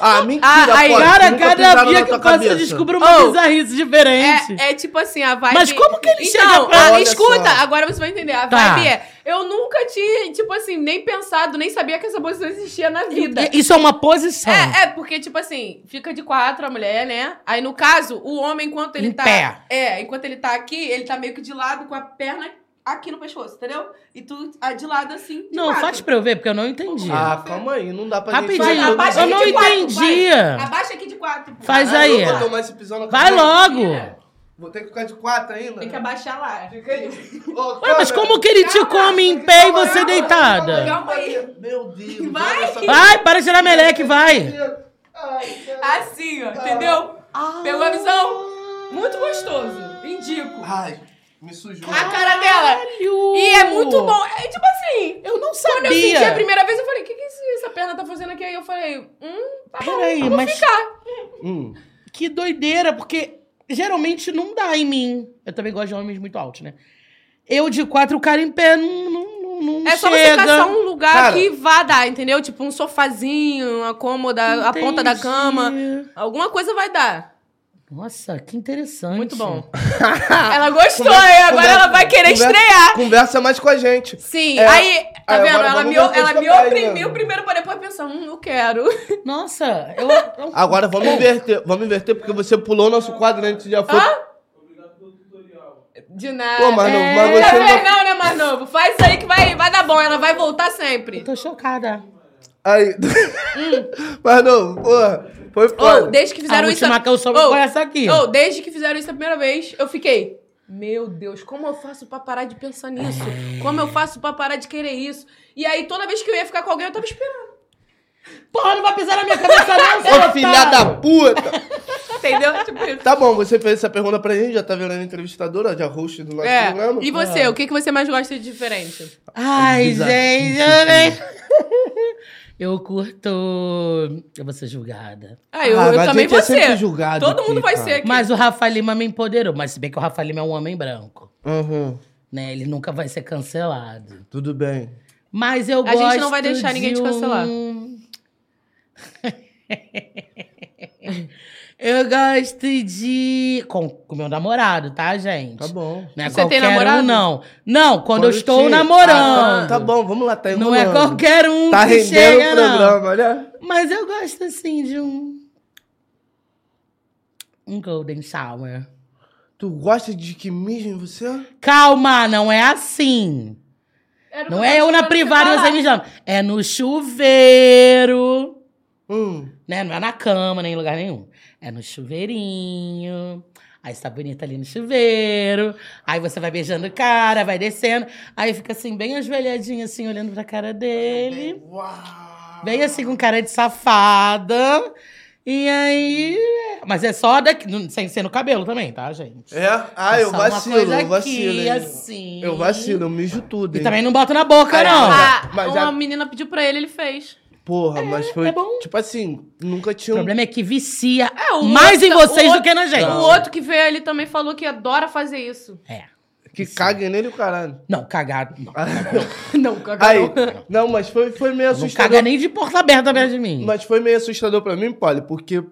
S3: Ah, mentira,
S2: Ah, aí,
S3: pô,
S1: Cara,
S3: nunca
S1: cada
S3: pisaram na
S1: dia que
S3: tua
S1: eu passo, eu
S3: cabeça.
S1: descubro uma
S2: Oh,
S1: bizarrice diferente.
S2: É, é tipo assim, a vibe.
S1: Mas como que ele
S2: então,
S1: chega pra-
S2: ó,
S3: Olha
S2: Escuta,
S3: só.
S2: agora você vai entender. A
S1: Tá.
S2: vibe é. Eu nunca tinha, tipo assim, nem pensado, nem sabia que essa posição existia na vida.
S1: E- Isso é uma posição.
S2: É, é, porque, tipo assim, fica de quatro a mulher, né? Aí, no caso, o homem, enquanto ele
S1: Em
S2: tá.
S1: pé.
S2: É, enquanto ele tá aqui, ele tá meio que de lado com a perna aqui no pescoço, entendeu? E tu ah, de lado assim. De
S1: não,
S2: quatro.
S1: faz pra eu ver, porque eu não entendi.
S3: Ah, calma aí, não dá pra
S1: Rapidinho,
S3: gente...
S2: abaixa
S1: eu
S2: aqui
S1: não
S2: de quatro,
S1: entendi.
S2: vai. Abaixa aqui de quatro. pô.
S1: Faz
S3: Ah,
S1: aí.
S3: eu vou tomar esse pisão na
S1: Vai
S3: cabeça.
S1: logo!
S3: Vou ter que ficar de quatro ainda?
S2: Tem que abaixar lá.
S3: Fica aí. Ô,
S1: Ué, mas
S3: câmera.
S1: como que ele te come em pé e
S2: é
S1: você deitada?
S2: Calma aí.
S3: Meu Deus.
S2: Vai.
S3: olha essa-
S1: Vai, para de tirar meleque, vai!
S3: Ai, cara.
S2: Assim, ó, entendeu?
S1: Ah.
S2: Pegou a visão? Muito gostoso. Indico.
S3: Ai, me sujou.
S1: Ah.
S2: A cara dela. E é muito bom. É tipo assim.
S1: Eu não
S2: Quando eu senti a
S1: sabia.
S2: primeira vez, eu falei, o que, que esse- essa perna tá fazendo aqui? Aí eu falei, hum, tá bom.
S1: Peraí, mas
S2: Ficar.
S3: Hum.
S1: que doideira, porque geralmente não dá em mim. Eu também gosto de homens muito altos, né? Eu de quatro, o cara em pé não, não, não, não
S2: É só você
S1: chega.
S2: caçar um lugar
S3: Cara.
S2: que vá dar, entendeu? Tipo um sofazinho, uma cômoda, a ponta da
S1: Entendi.
S2: cama. Alguma coisa vai dar.
S1: Nossa, que interessante.
S2: Muito bom.
S3: Ah,
S2: ela gostou, hein? Agora
S3: Conversa-
S2: ela vai querer
S3: conversa-
S2: estrear.
S3: Conversa mais com a gente.
S2: Sim,
S3: É.
S2: aí, tá
S3: Aí,
S2: vendo?
S3: agora
S2: ela
S3: vamos
S2: me,
S3: ver se
S2: ela
S3: tá
S2: me
S3: pegando.
S2: oprimiu primeiro pra depois pensar, hum, eu quero.
S1: Nossa, eu. eu-
S3: Agora vamos inverter. Vamos inverter porque você pulou o nosso quadro antes já foi.
S2: De nada.
S3: Pô, mas, não,
S1: Ah, É.
S3: mas
S2: Tá
S3: você
S2: vendo,
S3: não.
S2: não, né, mais novo? Faz isso aí que vai, vai dar bom, ela vai voltar sempre.
S1: eu tô chocada.
S3: Aí. mas não, porra. Foi
S2: Ou,
S3: foda.
S2: desde que fizeram
S1: a
S2: isso.
S1: última que eu soube
S2: Ou,
S1: foi essa aqui.
S2: ou, desde que fizeram isso a primeira vez, eu fiquei. Meu Deus, como eu faço pra parar de pensar nisso? Como eu faço pra parar de querer isso? E aí, toda vez que eu ia ficar com alguém, eu tava esperando.
S1: Porra, não vai pisar na minha cabeça, não, é seu
S3: Ô, filha
S1: otário.
S3: da puta!
S2: Entendeu? Tipo isso.
S3: Tá bom, você fez essa pergunta pra gente, já tá virando entrevistadora, já host do nosso
S2: É.
S3: programa.
S2: E você, o que, que você mais gosta de diferente?
S1: Ai,
S3: Bizarro.
S1: gente, eu nem... Eu curto. Eu vou ser julgada.
S2: Ah, eu,
S3: Ah,
S2: eu
S3: mas a
S2: também
S3: gente
S2: vou
S3: é sempre
S2: ser.
S3: julgado
S2: Todo mundo
S3: aqui,
S2: vai
S3: cara.
S2: ser aqui.
S1: Mas o Rafa Lima me empoderou. Mas se bem que o Rafa Lima é um homem branco,
S3: Aham,
S1: né? Ele nunca vai ser cancelado.
S3: tudo bem.
S1: Mas eu
S2: A
S1: gosto.
S2: gente não vai deixar ninguém te
S1: de
S2: cancelar.
S1: um- eu gosto de. Com com meu namorado, tá, gente?
S3: Tá bom.
S1: Não é
S2: Você tem
S1: qualquer um,
S2: namorado?
S1: não. Não, quando, eu estou
S3: te-
S1: namorando.
S3: Ah, tá bom, vamos lá, tá
S1: Não é
S3: enrolando.
S1: qualquer um
S3: Tá
S1: que
S3: rendendo
S1: chega,
S3: o
S1: não.
S3: programa, né? olha.
S1: Mas eu gosto, assim, de um... Um golden shower.
S3: Tu gosta de que mijem em você?
S1: Calma, não é assim.
S2: Era o
S1: Não
S2: que
S1: é eu na
S2: tava
S1: privada e
S2: falando,
S1: você me chama. É no chuveiro.
S3: Hum.
S1: Né? Não é na cama, nem em lugar nenhum. É no chuveirinho. Aí você tá bonita ali no chuveiro. Aí você vai beijando o cara, vai descendo. Aí fica assim, bem ajoelhadinha, assim, olhando pra cara dele.
S3: Uau.
S1: Veio assim com cara de safada. E aí. é, Mas é só daqui. não- Sem ser no cabelo também, tá, gente?
S3: É? Ah,
S1: É
S3: eu
S1: só uma
S3: vacilo,
S1: coisa
S3: eu vacilo.
S1: aqui,
S3: hein?
S1: assim.
S3: Eu vacilo, eu mijo tudo,
S1: E
S3: hein?
S1: também não boto na boca,
S3: Aí,
S1: não.
S3: ah,
S2: Ah,
S3: Mas
S2: uma
S3: a-
S2: menina pediu pra ele, ele fez.
S3: Porra, mas foi...
S1: é bom.
S3: Tipo assim, nunca
S1: O
S3: tinha um...
S1: problema é que vicia
S2: É, o
S1: mais
S2: outro-
S1: em vocês
S2: o
S1: do que na gente.
S2: O outro que veio ali também falou que adora fazer isso.
S1: É.
S3: Que caguem nele o caralho.
S1: Não, cagado. Não,
S2: Não, cagão.
S3: Aí, não, mas foi, foi meio
S1: não
S3: assustador.
S1: caga nem de porta aberta perto de mim.
S3: Mas foi meio assustador pra mim, Polly, porque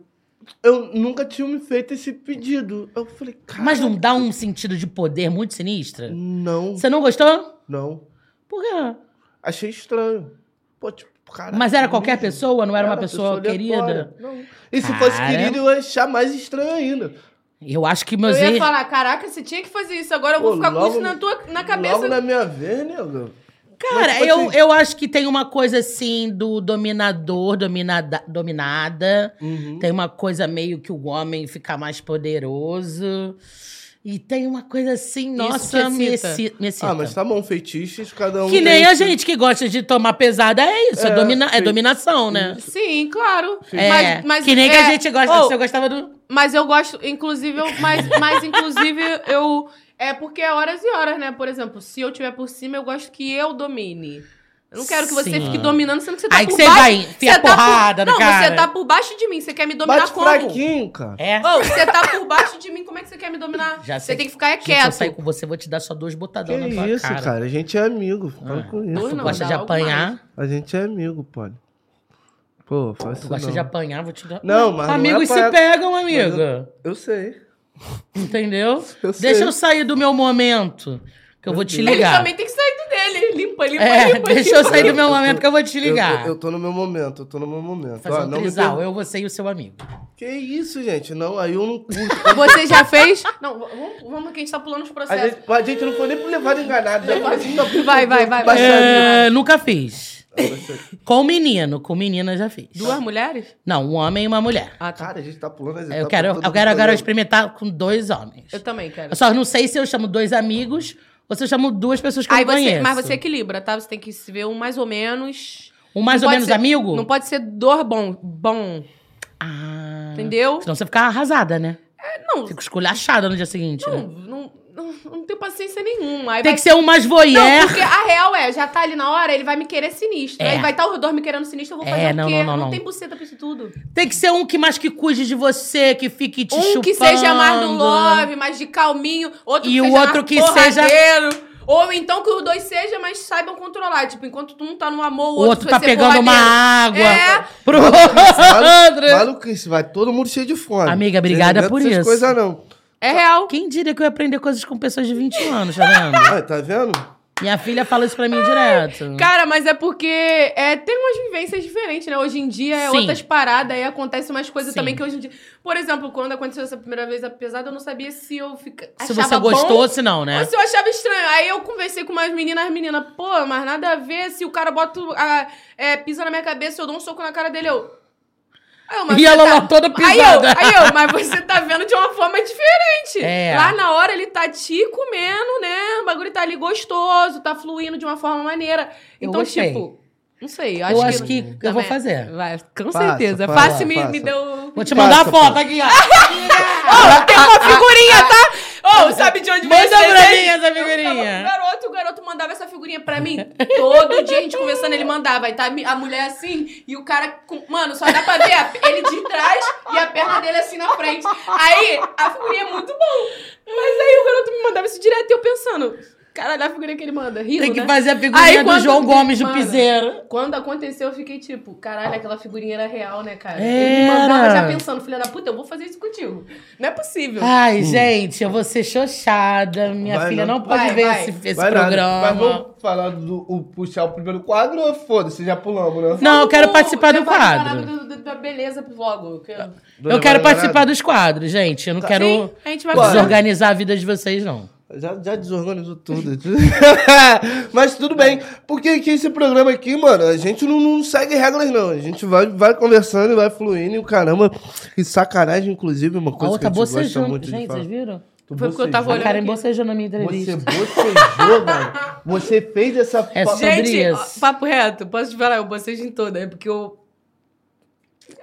S3: eu nunca tinha me feito esse pedido. Eu falei, cara.
S1: Mas não dá um sentido de poder muito sinistro?
S3: Não,
S1: Você não gostou?
S3: não.
S1: Por quê?
S3: Achei estranho. Pô, tipo, cara.
S1: Mas era qualquer pessoa? Não era uma pessoa
S3: aleatória.
S1: querida?
S3: Não. E se fosse
S1: Cara.
S3: querida, eu ia achar mais estranho ainda.
S1: Eu acho que
S2: Eu
S1: meus
S2: ia
S1: ex...
S2: falar, caraca, você tinha que fazer isso. Agora eu vou
S3: Pô,
S2: ficar com
S3: logo-
S2: isso na, tua, na cabeça.
S3: Logo na minha vez, nego. Mas,
S1: Cara,
S3: tipo
S1: eu,
S3: assim-
S1: eu acho que tem uma coisa assim do dominador, dominada, dominada.
S3: Uhum.
S1: Tem uma coisa meio que o homem fica mais poderoso. E tem uma coisa assim,
S2: Isso
S1: nossa,
S2: te
S1: me
S2: excita.
S1: excita. Me excita.
S3: Ah,
S2: então.
S3: mas tá bom, feitiços, cada um.
S1: que nem
S3: tem
S1: a
S3: esse-
S1: gente que gosta de tomar pesada, é isso. É,
S3: É,
S1: domina- é
S3: sim.
S1: dominação, né?
S2: Sim, claro.
S1: É,
S2: Mas, mas-
S1: que nem que
S2: é,
S1: a gente gosta.
S2: oh,
S1: Você gostava do...
S2: Mas eu gosto, inclusive, eu, mas, mas inclusive eu. É porque é horas e horas, né? Por exemplo, se eu tiver por cima, eu gosto que eu domine. Eu não quero que você
S1: Sim.
S2: fique dominando, sendo que você tá
S1: Aí que
S2: por
S1: você
S2: baixo.
S1: vai, enfia
S2: você tá por-
S1: porrada no
S2: Não,
S1: cara.
S2: você tá por baixo de mim. Você quer me dominar
S3: Bate
S2: como?
S3: fraquinho, cara.
S1: É.
S2: Ô, você tá por baixo de mim, como é que você quer me dominar?
S1: Já
S2: você
S1: sei.
S2: tem que ficar é
S1: Gente, eu
S2: quieto.
S1: sair com você, vou te dar só dois botadão
S3: Que
S1: na tua
S3: isso, cara. A gente é amigo. Fala
S1: Ah,
S3: com
S2: dois
S3: isso.
S2: não,
S1: Tu
S3: pô.
S1: gosta
S2: dá
S1: de
S2: algo
S1: apanhar?
S3: A gente é amigo, Polly. Pô, faz
S1: Tu
S3: isso.
S1: gosta
S3: não.
S1: de apanhar, vou te dar.
S3: Não, mas não é
S1: Amigos
S3: apanhar-
S1: se pegam,
S3: Mas
S1: amiga.
S3: Eu sei.
S1: Entendeu?
S3: Eu sei.
S1: Deixa eu sair do meu momento, que eu vou te
S3: Meu
S2: Ele
S1: ligar.
S2: também tem que sair do dele. Limpa, limpa,
S1: É,
S2: limpa.
S1: deixa eu
S2: limpa.
S1: sair do meu
S3: Eu tô-
S1: momento, que eu vou te ligar.
S3: Eu, eu tô no meu momento, eu tô no meu momento.
S1: Fazer
S3: Ó,
S1: um
S3: não me
S1: trisal,
S3: per-
S1: eu, você e o seu amigo.
S3: Que isso, gente? Não, aí eu não curto.
S2: Você já fez? Não, vamos, vamos que a gente tá pulando os
S3: a,
S2: processos.
S3: gente, a gente não foi nem pro levado enganado. Já foi assim, ó,
S2: Vai, vai, vai, vai.
S3: baixaria.
S1: É, nunca fiz. Com um menino, com menina já fiz.
S2: Duas mulheres?
S1: Não, um homem e uma mulher.
S2: Ah, tá.
S3: Cara, a gente tá pulando as
S1: É, Eu
S3: etapas
S1: quero,
S3: todas
S1: eu quero
S3: do
S1: agora
S3: programa.
S1: experimentar com dois homens.
S2: Eu também quero.
S1: Eu só não sei se eu chamo dois amigos ou se eu chamo duas pessoas que
S2: Aí
S1: eu não
S2: você,
S1: conheço.
S2: mas você equilibra, tá? Você tem que se ver um mais ou menos.
S1: Um mais
S2: Não
S1: ou
S2: pode
S1: menos
S2: ser-
S1: amigo?
S2: Não pode ser dor bom, bom
S1: Ah.
S2: entendeu?
S1: Senão você fica arrasada, né?
S2: Não,
S1: Fica esculhachada no dia seguinte. né?
S2: não, não, não, não tenho paciência nenhuma. Aí
S1: Tem
S2: vai-
S1: que ser um mais
S2: Não,
S1: voyeur.
S2: porque a real é, já tá ali na hora, ele vai me querer sinistro.
S1: É.
S2: Aí vai estar tá o Rodor me querendo sinistro, eu vou
S1: É,
S2: fazer o
S1: não,
S2: quê?
S1: não, não, não.
S2: tem buceta pra isso tudo.
S1: Tem que ser um que mais que cuide de você, que fique te
S2: um
S1: chupando.
S2: que seja mais do love, mais de calminho, outro
S1: E
S2: que
S1: o
S2: seja
S1: outro
S2: mais
S1: que seja-
S2: porradeiro. Ou então que os dois sejam, mas saibam controlar. Tipo, enquanto um tá no
S1: O
S2: amor, o outro,
S1: outro
S2: vai
S1: tá
S2: ser
S1: pegando uma
S2: porradeiro.
S1: água
S2: É.
S1: pro
S3: Maluquice,
S1: outro.
S3: maluquice, vai todo mundo cheio de fome.
S1: Amiga, obrigada por isso.
S3: coisa não.
S2: É real.
S1: Quem diria que eu ia aprender coisas com pessoas de 20 anos, tá vendo?
S3: Ah, tá vendo?
S1: Minha filha fala isso pra mim direto.
S2: Cara, mas é porque é, tem umas vivências diferentes, né? Hoje em dia é
S1: Sim.
S2: outras paradas, aí acontecem umas coisas
S1: Sim.
S2: também que hoje em dia. Por exemplo, quando aconteceu essa primeira vez a pesada, eu não sabia se eu fica...
S1: Se
S2: achava
S1: você gostou,
S2: bom
S1: se não, né?
S2: ou se eu achava estranho. Aí eu conversei com umas meninas, as meninas, pô, mas nada a ver se o cara bota. o- A, é, pisa na minha cabeça, eu dou um soco na cara dele, eu. Aí eu, mas
S1: E
S2: você tá
S1: ela lá toda
S2: Aí eu,
S1: pisada.
S2: aí eu, mas você tá vendo de uma forma diferente.
S1: É.
S2: Lá na hora ele tá te comendo, né? O bagulho tá ali gostoso, tá fluindo de uma forma maneira.
S1: Eu
S2: Então,
S1: gostei.
S2: tipo, não sei.
S1: Eu acho que, eu vou
S2: Também- é.
S1: fazer.
S2: Vai, com
S3: Faça,
S2: certeza.
S3: faça,
S2: Fácil me,
S3: faça.
S2: me deu.
S1: Vou te mandar a
S3: Passa,
S1: foto
S3: pô.
S1: aqui, ó.
S2: Ó, tem uma figurinha, tá? Ô, sabe de onde
S1: Ah, Manda
S2: esse
S1: pra
S2: desenho?
S1: mim essa
S2: Eu ficava
S1: figurinha.
S2: com o garoto, o garoto mandava essa figurinha pra mim. Todo dia a gente conversando, ele mandava. E tá a mulher assim, e o cara. com- Mano, só dá pra ver a- ele de trás e a perna dele assim na frente. Aí, a figurinha é muito bom. Mas aí o garoto me mandava isso direto e eu pensando. Caralho, a figurinha que ele manda. Rindo,
S1: Tem que
S2: né?
S1: fazer a figurinha
S2: Aí,
S1: do
S2: quando-
S1: João Gomes do
S2: Mano.
S1: Piseiro.
S2: Quando aconteceu, eu fiquei tipo, caralho, aquela figurinha era real, né, cara? Ele me
S1: Era.
S2: mandava já pensando, filha da puta, eu vou fazer isso contigo. Não é possível.
S1: Ai, gente, eu vou ser xoxada. Minha
S3: Hum. Vai,
S1: filha
S3: não.
S1: não, pode
S2: Vai,
S1: ver
S2: vai.
S1: esse, esse
S3: Vai nada.
S1: programa.
S3: Mas vamos falar do o- puxar o primeiro quadro ou foda-se, já pulamos, né?
S1: Não, eu quero
S2: Vamos
S1: participar do
S2: levar a
S1: quadro.
S2: parada do- do- da beleza pro logo. que eu-
S1: Eu quero participar dos quadros, gente. Eu não quero
S2: Sim, a gente vai
S3: Bora.
S2: fazer.
S1: desorganizar a vida de vocês, não.
S3: Já, já desorganizou tudo. Mas tudo bem. Porque que esse programa aqui, mano, a gente não, não segue regras, não. A gente vai, vai conversando e vai fluindo e o caramba. Que sacanagem, inclusive, uma
S1: A
S3: coisa que
S1: outra
S3: a gente gosta
S1: bocejou.
S3: muito de
S1: tá Gente,
S3: falar.
S1: vocês viram?
S3: Tu
S2: Foi porque eu tava
S1: A
S2: Olhando
S1: Karen
S2: aqui.
S1: bocejou na minha
S3: Você
S1: entrevista.
S3: bocejou, mano. Você fez essa...
S1: É
S3: fa-
S1: sobre
S2: Gente,
S1: isso.
S2: ó, papo reto, posso te falar, eu bocejo em toda, é porque eu.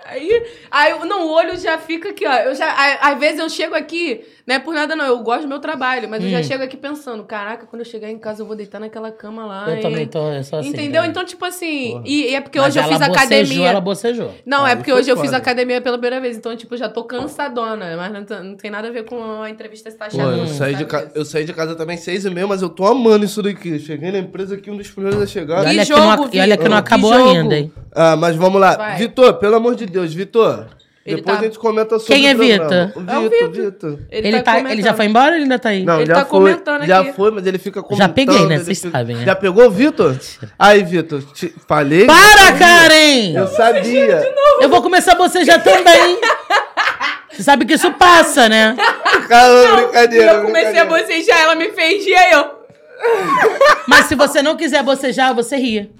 S2: Aí, aí, eu- não, o olho já fica aqui, ó. Eu já, a- às vezes eu chego aqui, não é por nada não, eu gosto do meu trabalho, mas eu
S1: Hum.
S2: já chego aqui pensando, caraca, quando eu chegar em casa eu vou deitar naquela cama lá.
S1: Eu
S2: hein?
S1: também tô, eu sou assim.
S2: Entendeu?
S1: também.
S2: Então, tipo assim,
S3: Porra.
S2: e, e é porque
S1: Mas
S2: hoje eu
S1: ela
S2: fiz
S1: Bocejou,
S2: academia.
S1: ela bocejou.
S2: Não,
S3: Aí
S2: é porque
S3: foi
S2: hoje eu fiz
S3: foda.
S2: academia pela primeira vez, então, tipo, eu já tô cansadona, mas não, t- não tem nada a ver com a entrevista tá estar
S3: Pô, eu saí, de ca- eu saí de casa também seis e meia, mas eu tô amando isso daqui. Eu Cheguei na empresa aqui, um dos primeiros a
S1: E
S3: chegar.
S2: Que
S1: olha, que não,
S2: jogo,
S1: ac- e olha que não
S2: Vitor,
S1: acabou
S2: que jogo.
S1: ainda, hein?
S3: Ah, mas vamos lá.
S2: Vai.
S3: Vitor, pelo amor de Deus, Vitor.
S2: Ele
S3: Depois
S2: tá-
S3: a gente comenta sobre
S1: Quem é
S3: o programa.
S1: Vitor?
S2: É o
S3: O Vitor, Vitor.
S1: Ele, tá, ele já foi embora ou ele ainda tá aí?
S3: Não,
S2: Ele
S3: já
S2: tá
S3: foi,
S2: comentando
S3: já
S2: aqui.
S3: foi, mas ele fica comentando.
S1: Já peguei, né?
S3: ele
S1: Vocês
S3: fica-
S1: sabem, né?
S3: Já pegou o Vitor? Aí, Vitor, te... falei.
S1: Para, Karen!
S3: Eu sabia.
S1: Eu vou começar a bocejar também. Você sabe que isso passa, né?
S3: Calma, brincadeira.
S2: Eu comecei a
S3: brincadeira.
S2: bocejar, ela me fez e aí eu.
S1: Mas se você não quiser bocejar, você ri.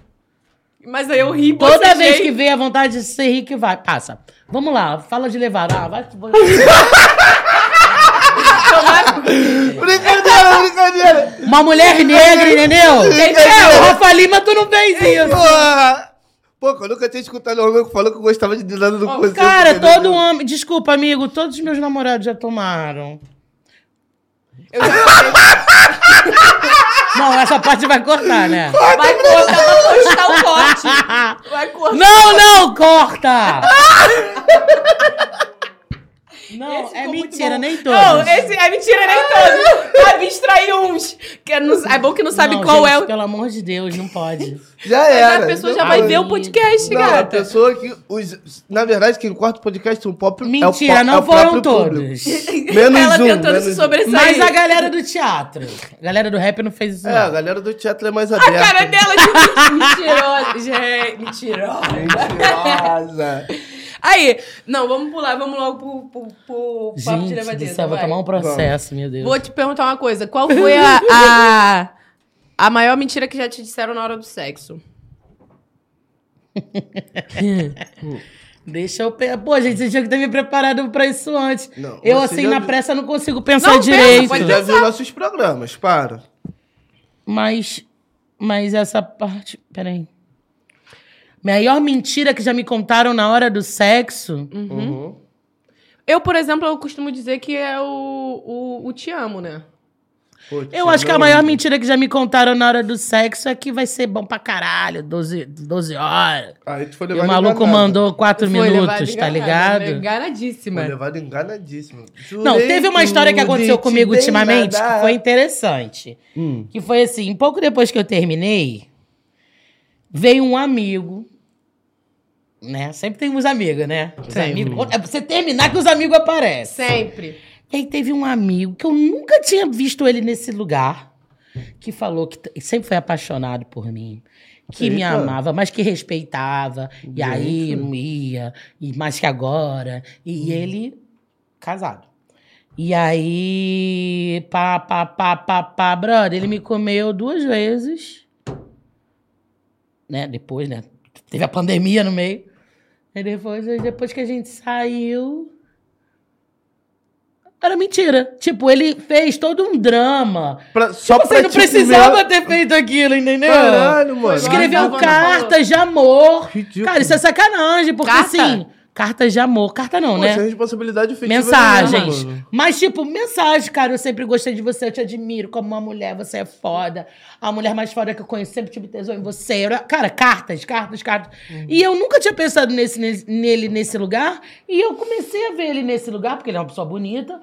S2: Mas aí eu ri
S1: Toda
S2: bocejei.
S1: vez que vem a vontade de ser rir que vai. Passa. Vamos lá, fala de levar. Ah, vai. vai-
S3: Brincadeira, brincadeira.
S1: Uma mulher negra, entendeu? Entendeu? Rafa Lima, tu não fez isso.
S3: Porra. Pô, eu nunca tinha escutado um homem que falou que eu gostava de nada do coisa.
S1: Cara, todo homem. Desculpa, amigo, todos os meus namorados já tomaram.
S2: Eu já
S1: Não, essa parte vai cortar, né?
S2: vai cortar, vai postar o corte. Vai cortar.
S1: Não, não, corta! Não,
S2: Esse
S1: é
S2: ficou muito
S1: mentira,
S2: bom.
S1: nem todos.
S2: Não, esse é mentira nem todo. Sabe, extrair uns. Que é, não- é bom que não sabe
S1: Não,
S2: qual
S1: gente,
S2: é. o-
S1: Pelo amor de Deus, não pode.
S3: Já
S2: Mas
S3: era.
S2: a pessoa já
S3: Não,
S2: vai
S1: Ai.
S2: ver o podcast,
S3: Não, a
S2: gata.
S3: pessoa que. Os, na verdade, quem corta o podcast é o próprio.
S1: Mentira,
S3: é o, pró- é
S1: não
S3: o
S1: foram
S3: próprio público.
S1: todos.
S3: Menos
S2: ela
S3: um,
S2: tentando
S3: menos
S2: se
S3: um.
S2: sobressair.
S1: Mas a galera do teatro. A galera do rap não fez isso,
S3: É, a
S1: não.
S3: galera do teatro é mais aberta.
S2: cara dela de mentirosa. Gente, mentirosa.
S3: Mentirosa.
S2: Aí, não, vamos pular, vamos logo pro, pro, pro papo de
S1: Gente do
S2: levadeza.
S1: céu, vou
S2: vai.
S1: tomar um processo, meu Deus.
S2: Vou te perguntar uma coisa. Qual foi a, a, a maior mentira que já te disseram na hora do sexo?
S1: Deixa eu... pe- Pô, gente, vocês tinham que ter me preparado pra isso antes.
S3: Não,
S1: eu,
S3: você
S1: assim,
S3: já
S1: na
S3: viu-
S1: pressa, não consigo pensar
S2: Não, pensa,
S1: direito.
S2: pode
S3: Você já viu nossos programas, para.
S1: Mas... Mas essa parte... Peraí. Maior mentira que já me contaram na hora do sexo...
S3: Uhum.
S2: Eu, por exemplo, eu costumo dizer que é o, o, o te amo, né?
S3: Pô,
S1: Eu
S3: você
S1: acho que a
S3: não-
S1: maior mentira que já me contaram na hora do sexo é que vai ser bom pra caralho, 12, 12 horas.
S3: Aí tu foi
S1: E o
S3: levado
S1: maluco
S3: enganada.
S1: mandou quatro
S2: Foi levada
S1: minutos, tá
S2: enganada, né?
S1: ligado?
S3: Foi
S2: Enganadíssima.
S3: levado enganadíssimo.
S1: Não, teve uma história que aconteceu comigo ultimamente que foi interessante.
S3: Hum.
S1: Que foi assim, pouco depois que eu terminei, veio um amigo, né? Sempre tem uns amigos, né? Os
S2: Sempre.
S1: amigos- é pra você terminar que os amigos aparecem.
S2: Sempre.
S1: E aí teve um amigo que eu nunca tinha visto ele nesse lugar, que falou que t- sempre foi apaixonado por mim, que me
S3: Eita.
S1: amava, mas que respeitava, e aí
S3: Gente. né? Uhum.
S1: não ia, e mais que agora, e ele casado. E aí, pá, pá, pá, pá, pá, brother, ele me comeu duas vezes, né, depois, né, teve a pandemia no meio. E depois, aí depois que a gente saiu. Era mentira. Tipo, ele fez todo um drama.
S3: Pra, só
S1: Você
S3: pra
S1: não
S3: te
S1: precisava um
S3: ver-
S1: ter feito aquilo, entendeu?
S3: Caralho, mano.
S2: Foi lá,
S1: Escreveu
S2: tava no valor.
S1: cartas de amor.
S3: Ridículo.
S1: Cara, isso é sacanagem, porque
S2: Carta?
S1: assim. Cartas de amor. Carta não,
S3: Pô,
S1: né?
S3: isso é responsabilidade efetiva.
S1: Mensagens.
S3: mesmo, mano.
S1: Mas, tipo, mensagem, cara. Eu sempre gostei de você, eu te admiro como uma mulher, você é foda. A mulher mais foda que eu conheço, sempre tive tesão em você. Era- Cara, cartas, cartas, cartas. E eu nunca tinha pensado nesse, nesse- nele nesse lugar. E eu comecei a ver ele nesse lugar, porque ele é uma pessoa bonita.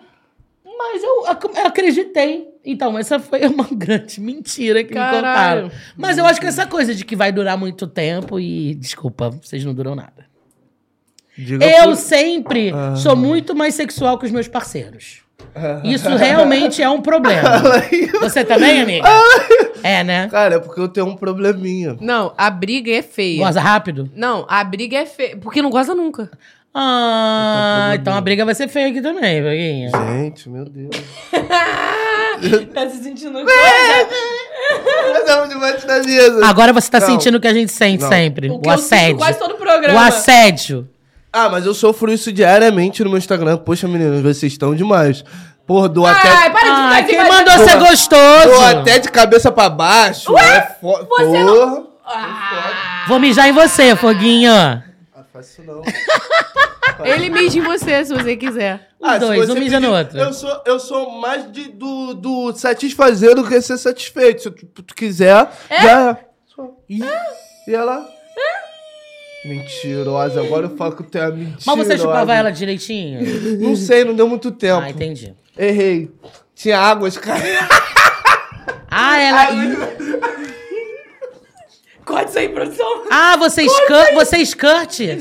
S1: Mas eu ac- acreditei. Então, essa foi uma grande mentira que me
S2: Caralho.
S1: contaram. Mas eu acho que essa coisa de que vai durar muito tempo e. Desculpa, vocês não duram nada.
S3: Diga
S1: Eu
S3: por-
S1: sempre
S3: Ah.
S1: sou muito mais sexual que os meus parceiros. Isso realmente é um problema. Você também, amiga? É, né?
S3: Cara, é porque eu tenho um probleminha.
S2: Não, a briga é feia.
S1: Goza rápido?
S2: Não, a briga é feia. Porque não goza nunca.
S1: Ah, então a briga vai ser feia aqui também, Vaguinha.
S3: Gente, meu Deus.
S2: Tá se sentindo.
S3: Estamos debaixo da mesa.
S1: Agora você tá
S3: Não.
S1: sentindo o que a gente sente
S3: Não.
S1: sempre.
S2: O
S1: O,
S2: que eu sinto
S1: assédio.
S2: quase todo o
S1: O
S2: programa.
S1: assédio.
S3: Ah, mas eu sofro isso diariamente no meu Instagram. Poxa, meninas, vocês estão demais. Porra, do
S2: Ai, para
S3: até.
S2: de ficar
S1: Ah,
S2: de
S1: quem
S2: imagem-
S1: mandou
S3: Boa.
S1: ser gostoso?
S3: Tô até de cabeça pra baixo. Ué? É fo...
S2: você não-
S3: Porra.
S2: Ah,
S1: Vou mijar em você, Foguinho.
S3: Ah, faço não.
S2: Ele mija em você, se você quiser.
S1: Os
S3: Ah, se
S1: dois,
S3: você
S1: um mija no
S3: pedir-
S1: outro.
S3: Eu sou, eu sou mais de, do, do satisfazer do que ser satisfeito. Se tu, tu quiser, já é. Só. Ih, E ela? Mentirosa, agora eu falo que tu é uma mentirosa.
S1: Mas você chupava ela direitinho?
S3: Não sei, não deu muito tempo.
S1: Ah, entendi.
S3: Errei. Tinha águas, cara.
S1: Ah, ela.
S2: Corta isso aí, produção.
S1: Ah, você escur... você é escurte?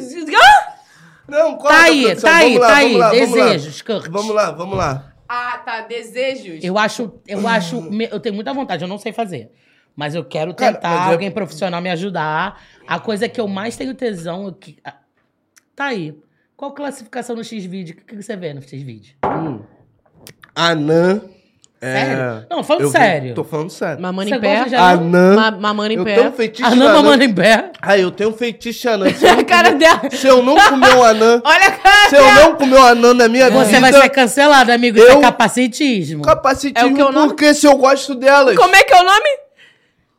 S3: Não, corta,
S1: Tá aí,
S3: produção.
S1: tá aí,
S3: Vamos lá,
S1: tá aí.
S3: vamos lá, vamos lá.
S1: Desejo, escurte.
S3: Vamos lá, vamos lá.
S2: Ah, tá. Desejos.
S1: Eu acho, eu acho, me- eu tenho muita vontade, eu não sei fazer. Mas eu quero
S3: Cara,
S1: tentar
S3: mas é-
S1: alguém profissional me ajudar. A coisa que eu mais tenho tesão é que ah, tá aí. Qual classificação no X-Video? O que, que você vê no X-Video?
S3: Anã. é,
S1: Hum. Sério? Não, falando
S3: eu vi-
S1: sério.
S3: Tô falando sério.
S2: Mamando
S1: Você
S2: em pé.
S1: gosta de anão?
S3: Anã.
S2: Ma mamando em
S3: Eu
S2: pé.
S3: tenho um feitiço
S1: Anã
S3: anã.
S1: mamando em pé?
S3: Ah, eu tenho um feitiço anã. Se eu
S2: A
S3: não
S2: cara dela.
S3: comer- Se eu não comer um anã,
S2: Olha a cara.
S3: se eu não comer um anã na minha vida,
S1: Você vai ser cancelado, amigo. Isso
S3: Eu-
S1: é capacitismo.
S3: capacitismo,
S2: É o que eu não-
S3: um, porque se eu gosto delas...
S2: Como é que é o nome?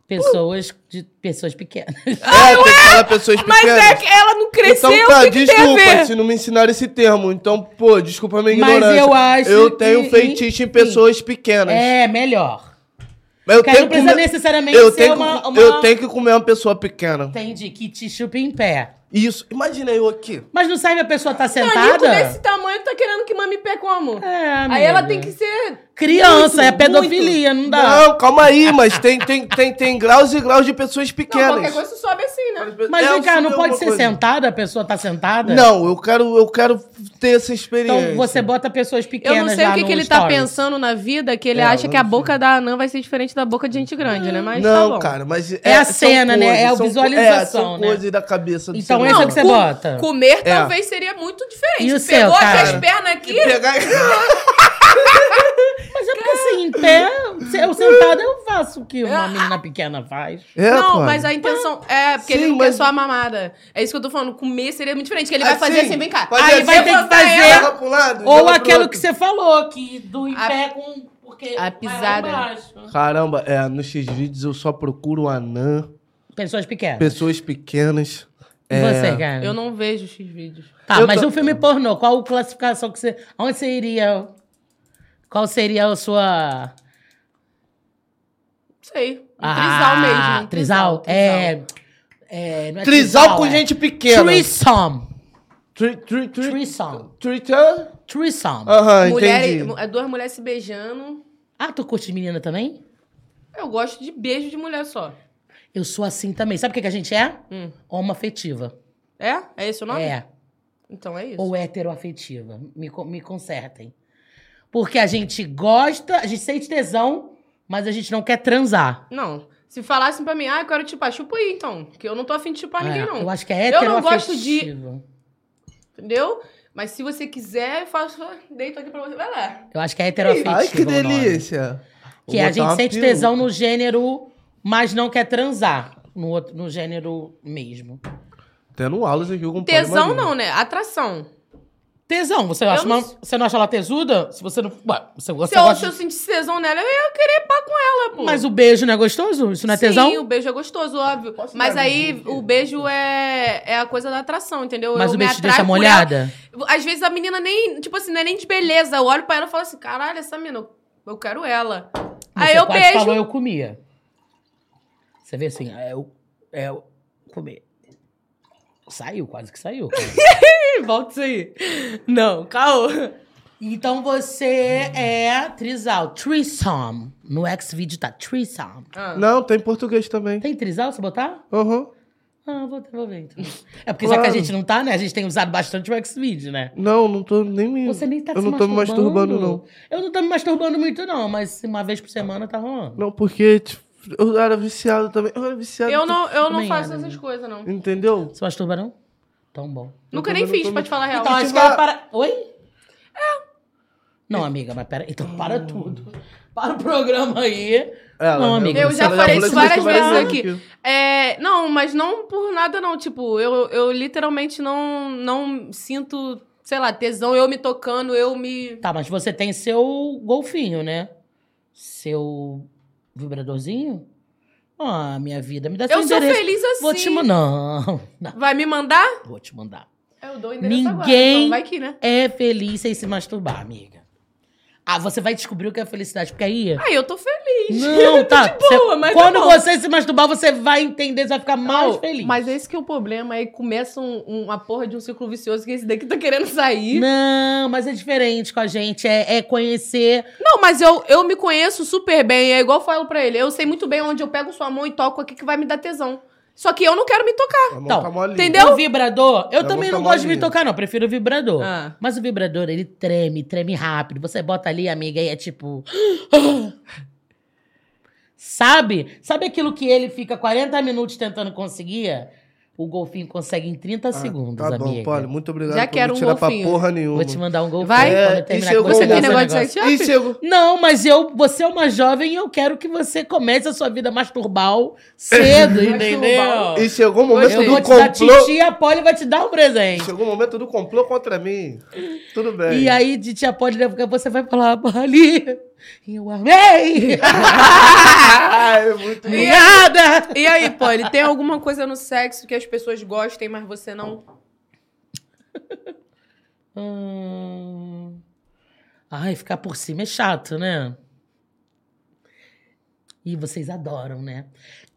S1: Pessoas de pessoas pequenas. Ah,
S3: É, tem que falar pessoas
S2: Mas
S3: pequenas.
S2: é que ela não cresceu.
S3: Então tá,
S2: o que que tem a
S3: desculpa
S2: ver?
S3: se não me ensinaram esse termo. Então, pô, desculpa a minha
S1: Mas
S3: ignorância.
S1: eu acho
S3: Eu tenho
S1: que-
S3: feitiço em
S1: enfim.
S3: pessoas pequenas.
S1: É, melhor.
S3: Mas eu
S1: Porque não
S3: tenho que
S1: precisa
S3: comer...
S1: necessariamente
S3: Eu
S1: ser
S3: tenho, que-
S1: uma, uma...
S3: eu tenho que comer uma pessoa pequena.
S1: Entendi, que te chupa em pé.
S3: Isso. Imagina eu aqui.
S1: Mas não serve a pessoa estar
S2: Tonico
S1: sentada?
S2: desse tamanho tá querendo que mame em pé como?
S1: É,
S2: Aí ela
S1: amiga.
S2: tem que ser.
S1: Criança,
S2: muito,
S1: é pedofilia, não dá.
S3: Não, calma aí, mas tem, tem, tem, tem graus e graus de pessoas
S2: Não,
S3: pequenas.
S2: qualquer coisa sobe assim, né?
S1: Mas
S3: É,
S1: vem cá,
S3: isso
S1: não
S3: é
S1: pode
S3: uma
S1: ser
S3: coisa.
S1: sentada? A pessoa tá sentada?
S3: Não, eu quero, eu quero ter essa experiência.
S1: Então você bota pessoas
S2: Eu
S1: pequenas
S2: não sei o
S1: lá
S2: que,
S1: no
S2: que ele tá
S1: stories.
S2: pensando na vida, que ele
S3: É,
S2: acha
S3: eu
S2: que a
S3: não
S2: boca da anã vai ser diferente da boca de gente grande, né? Mas
S3: não,
S2: tá bom.
S3: cara, mas é,
S1: a
S3: são
S1: cena, né? É a
S3: são co-
S1: visualização,
S3: é, são
S1: né?
S3: coisas da cabeça do
S1: Então
S3: ser
S1: essa
S3: humano.
S1: que você bota.
S2: Comer
S3: É.
S2: talvez seria muito diferente.
S1: E o
S2: Pegou
S1: seu,
S2: aqui
S1: cara?
S2: as pernas aqui.
S3: E pegar-
S1: Mas é porque assim, em pé, se eu sentada, eu faço o
S2: É.
S1: que uma menina pequena faz.
S3: É,
S2: não,
S3: cara.
S2: mas a intenção.
S1: Ah.
S2: É, porque ele
S3: Sim,
S2: não quer
S3: mas-
S2: só a mamada. É isso que eu tô falando. Comer seria muito diferente. Que ele vai
S3: Assim,
S2: fazer assim, vem cá.
S3: fazer
S2: Aí
S3: assim,
S2: vai
S1: tem que
S2: botar
S1: fazer-
S2: ela.
S3: Joga pra um lado, joga
S1: Ou
S3: pro
S1: aquilo
S3: outro.
S1: que você falou, que do em
S2: A-
S1: pé com... Porque vai lá
S2: a pisada.
S1: embaixo.
S3: Caramba, é, nos X-Vídeos eu só procuro anã,
S1: Pessoas pequenas.
S3: pessoas pequenas.
S1: E
S3: É,
S1: Você, cara.
S2: Eu não vejo X-vídeos.
S1: Tá,
S3: Eu
S1: mas
S3: tô-
S1: um filme pornô, qual classificação que você. Onde você iria? Qual seria a sua.
S2: Não sei. Um trisal mesmo. Um
S1: Ah, Trisal? É. é não é
S3: Trisal com gente
S1: é.
S3: pequena.
S1: Threesome.
S3: Tri- tri- tri-
S1: Threesome.
S3: Twitter?
S1: Threesome.
S3: Aham,
S2: Mulheres,
S3: Ah, entendi.
S2: mu- é, duas mulheres se beijando.
S1: Ah, tu curte menina também?
S2: Eu gosto de beijo de mulher só.
S1: Eu sou assim também. Sabe o que, que a gente é?
S2: Hum.
S1: Homo afetiva.
S2: É? É esse o nome?
S1: É.
S2: Então é isso.
S1: Ou heteroafetiva. Me, co- me consertem. Porque a gente gosta, a gente sente tesão, mas a gente não quer transar.
S2: Não. Se falassem pra mim, ah, eu quero chupar, chupa aí então. Que eu não tô afim de chupar ninguém,
S1: É,
S2: não.
S1: Eu acho que é
S2: Eu não gosto de-
S1: heteroafetiva.
S2: Entendeu? Mas se você quiser, eu faço, "Ah, deito aqui pra você. Vai lá.
S1: Eu acho que é heteroafetiva.
S3: Ai, que
S1: o nome.
S3: delícia. Vou
S1: Que é a
S3: botar
S1: gente
S3: uma
S1: sente
S3: peruca.
S1: tesão no gênero, mas não quer transar no, outro, no gênero mesmo.
S3: Tendo aulas aqui com o Paulo
S2: Tesão
S3: Marinho.
S2: não, né? Atração.
S1: Tesão, você, acha
S2: não
S1: uma- você não acha ela tesuda? Se você não. Ué, você
S2: Se
S1: gosta,
S2: eu, se
S1: gosta-
S2: eu sentisse tesão nela, eu ia querer pá com ela, pô.
S1: Mas o beijo não é gostoso? Isso não é
S2: Sim,
S1: tesão? um
S2: o beijo é gostoso, óbvio.
S3: Posso
S2: Mas
S3: dar
S2: aí
S3: beijo?
S2: o beijo é, é a coisa da atração, entendeu?
S1: Mas
S2: Eu
S1: o
S2: me
S1: beijo te
S2: atraio
S1: deixa
S2: por
S1: molhada?
S2: ela. Às vezes a menina nem, tipo assim, não é nem de beleza. Eu olho pra ela e falo assim, caralho, essa menina, eu quero ela. aí
S1: Você
S2: eu
S1: quase
S2: beijo.
S1: falou, eu comia. Você vê assim, é eu. É eu comer. Saiu, quase que saiu.
S2: Ih, Volta isso aí. Não, calma.
S1: então você é trisal. Threesome. No X-Video tá threesome.
S2: Ah.
S3: Não, tem português também.
S1: Tem trisal, se botar?
S3: Uhum.
S1: Ah, vou, vou ver então. É porque já
S3: Claro.
S1: que a gente não tá, né? A gente tem usado bastante o X-Video, né?
S3: Não, não tô nem
S2: Hum,
S3: me.
S1: Você nem tá
S3: Eu
S1: se
S3: não tô me masturbando, não.
S1: Eu não tô me masturbando muito, não, mas uma vez por semana tá rolando.
S3: Não, porque tipo, eu era viciado também. Eu era viciado.
S2: Eu não, eu não
S1: Também né?
S2: faço
S1: era,
S2: essas coisas, não.
S3: Entendeu?
S1: Você masturba, não? Tão bom.
S2: Nunca
S3: também
S2: nem
S3: não
S2: fiz,
S3: tô-
S2: pra te falar a real.
S1: Então, acho
S3: tipo,
S1: que ela
S3: a-
S1: para. Oi? É. Não, amiga, mas pera.
S2: Hum.
S1: Então, para tudo. Para o programa aí.
S3: Ela,
S1: não, amiga.
S2: Eu
S1: você
S2: já
S1: não-
S2: falei isso
S3: falou
S2: várias
S1: várias
S2: vezes aqui. É, não, mas não por nada, não. Tipo, eu, eu literalmente não, não sinto, sei lá, tesão. Eu me tocando, eu me.
S1: Tá, mas você tem seu golfinho, né? Seu vibradorzinho? Ah, minha vida, me dá seu
S2: Eu sou
S1: endereço.
S2: feliz assim.
S1: Vou te mandar. Não, não,
S2: Vai me mandar?
S1: vou te mandar.
S2: É, Eu dou o endereço agora.
S1: Ninguém-
S2: Então vai que, né?
S1: É feliz sem se masturbar, amiga. Ah, você vai descobrir o que é felicidade, porque aí.
S2: Aí eu tô
S1: É
S2: feliz.
S1: Não, tá. cê-
S2: boa, mas tá
S1: quando
S2: bom.
S1: você se masturbar, você vai entender, você vai ficar mais
S2: Não,
S1: feliz.
S2: Mas esse que é o problema. Aí começa um- um- uma porra de um ciclo vicioso que esse daqui tá querendo
S1: Né?
S2: sair. Não,
S1: Não, mas é diferente com a gente. É, é conhecer.
S2: mas eu, eu me conheço super bem. É igual eu falo pra ele. Eu sei muito bem onde eu pego sua mão e toco aqui que vai me dar tesão. Só que eu não quero me tocar.
S3: Ah, tá
S1: Então,
S2: entendeu?
S1: O vibrador, eu
S3: Dá
S1: também
S3: É muita
S1: não gosto de me
S3: molinha.
S1: tocar, não. Eu Prefiro o vibrador.
S2: Ah.
S1: Mas o vibrador, ele treme, treme rápido. Você bota ali, amiga, e é tipo. Sabe? Sabe aquilo que ele fica 40 minutos tentando conseguir? O golfinho consegue em 30 segundos,
S3: Tá
S1: amiga.
S3: bom, Polly, muito obrigado
S2: Já
S3: por
S2: quero
S3: me
S2: um
S3: tirar
S2: golfinho.
S3: pra porra nenhuma.
S1: Vou te mandar um golfinho
S2: Vai.
S1: quando
S3: É,
S1: eu terminar
S3: isso eu
S1: com
S3: vou
S2: Você tem
S1: esse
S2: negócio de
S1: negócio. assim.
S2: sex shop?
S3: Isso, eu...
S1: Não, mas eu, você é uma jovem e eu quero que você comece a sua vida masturbal cedo, entendeu?
S2: Masturbal.
S3: E chegou o momento
S1: Eu
S2: Gostei.
S1: vou
S3: do
S1: te dar
S3: complô.
S1: titi e a Polly vai te dar um presente.
S3: Chegou o momento do complô contra mim. Tudo bem.
S1: E aí, de tia Polly, né, porque você vai falar, Polly, eu amei!
S3: Ai, Ah, é muito bom.
S1: Obrigada!
S2: E aí, Polly, tem alguma coisa no sexo que as pessoas gostem, mas você não?
S1: Hum. Ai, ficar por cima é chato, né? E vocês adoram, né?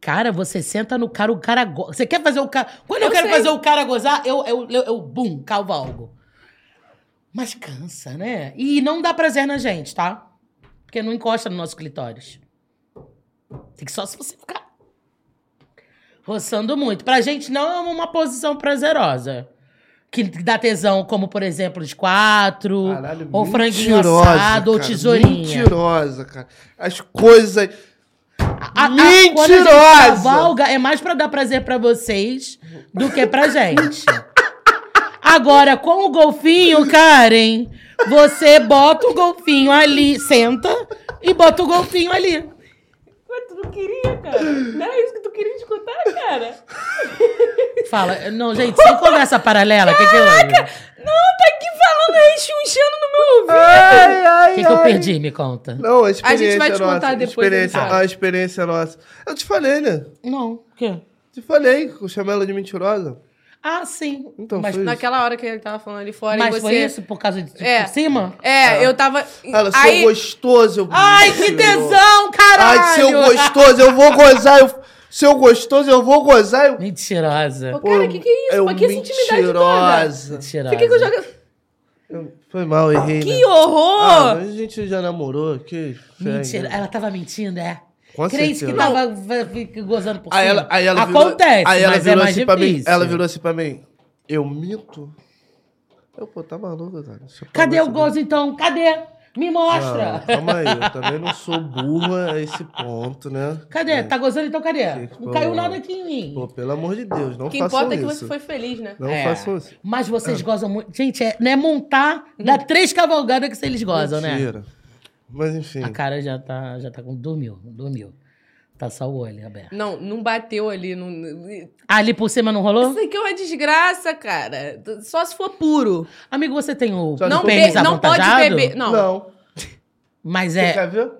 S1: Cara, você senta no cara, o cara goza. Você quer fazer o cara. Quando eu,
S2: Eu
S1: quero
S2: sei.
S1: fazer o cara gozar, eu, eu, eu, eu bum, cavalgo. Mas cansa, né? E não dá prazer na gente, tá? Porque não encosta no nosso clitóris. Tem que só se você ficar roçando muito. Pra gente não é uma posição prazerosa. Que dá tesão, como, por exemplo, de quatro.
S3: Caralho,
S1: ou franguinho
S3: mentirosa,
S1: assado, ou
S3: cara,
S1: tesourinha.
S3: Mentirosa, cara. As coisas.
S1: A- a- quando a gente
S3: Ah, Mentirosa!
S1: cavalga, é mais pra dar prazer pra vocês do que pra gente. Agora, com o golfinho, Karen, você bota o golfinho ali, senta e bota o golfinho ali.
S2: Ué, tu não queria, cara? Não era isso que tu queria escutar, cara?
S1: Fala, não, gente, sem conversa paralela, o que, que eu
S2: Não, tá aqui falando aí, chunchando no meu ouvido.
S3: Ai, ai,
S1: que, que eu
S3: ai.
S1: perdi? Me conta.
S3: Não, a experiência
S2: vai te
S3: nossa,
S2: contar
S3: a
S2: depois,
S3: Experiência,
S2: ele sabe.
S3: a experiência nossa. Eu te falei, né?
S1: Não, o quê?
S3: Te falei que eu chamei ela de mentirosa.
S1: Ah, sim.
S3: Então,
S1: mas
S3: foi
S2: Naquela hora que ele tava falando ali fora
S1: mas
S2: e você.
S1: foi isso por causa de, de
S2: É.
S1: por cima?
S2: É, eu tava.
S3: Ela, seu
S2: aí...
S3: gostoso. Eu...
S1: Ai, que tesão, caralho!
S3: Ai, seu gostoso, eu vou gozar. Eu... Seu gostoso, eu vou gozar. Eu...
S1: Mentirosa.
S2: Pô, cara, que que é isso?
S3: eu
S2: Pra que essa intimidade toda?
S3: um mentirosa.
S1: Mentirosa.
S2: Por que, que eu jogo.
S3: Eu- Foi mal, errei. né?
S2: Que
S3: Ah,
S2: horror!
S3: mas a gente já namorou, que
S1: Mentira.
S3: feio.
S1: Ela tava mentindo, é?
S3: Com
S1: Crente
S3: certeza.
S1: que tava v- v- gozando por
S3: Aí
S1: cima.
S3: ela, aí ela virou-
S1: Acontece,
S3: aí ela
S1: mas
S3: virou
S1: é mais
S3: assim pra mim.
S1: difícil.
S3: Ela virou assim pra mim. Eu minto? Eu, pô, tá maluco, cara. Deixa eu
S1: Cadê
S3: falar
S1: o
S3: isso
S1: gozo, então? Cadê? Me
S3: aqui.
S1: mostra.
S3: Ah, calma aí, eu também não sou burra a esse ponto, né?
S1: Cadê? Tá gozando, então cadê?
S3: Gente,
S1: Não caiu
S3: pô.
S1: nada aqui em mim.
S3: Pô, pelo amor de Deus, não
S2: O que
S3: façam
S2: importa é que
S3: isso.
S2: você foi feliz, né?
S3: Não
S1: É.
S3: façam isso.
S1: Mas vocês
S3: Ah.
S1: gozam muito. Gente, é, não é montar, dá
S3: Hum.
S1: três cavalgadas que vocês gozam, né?
S3: Mentira. Mas enfim.
S1: A cara já tá, já tá com. Dormiu, dormiu. Tá só o olho aberto.
S2: Não, não bateu ali. Não... Isso
S1: Ali por cima não rolou?
S2: aqui é uma desgraça, cara. Só se for puro.
S1: Amigo, você tem o
S3: Só se
S2: Não,
S3: for
S1: pênis
S2: be- não pode
S1: avantajado?
S2: beber. Não.
S3: Não.
S1: Mas
S3: Você
S1: é...
S3: quer ver?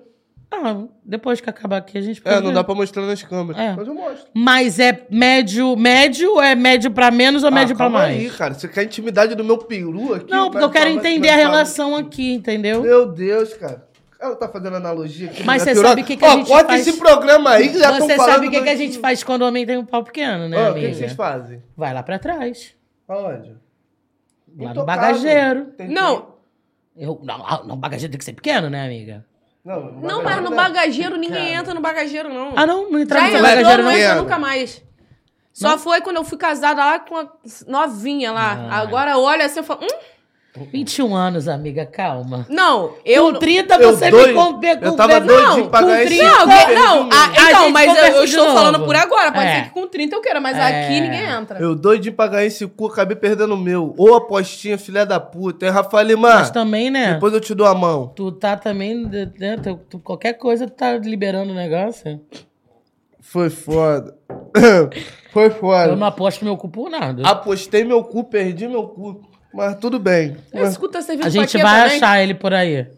S1: Ah, depois que acabar aqui, a gente pode
S3: É, não
S1: ver.
S3: dá pra mostrar nas câmeras.
S1: É.
S3: Mas eu mostro.
S1: Mas é médio... Médio é médio pra menos ou
S3: Ah,
S1: médio pra
S3: calma
S1: mais?
S3: aí, cara. Você quer a intimidade do meu peru aqui?
S1: Não, porque eu quero entender a relação aqui, entendeu?
S3: Meu Deus, cara. Ela tá fazendo analogia aqui.
S1: Mas você
S3: né, piroca?
S1: sabe o que que a
S3: Ó,
S1: gente
S3: corta
S1: faz?
S3: esse programa aí que já estão
S1: Você
S3: falando...
S1: sabe o que, é
S3: do-
S1: que a gente faz quando o homem tem um pau pequeno, né,
S3: Ó, o que,
S1: amiga?
S3: que vocês fazem?
S1: Vai lá pra trás.
S3: Aonde?
S1: Lá no
S3: Intocável.
S1: bagageiro.
S3: Tem-
S2: Não,
S1: Eu, não, ah, não, bagageiro tem que ser pequeno, né, amiga?
S3: Não,
S2: não, mas no bagageiro ninguém entra no bagageiro, não.
S1: Ah, não? Não entra
S2: Já
S1: no seu
S2: entrou,
S1: bagageiro,
S2: não
S1: não?
S2: entra
S3: não? é?
S2: nunca mais. Só foi quando eu fui casada lá com a novinha lá.
S1: Ah.
S2: Agora olha assim e fala. Hum?
S1: 21 anos, amiga, calma.
S2: Não, eu.
S1: com 30
S3: eu
S1: você me
S3: doido-
S1: compre,
S3: eu tava doidinho pra
S1: com
S3: ganhar esse-
S1: 30,
S2: Não, alguém- não,
S3: Perdi
S2: a-
S1: mesmo. A
S2: então,
S1: gente
S2: mas eu,
S1: conversa
S2: eu
S1: de
S2: estou
S1: novo.
S2: falando por agora. Pode
S1: É.
S2: ser que com 30 eu queira, mas
S1: É.
S2: aqui ninguém entra.
S3: Eu doido de pagar esse cu, acabei perdendo o meu. Ô, apostinha, filha da puta. Hein, Rafael Lima?
S1: Mas também, né?
S3: Ah, Depois eu te dou a mão.
S1: Tu tá também... né, tu- tu- qualquer coisa tu tá liberando o negócio.
S3: Foi foda. Foi foda.
S1: Eu não aposto meu cu por nada.
S3: Apostei meu cu, perdi meu cu. Mas tudo bem.
S2: Eu escuta serviço
S1: A gente
S2: pra quê
S1: vai
S2: é também?
S1: achar ele por aí.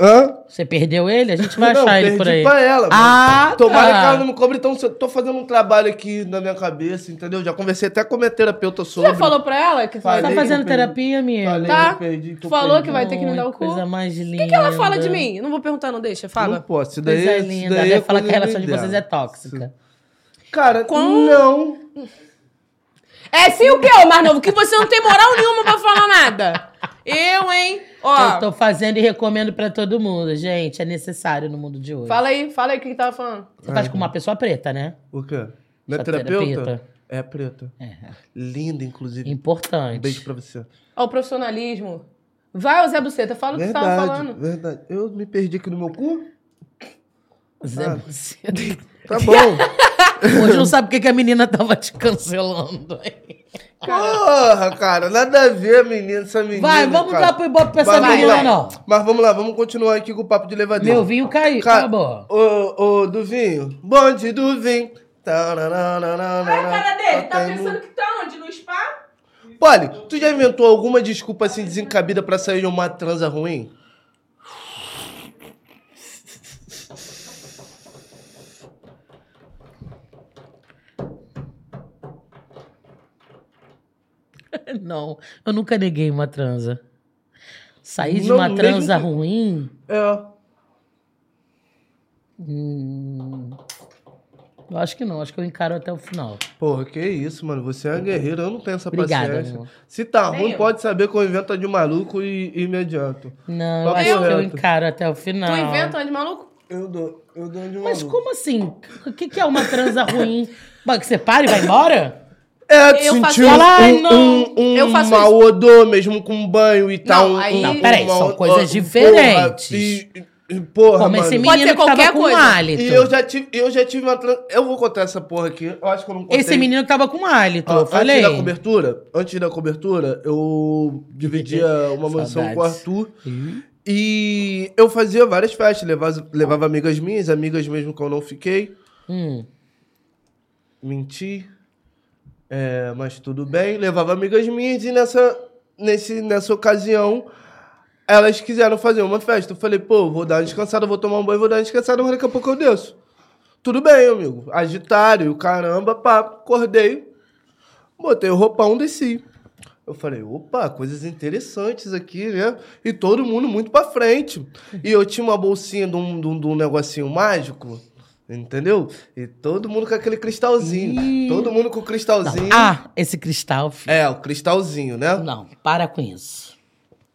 S3: Hã?
S1: Você perdeu ele? A gente vai
S3: não,
S1: achar ele
S3: perdi
S1: por aí.
S3: pra ela.
S1: Ah,
S3: mano. Tomara
S1: tá.
S3: que ela não me cobre, então se eu tô fazendo um trabalho aqui na minha cabeça, entendeu? Já conversei até com minha terapeuta sobre.
S2: Já falou pra ela que
S1: Você
S3: Falei.
S1: tá
S3: que
S1: fazendo
S3: eu perdi.
S1: terapia, amiga?
S3: Falei,
S2: Tá.
S3: eu perdi, que eu
S2: Falou
S3: perdi.
S2: que vai ter que me dar o cu?
S1: Coisa mais linda.
S2: O que ela fala de mim? Não vou perguntar, não deixa,
S3: Não
S2: fala.
S3: posso, isso daí,
S1: Coisa
S3: isso
S1: linda.
S3: daí
S1: Ela
S3: é
S1: fala que
S3: coisa
S1: a relação de
S3: dela.
S1: vocês é tóxica.
S3: Cara,
S2: Com-
S3: não.
S2: É sim o quê, ô mais novo? Que você não tem moral nenhuma pra falar nada. Eu, hein? Ó,
S1: Eu tô fazendo e recomendo pra todo mundo, gente. É necessário no mundo de hoje.
S2: fala aí, fala aí o que que tava falando.
S1: Você tá com uma pessoa preta, né?
S3: O quê? Não é
S1: Sua
S3: terapeuta?
S1: terapeuta?
S3: É preta.
S1: É.
S3: Linda, inclusive. Um
S1: Importante.
S3: beijo pra você.
S2: Ó, o profissionalismo. Vai, ô Zé Buceta, fala o que você tava
S3: Verdade,
S2: falando.
S3: verdade. Eu me perdi aqui no meu cu?
S1: Zé
S3: Ah.
S1: Buceta.
S3: Tá bom.
S1: é Hoje não sabe porque que a menina tava te cancelando.
S3: Porra, cara, nada a ver, menina, essa menina.
S1: Vai, vamos
S3: né, cara.
S1: dar pro Ibope pra essa
S3: Mas vamos
S1: menina,
S3: lá.
S1: não.
S3: Mas vamos lá, vamos continuar aqui com o papo de levadeiro.
S1: Meu vinho caiu,
S3: Cara,
S1: acabou.
S3: Ô, ô, Duvinho, bonde Duvinho. Olha
S2: que tá onde? No spa?
S3: Poli, tu já inventou alguma desculpa assim desencabida pra sair de uma transa ruim?
S1: Não, eu nunca neguei uma transa. Sair de
S3: Não,
S1: uma
S3: mesmo
S1: transa
S3: que-
S1: ruim.
S3: É.
S1: Hum, eu acho que não, acho que eu encaro até o final.
S3: Porra, que isso, mano. Você é uma guerreira, eu não tenho essa
S1: Obrigada,
S3: paciência.
S1: amor.
S3: Se tá
S2: Nem
S3: ruim,
S2: eu.
S3: pode saber que eu invento de maluco e, e me adianto.
S1: Não, eu
S3: Papo
S1: acho que eu
S3: reto.
S1: encaro até o final.
S2: Tu inventa um onde, maluco?
S3: Eu dou, eu dou de maluco.
S1: Mas como assim? O que, que é uma transa ruim? Bom, que você para e vai embora?
S3: É, tu
S2: Eu faço
S3: sentiu
S1: isso.
S3: um,
S1: Ai,
S3: um,
S1: não.
S3: um, um
S2: Eu faço
S3: mau odor mesmo com banho e tal. um-
S2: aí-
S3: um-
S2: Não,
S1: peraí,
S3: um
S1: são
S3: mau-
S1: coisas
S3: ó,
S1: diferentes.
S3: Porra, e- e- porra
S1: Como
S3: mano.
S1: esse
S2: Pode
S1: menino
S2: ser
S1: que tava
S2: qualquer
S1: com
S2: coisa.
S1: hálito.
S3: E eu já tive, eu já tive uma tran... Eu vou contar essa porra aqui. Eu acho que eu não contei.
S1: Esse menino que tava com hálito,
S3: Ah,
S1: eu falei.
S3: Antes da cobertura, antes da cobertura, eu dividia uma mansão com o
S1: Saudades.
S3: Arthur.
S1: Ih,
S3: E eu fazia várias festas, levava, levava amigas minhas, amigas mesmo que eu não fiquei.
S1: hum.
S3: Menti. É, mas tudo bem, levava amigas minhas e nessa, nesse, nessa ocasião elas quiseram fazer uma festa. Eu falei, pô, vou dar uma descansada, vou tomar um banho, vou dar uma descansada, mas daqui a pouco eu desço. Tudo bem, amigo. Agitário, caramba, pá, acordei, botei o roupão, desci. Eu falei, opa, coisas interessantes aqui, né? E todo mundo muito pra frente. E eu tinha uma bolsinha de um, de um- de um negocinho mágico, entendeu? E todo mundo com aquele cristalzinho.
S1: Ih.
S3: Todo mundo com o
S1: Não.
S3: cristalzinho.
S1: Ah, esse cristal, filho.
S3: É, o cristalzinho, né?
S1: Não, para com isso.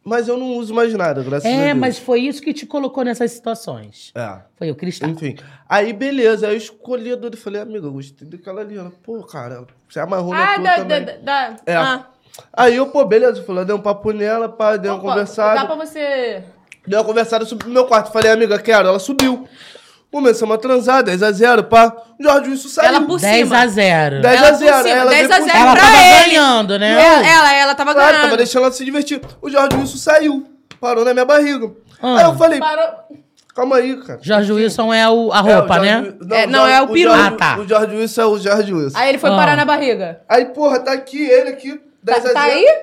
S3: Mas eu não uso mais nada, graças a Deus.
S1: É, mas foi isso que te colocou nessas situações.
S3: É.
S1: Foi o cristal.
S3: Enfim. Aí, beleza. Aí eu escolhi a Duda e falei, amiga, eu gostei daquela ali. Ela, pô, cara, você amarrou na
S2: Ah,
S3: tua
S2: da, da,
S3: também.
S2: da, da-
S3: É.
S2: Ah.
S3: Aí eu, pô, beleza. Falei, dei um papo nela, pá, dei uma
S2: Opa, um Dá
S3: conversada.
S2: pra você...
S3: Dei uma conversada, subi pro meu quarto. Falei, amiga, quero. Ela subiu. Começamos a transar, 10 a 0 pá. Jorge Wilson saiu.
S2: Ela por
S1: 10
S2: cima.
S1: a 0.
S3: 10
S2: Ela
S3: a
S2: por
S3: 0
S2: cima,
S3: É Ela
S2: 10 a
S3: veio por
S2: 0
S1: Ela
S2: pra
S1: tava
S2: ele. é
S1: ganhando, né?
S2: Ela, ela, ela tava
S3: Claro,
S2: ganhando.
S3: tava deixando ela se divertir. O Jorge Wilson saiu. Parou na minha barriga.
S1: Ah.
S3: Aí eu falei,
S2: Parou...
S3: Calma aí, cara.
S1: Jorge Wilson é o, a roupa,
S3: o Jorge
S1: né?
S3: Wi-
S2: É, não, é o
S3: Jorge-
S2: peru.
S1: Ah, tá.
S3: O Jorge Wilson é o Jorge Wilson.
S2: Aí ele foi
S1: Ah.
S2: parar na barriga.
S3: Aí, porra, tá aqui, ele aqui. 10
S2: Tá,
S3: a
S2: tá
S3: 0.
S2: aí?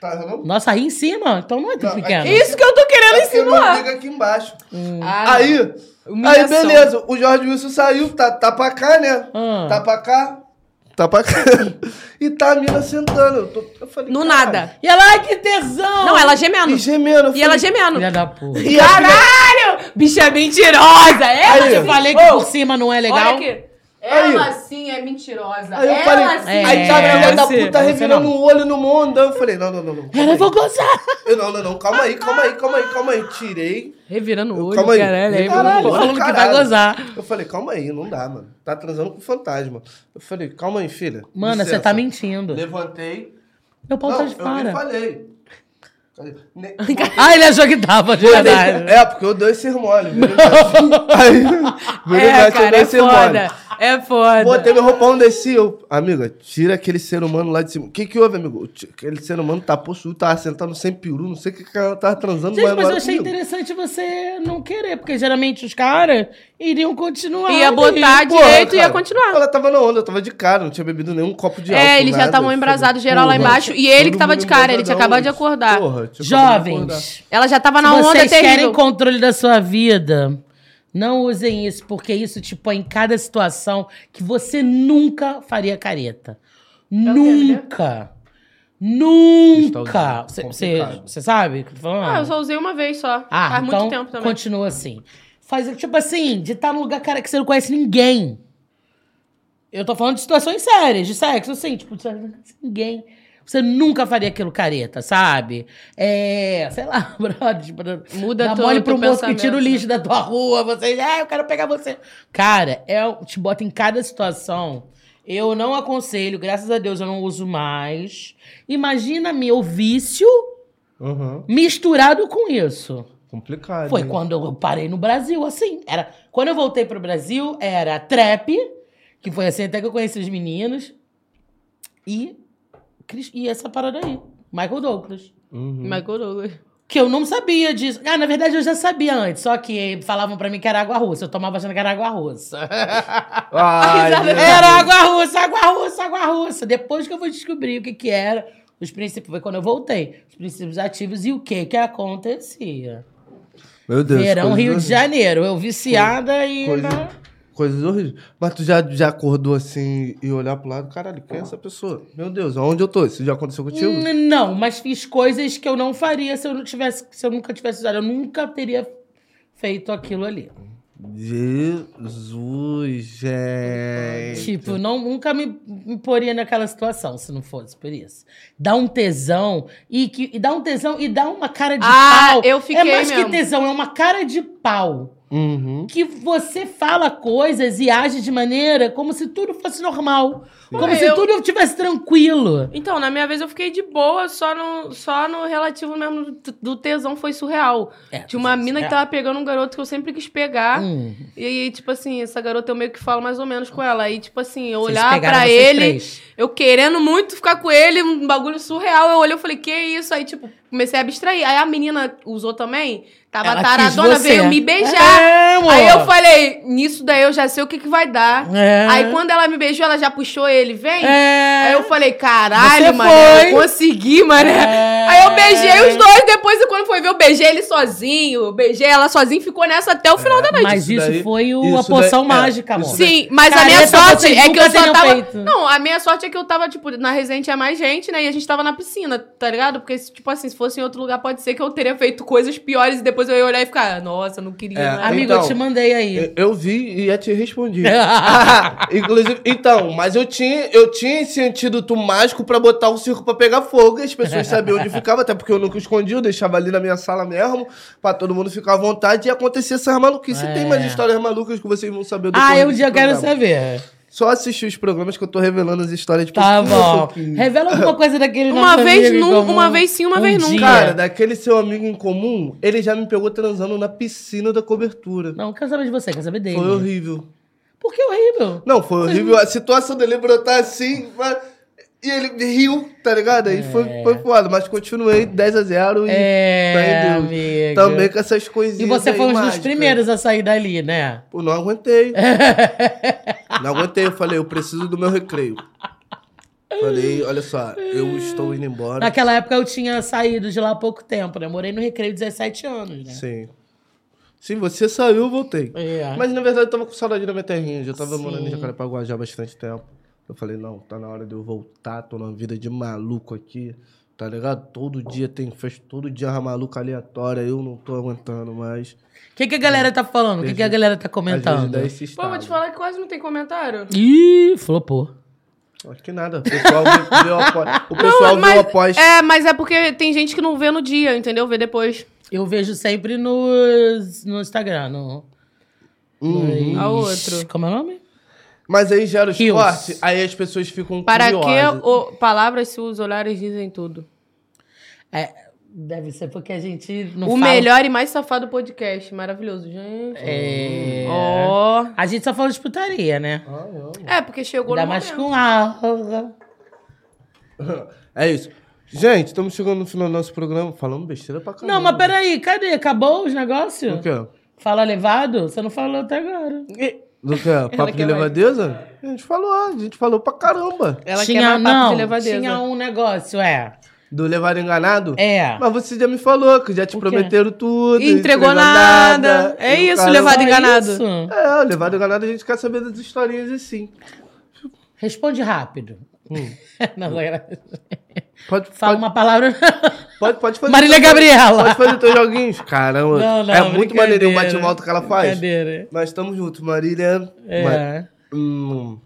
S3: Tá, não?
S1: Nossa, aí em cima? Então É, não é tão
S3: Não,
S1: pequeno.
S2: Isso que eu tô querendo
S3: Aqui, mas
S2: insinuar.
S3: liga aqui embaixo.
S2: Ah,
S3: Aí, aí,
S2: humilhação.
S3: beleza. O Jorge Wilson saiu, tá, tá pra cá, né?
S1: Ah.
S3: Tá pra cá. Tá pra cá. e tá a mina sentando. Eu, tô- eu falei,
S2: No
S3: "Caralho."
S2: nada.
S1: E ela, ai, que tesão!
S2: Não, ela tá gemendo.
S3: E gemendo. eu
S2: E ela
S3: falei,
S2: gemendo.
S1: Filha da porra.
S3: E a mina-
S2: Caralho! Bicha mentirosa! Ela
S3: Aí,
S2: sim-
S1: Eu falei que
S2: Ô,
S1: por cima não é legal.
S2: Olha aqui. Ela
S3: Aí.
S2: sim é mentirosa.
S3: Aí eu
S2: ela
S3: falei,
S2: sim.
S1: É,
S3: aí tá a filha da
S1: você-
S3: puta
S1: você
S3: revirando
S1: não.
S3: o olho no mondão. Eu falei, não, não, não, não. calma
S1: Ela, eu
S3: aí.
S1: vou gozar.
S3: Eu, não, não, não, calma aí, calma aí, calma aí, calma aí. Tirei.
S2: Revirando o olho,
S3: Calma aí.
S2: caralho. aí,
S3: Caralho,
S2: mano.
S1: falando que vai
S3: caralho.
S1: gozar.
S3: Eu falei, calma aí, não dá, mano. Tá transando com fantasma. Eu falei, calma aí, filha.
S1: Mano, você
S3: Licença.
S1: tá mentindo.
S3: Levantei.
S1: Meu pau tá
S3: não,
S1: de
S3: eu nem
S1: fora.
S3: falei. Falei, ne-
S1: Ah, ele achou que tava, de verdade.
S3: É, porque eu dei esse mole. Virei mate- Aí, virei
S2: É,
S3: mate, eu
S2: cara,
S3: dei
S2: é
S3: esse mole.
S2: foda. É foda.
S3: Botei meu roupão, desci. Eu... Amiga, tira aquele ser humano lá de cima. O que que houve, amigo? Ti- Aquele ser humano tá possuído, tava sentado sem peru, não sei o que que ela tava transando.
S1: Gente, mas
S3: não era
S1: eu achei
S3: comigo.
S1: interessante você não querer, porque geralmente os caras iriam continuar.
S2: Ia
S1: e-
S2: botar
S3: Porra,
S2: direito e ia
S3: cara,
S2: continuar.
S3: Ela tava na onda, eu tava de cara, não tinha bebido nenhum copo de álcool.
S2: É, eles já
S3: nada.
S2: estavam
S3: Eu
S2: embrasados
S3: falei,
S2: geral lá
S3: porra,
S2: embaixo. E ele que
S3: todo
S2: tava
S3: mundo
S2: de cara, ele tinha
S3: embrasadão,
S2: acabado de acordar.
S3: Porra, tinha acabado de acordar.
S1: Jovens,
S2: Ela já tava
S1: se
S2: na onda
S1: vocês querem
S2: é terrível.
S1: controle da sua vida, não usem isso, porque isso te põe em cada situação que você nunca faria
S3: Tá
S1: careta.
S3: né?
S1: Nunca. Nunca.
S3: Cristalzinho,
S1: Você- Você
S3: tá complicado.
S1: você sabe o que eu tô falando?
S2: Ah, eu só usei uma vez só.
S1: Ah,
S2: Faz
S1: então
S2: muito tempo também.
S1: continua assim. Faz, tipo assim, de estar num lugar cara, que você não conhece ninguém. Eu tô falando de situações sérias, de sexo, assim, tipo, você não conhece ninguém. Você nunca faria aquilo careta, sabe? É, sei lá, brother, tipo,
S2: Muda
S1: dá
S2: teu-
S1: mole
S2: teu
S1: pro moço que
S2: pensamento,
S1: tira o
S2: né?
S1: lixo da tua rua, você, ah, eu quero pegar você. Cara, é, te bota em cada situação. Eu não aconselho, graças a Deus eu não uso mais. Imagina meu vício
S3: Aham,
S1: misturado com isso.
S3: Uhum. complicado.
S1: Foi
S3: né?
S1: quando eu parei no Brasil, assim. Era, quando eu voltei pro Brasil, era trap, que foi assim até que eu conheci os meninos, e, Chris- e essa parada aí, Michael Douglas.
S3: Uhum.
S2: Michael Douglas.
S1: Que eu não sabia disso. Ah, na verdade eu já sabia antes, só que falavam pra mim que era água russa. Eu tomava achando que era água russa.
S3: Ai,
S2: risada
S3: meu
S1: Era água russa, água russa, água russa. Depois que eu fui descobrir o que que era, os princípios, foi quando eu voltei. Os princípios ativos e o que que acontecia.
S3: Meu Deus.
S1: Verão,
S3: coisas
S1: Rio de
S3: horríveis.
S1: Janeiro. Eu viciada e...
S3: Coisa-
S1: na-
S3: Coisas horríveis. Mas tu já, já acordou assim e olhar pro lado, caralho, quem é essa pessoa? Meu Deus, aonde eu tô? Isso já aconteceu contigo?
S1: Hum, Não, mas fiz coisas que eu não faria se eu não tivesse, se eu nunca tivesse usado. Eu nunca teria feito aquilo ali.
S3: Jesus, gente.
S1: Tipo, não, nunca me, me poria naquela situação se não fosse por isso. Dá um tesão e que e dá um tesão e dá uma cara de
S2: Ah,
S1: pau.
S2: eu fiquei
S1: é mais que
S2: mesmo.
S1: tesão, é uma cara de pau.
S3: Uhum.
S1: Que você fala coisas e age de maneira como se tudo fosse normal. Como
S2: Ah,
S1: se
S2: eu-
S1: tudo estivesse tranquilo.
S2: Então, na minha vez eu fiquei de boa, só no, só no relativo mesmo do- do tesão foi surreal.
S1: É,
S2: Tinha uma mina que tava pegando um garoto que eu sempre quis pegar.
S1: Hum.
S2: E aí, tipo assim, essa garota eu meio que falo mais ou menos com ela. Aí, tipo assim, eu
S1: Vocês
S2: olhar
S1: pegaram
S2: pra
S1: vocês
S2: ele,
S1: três.
S2: eu querendo muito ficar com ele, um bagulho surreal. Eu olhei e falei, que isso? Aí, tipo, comecei a abstrair. Aí a menina usou também, tava
S1: Ela quis
S2: taradona,
S1: você.
S2: veio me beijar.
S1: É, amor.
S2: Aí eu falei, nisso daí eu já sei o que, que vai dar.
S1: É.
S2: Aí quando ela me beijou, ela já puxou ele, vem.
S1: É.
S2: Aí eu falei,
S1: Você
S2: caralho, mano,
S1: foi.
S2: eu consegui, mano.
S1: É.
S2: Aí eu beijei os dois, depois quando foi ver, eu beijei ele sozinho, eu beijei ela sozinho, ficou nessa até o final da noite.
S1: Mas
S3: Isso
S1: isso,
S3: daí-
S1: foi o, a
S3: isso daí-
S1: poção
S3: é,
S1: mágica, amor.
S3: isso daí-
S2: Sim, mas
S1: Careta,
S2: a minha sorte
S1: vocês
S2: é que eu
S1: nunca
S2: só
S1: teriam
S2: tava.
S1: feito.
S2: Não, a minha sorte é que eu tava, tipo, na resenha tinha mais gente, né? E a gente tava na piscina, tá ligado? Porque, tipo assim, se fosse em outro lugar, pode ser que eu teria feito coisas piores e depois eu ia olhar e ficar, "Ah, nossa, não queria.
S3: É.
S2: né?"
S1: Amigo, eu
S3: Então, É,
S1: te mandei aí.
S3: Eu, eu vi e já te respondi.
S1: Ah.
S3: Inclusive, então, mas eu tinha, eu tinha esse antídoto mágico pra botar o circo pra pegar fogo e as pessoas sabiam onde ficava, até porque eu nunca escondia, eu deixava ali na minha sala mesmo, pra todo mundo ficar à vontade e acontecer essas maluquices.
S1: É.
S3: Tem mais histórias malucas que vocês vão saber
S1: ah,
S3: decorrer
S1: eu um
S3: desse
S1: dia eu quero
S3: programa.
S1: saber.
S3: Só assistir os programas que eu tô revelando as histórias de
S1: Tá
S3: pouquinho a
S1: bom.
S3: um pouquinho.
S1: Revela alguma coisa daquele
S2: Uma
S1: nosso
S2: vez
S1: amigo em
S2: num-
S1: comum.
S2: uma vez sim, uma
S1: Um
S2: vez nunca.
S1: dia.
S3: Cara, daquele seu amigo em comum, ele já me pegou transando na piscina da cobertura.
S1: Não, quero saber de você, quero saber dele.
S3: Foi horrível.
S1: Por que horrível?
S3: Não, foi horrível. A situação dele brotar tá assim, mas E ele riu, tá ligado? Aí foi, foi foda, mas continuei 10 a 0 e
S1: É,
S3: Fé em Deus.
S1: amiga.
S3: também com essas coisinhas.
S1: E você
S3: aí
S1: foi um dos
S3: mágicas.
S1: primeiros a sair dali, né?
S3: Pô, não aguentei. não aguentei. Eu falei, eu preciso do meu recreio. Falei, olha só, eu estou indo embora.
S1: Naquela época eu tinha saído de lá há pouco tempo, né? Morei no Recreio 17 anos, né?
S3: Sim. Sim, você saiu, eu voltei.
S2: Ah.
S1: É.
S3: Mas na verdade eu tava com saudade da minha terrinha. Já tava
S1: Sim.
S3: morando em Jacarepaguá já há bastante tempo. Eu falei, não, tá na hora de eu voltar. Tô numa vida de maluco aqui. Tá ligado? Todo dia tem festa, todo dia é uma maluca aleatória. Eu não tô aguentando mais.
S1: O que, que a galera tá falando? O que, que a galera tá
S3: Às vezes
S1: comentando?
S3: dá esse
S2: Pô, vou te
S3: estado.
S2: falar que quase não tem comentário.
S1: Ih, flopou.
S3: Acho que nada. O pessoal viu- viu após. O pessoal viu após.
S2: É, mas é porque tem gente que não vê no dia, entendeu? Vê depois.
S1: Eu vejo sempre nos, no Instagram, no...
S3: Uhum.
S1: nos-
S2: A outro.
S1: Como é o nome?
S3: Mas aí gera os
S1: Rios.
S3: cortes, aí as pessoas ficam
S2: Para
S3: curiosas.
S2: que o- palavras se os olhares dizem tudo?
S1: É, deve ser porque a gente não
S2: o
S1: fala-
S2: melhor e mais safado podcast. Maravilhoso, gente.
S1: É...
S2: Ó.
S1: A gente só fala de putaria, né?
S3: Ah, eu amo.
S2: É, porque chegou
S1: Ainda
S2: no
S1: mais
S2: momento.
S1: com aula.
S3: É isso. Gente, estamos chegando no final do nosso programa. Falando besteira pra caramba.
S1: Não, mas peraí, cadê? Acabou os negócios?
S3: Do quê?
S1: Fala levado? Você não falou até agora.
S3: Do quê? Papo de
S2: quer mais.
S3: levadeza?
S1: É.
S3: A gente falou, ah, a gente falou pra caramba.
S2: Ela quer mais papo
S1: não,
S2: de levadeza.
S1: tinha um negócio, é.
S3: Do levar enganado?
S1: É.
S3: Mas você já me falou que já te prometeram tudo.
S2: E entregou nada. É
S3: E o
S2: isso, levado
S1: Só
S2: enganado.
S1: isso?
S3: É, o levado enganado a gente quer saber das historinhas assim.
S1: Responde rápido.
S3: Hum.
S1: Não, sacanagem.
S3: Pode,
S1: Fala
S3: pode,
S1: uma palavra.
S3: pode, pode fazer.
S1: Marília
S3: os teus-
S1: Gabriela.
S3: Pode fazer os teus joguinhos. Caramba.
S1: Não, não,
S3: é muito
S1: brincadeira.
S3: maneirinho o bate-volta que ela faz.
S1: Brincadeira.
S3: Nós estamos juntos, Marília. Ma-
S1: É.
S3: Hum.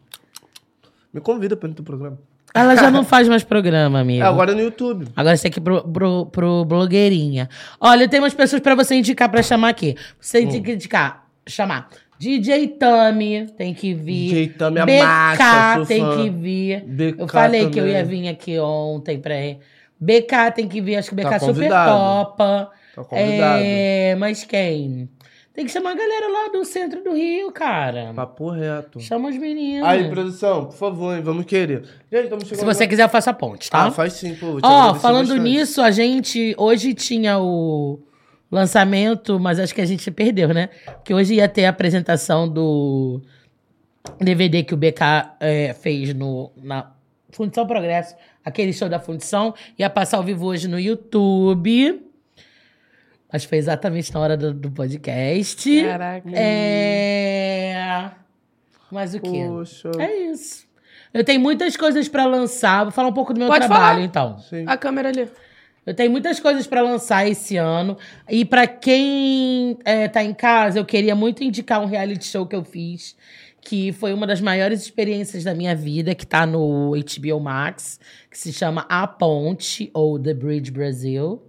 S3: Me convida pra ir no teu programa.
S1: Ela já não faz mais programa,
S3: É,
S1: amigo. agora...
S3: agora no YouTube.
S1: isso aqui pro, pro, pro blogueirinha. Olha, eu tenho umas pessoas pra você indicar pra chamar aqui. Você
S3: Hum.
S1: tem que indicar, chamar. DJ Tami tem que vir.
S3: DJ Tami é
S1: BK
S3: massa, sou
S1: tem
S3: fã.
S1: que vir.
S3: BK
S1: eu falei que eu
S3: também.
S1: ia vir aqui ontem pra. BK tem que vir, acho que BK
S3: Tá
S1: super
S3: convidado.
S1: topa.
S3: Tá convidado.
S1: É, mas quem? Tem que chamar a galera lá do centro do Rio, cara.
S3: Papo reto.
S1: Chama os meninos.
S3: Tá Aí, produção, por favor, hein, vamos querer. Gente, estamos chegando.
S1: Se você quiser, eu faço a ponte, tá?
S3: Ah, faz sim, pô. eu te
S1: Ó,
S3: agradeci
S1: falando
S3: bastante.
S1: nisso, a gente hoje tinha o lançamento, mas acho que a gente perdeu, né? Porque hoje ia ter a apresentação do DVD que o BK eh, fez no, na Fundição Progresso, aquele show da Fundição, ia passar ao vivo hoje no YouTube. Mas foi exatamente na hora do, do podcast.
S2: Caraca.
S1: É... Mas o quê?
S3: Poxa.
S1: É isso. Eu tenho muitas coisas pra lançar. Vou falar um pouco do meu
S2: Pode
S1: trabalho,
S2: falar.
S1: então.
S3: Sim.
S2: A câmera ali.
S1: Eu tenho muitas coisas pra lançar esse ano. E pra quem é, tá em casa, eu queria muito indicar um reality show que eu fiz, que foi uma das maiores experiências da minha vida, que tá no HBO Max, que se chama A Ponte, ou The Bridge Brasil.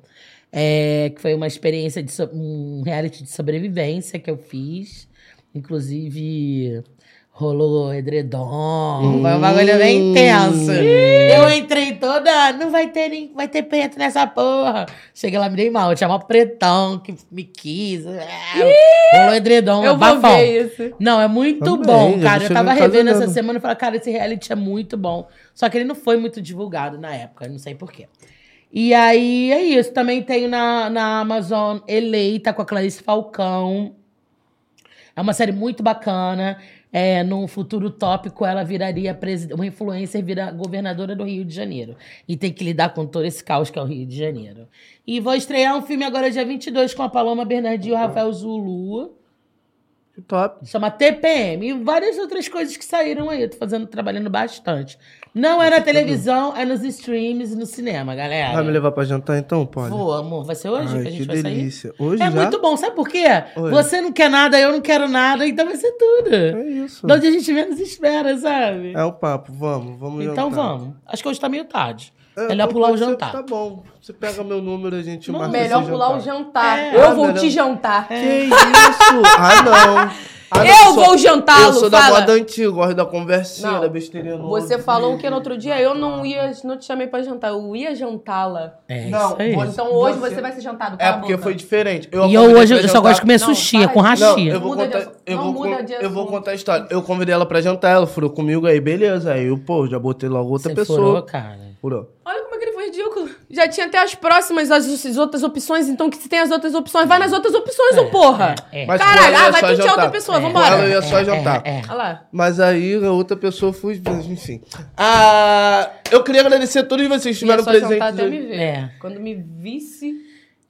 S1: É, que foi uma experiência de so- um reality de sobrevivência que eu fiz. Inclusive, rolou edredom. Foi um bagulho bem intenso. Eu entrei toda. Não vai ter nem. Vai ter preto nessa porra. Cheguei lá, me dei mal. Tinha um pretão que me quis. Ah, Rolou edredom.
S2: eu vou
S1: bafão.
S2: ver isso.
S1: Não, é muito
S3: Também,
S1: bom,
S3: já
S1: cara. Eu
S3: deixa
S1: tava
S3: eu fazer
S1: revendo essa
S3: nada.
S1: semana e falei, cara, esse reality é muito bom. Só que ele não foi muito divulgado na época, eu não sei porquê. E aí é isso. Também tenho na, na Amazon Eleita com a Clarice Falcão. É uma série muito bacana. É, num futuro tópico, ela viraria presi- uma influencer vira governadora do Rio de Janeiro. E tem que lidar com todo esse caos que é o Rio de Janeiro. E vou estrear um filme agora, dia 22, com a Paloma Bernardinho e o Rafael Zulu.
S3: Que top.
S1: Chama TPM e várias outras coisas que saíram aí. Eu tô fazendo, trabalhando bastante. Não é na televisão, é nos streams e no cinema, galera.
S3: tá Vai me levar pra jantar então, pode?
S1: Vou, amor. Vai ser hoje que a
S3: Ai,
S1: gente
S3: que
S1: vai
S3: delícia.
S1: sair?
S3: Hoje
S1: é
S3: já?
S1: muito bom, sabe por quê?
S3: Oi.
S1: Você não quer nada, eu não quero nada, então vai ser tudo.
S3: É isso.
S1: De onde a gente menos espera, sabe?
S3: É o papo, vamos, vamos
S1: então
S3: jantar.
S1: vamos. Acho que hoje tá meio tarde.
S3: É,
S1: Melhor
S3: então
S1: pular o
S3: você-
S1: jantar.
S3: Tá bom. Você pega meu número, a gente
S1: Não,
S3: marca
S2: Melhor
S3: esse
S2: pular o
S3: jantar.
S2: jantar.
S1: É.
S2: Eu
S3: Ah,
S2: vou
S3: melhor-
S2: te jantar.
S3: Que isso? Ah, não. Ah, não,
S2: eu
S3: sou-
S2: vou jantá-lo,
S3: Eu sou da
S2: fala.
S3: moda antiga, gosto da conversinha,
S2: Não.
S3: da besteirinha no
S2: Você
S3: ouvido.
S2: falou que no outro dia eu não ia, não te chamei pra jantar, eu ia jantá-la.
S1: É
S3: Não,
S1: isso aí.
S3: você-
S2: Então hoje você,
S3: Você-
S2: vai ser jantado, cala
S3: É
S2: a
S3: porque
S2: boca.
S3: foi diferente.
S1: E
S3: a
S1: eu
S3: convidei
S1: hoje
S3: pra
S1: eu só gosto de
S3: jantar.
S1: comer
S2: Não,
S1: sushi, é
S2: para
S1: com
S2: de-
S3: Não,
S1: rachia.
S3: eu vou,
S2: Muda de
S3: contar,
S2: assu-
S3: eu,
S2: não
S3: vou,
S2: muda
S3: con-
S2: de
S3: eu vou
S2: assunto.
S3: contar a história. Eu convidei ela pra jantar, ela furou comigo aí, beleza. Aí eu, pô, já botei logo outra
S1: Você
S3: pessoa.
S1: furou, cara.
S3: Furou.
S2: Olha como é que ele foi ridículo. Já tinha até as próximas, as, as outras opções, então que se tem as outras opções, vai nas outras opções, ô porra.
S1: É.
S3: Mas
S2: Caralho,
S3: com ela eu
S2: ah,
S3: ia
S2: vai
S3: só
S2: ter que tirar outra
S3: jantar.
S2: pessoa,
S1: É,
S2: vambora.
S3: Ela ia só
S1: é,
S3: jantar.
S1: é, é.
S2: Olha lá.
S3: Mas aí a outra pessoa foi, enfim. Ah, eu queria agradecer a todos vocês que
S2: Ia
S3: estiveram
S2: só jantar
S3: presentes.
S2: até me
S3: hoje.
S2: ver.
S1: É.
S2: Quando me visse...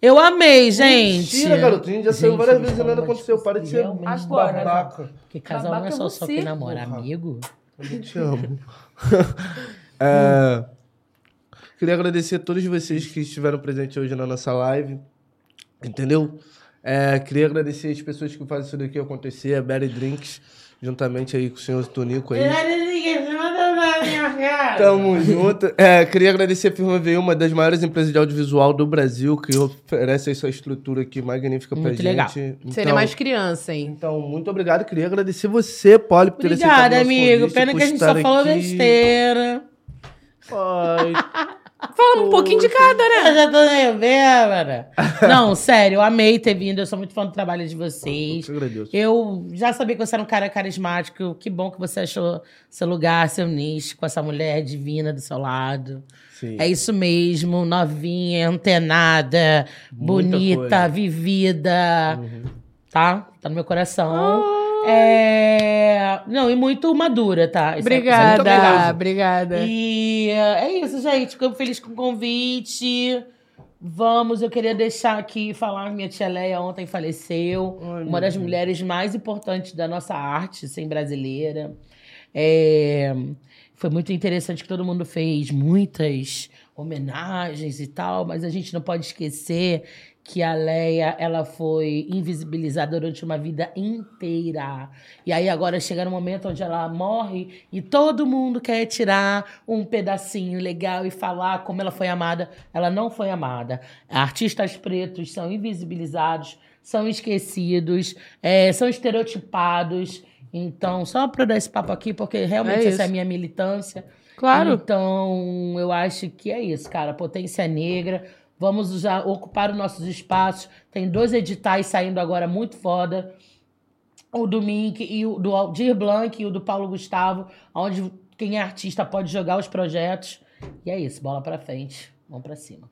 S1: Eu amei, gente.
S3: Mentira, garoto. A gente já saiu
S1: Gente, é
S3: várias
S1: mas
S3: vezes e nada
S1: como
S3: aconteceu. Para de ser um
S1: realmente
S2: Agora.
S3: babaca.
S1: Porque casal não é
S2: Babaca
S1: só
S2: é
S1: só
S2: você.
S1: que namora,
S3: Porra.
S1: amigo.
S3: Eu te amo. É, queria agradecer a todos vocês que estiveram presentes hoje na nossa live. Entendeu? É, queria agradecer as pessoas que fazem isso daqui acontecer, a Berry Drinks, juntamente aí com o senhor Tonico aí. Tamo junto. É, queria agradecer a Firma V1, uma das maiores empresas de audiovisual do Brasil, que oferece essa estrutura aqui magnífica pra
S1: Muito
S3: gente.
S1: legal.
S3: Então,
S2: Seria mais criança, hein?
S3: Então, muito obrigado. Queria agradecer você, Poli, por ter aceitado
S1: Obrigada,
S3: nosso
S1: amigo.
S3: convite,
S1: Pena
S3: por
S1: que a gente
S3: estar
S1: só falou
S3: aqui.
S1: besteira.
S3: Ai,
S2: Falando um pouquinho de cada, né?
S1: Eu já tô meio bêbada. Não, sério, eu amei ter vindo. Eu sou muito fã do trabalho de vocês.
S3: te agradeço.
S1: Eu já sabia que você era um cara carismático. Que bom que você achou seu lugar, seu nicho, com essa mulher divina do seu lado.
S3: Sim.
S1: É isso mesmo, novinha, antenada,
S3: Muita
S1: bonita,
S3: coisa.
S1: vivida. Tá? Tá no meu coração. É... Não, e muito madura, tá? Isso é- isso é muito
S2: Obrigada,
S1: obrigado.
S2: obrigada.
S1: E eh, é isso, gente. Ficamos felizes com o convite. Vamos, eu queria deixar aqui falar minha tia Leia ontem faleceu,
S3: Ai,
S1: uma das mulheres mais importantes da nossa arte, sem brasileira. É, foi muito interessante que todo mundo fez muitas homenagens e tal, mas a gente não pode esquecer que a Leia ela foi invisibilizada durante uma vida inteira. E aí agora chega no momento onde ela morre e todo mundo quer tirar um pedacinho legal e falar como ela foi amada. Ela não foi amada. Artistas pretos são invisibilizados, são esquecidos, eh, são estereotipados. Então, só para dar esse papo aqui, porque realmente
S2: É isso.
S1: essa é a minha militância. Hum.
S2: Claro.
S1: Então, eu acho que é isso, cara. Potência negra. Vamos usar, ocupar os nossos espaços. Tem dois editais saindo agora muito foda. O do Mink e o do Aldir Blanc e o do Paulo Gustavo, onde quem é artista pode jogar os projetos. E é isso, bola pra frente. Vamos pra cima.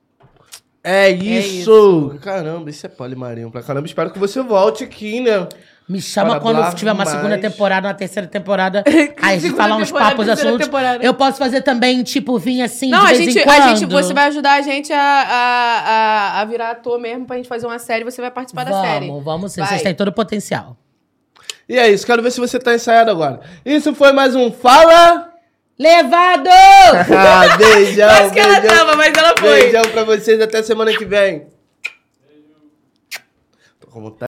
S3: É
S2: isso.
S3: isso! Caramba, isso é polimarinho pra caramba. Espero que você volte aqui, né?
S1: Me chama
S3: Bora,
S1: quando
S3: Blar,
S1: tiver uma
S3: mais.
S1: segunda temporada, uma terceira temporada. Aí a gente falar uns papos, assuntos. Eu posso fazer também, tipo, vir assim
S2: Não,
S1: de
S2: a
S1: vez
S2: gente,
S1: em
S2: a
S1: quando.
S2: gente, você vai ajudar a gente a, a, a, a virar ator mesmo pra gente fazer uma série. Você vai participar da série.
S1: Vamos, vamos sim.
S2: Vai.
S1: Vocês têm todo o potencial.
S3: E é isso, quero ver se você tá ensaiado agora. Isso foi mais um Fala!
S1: Levado!
S3: Ah, beijão,
S2: Quase que ela
S3: beijão.
S2: tava, mas ela foi.
S3: Beijão pra vocês, até semana que vem. Tô com vontade.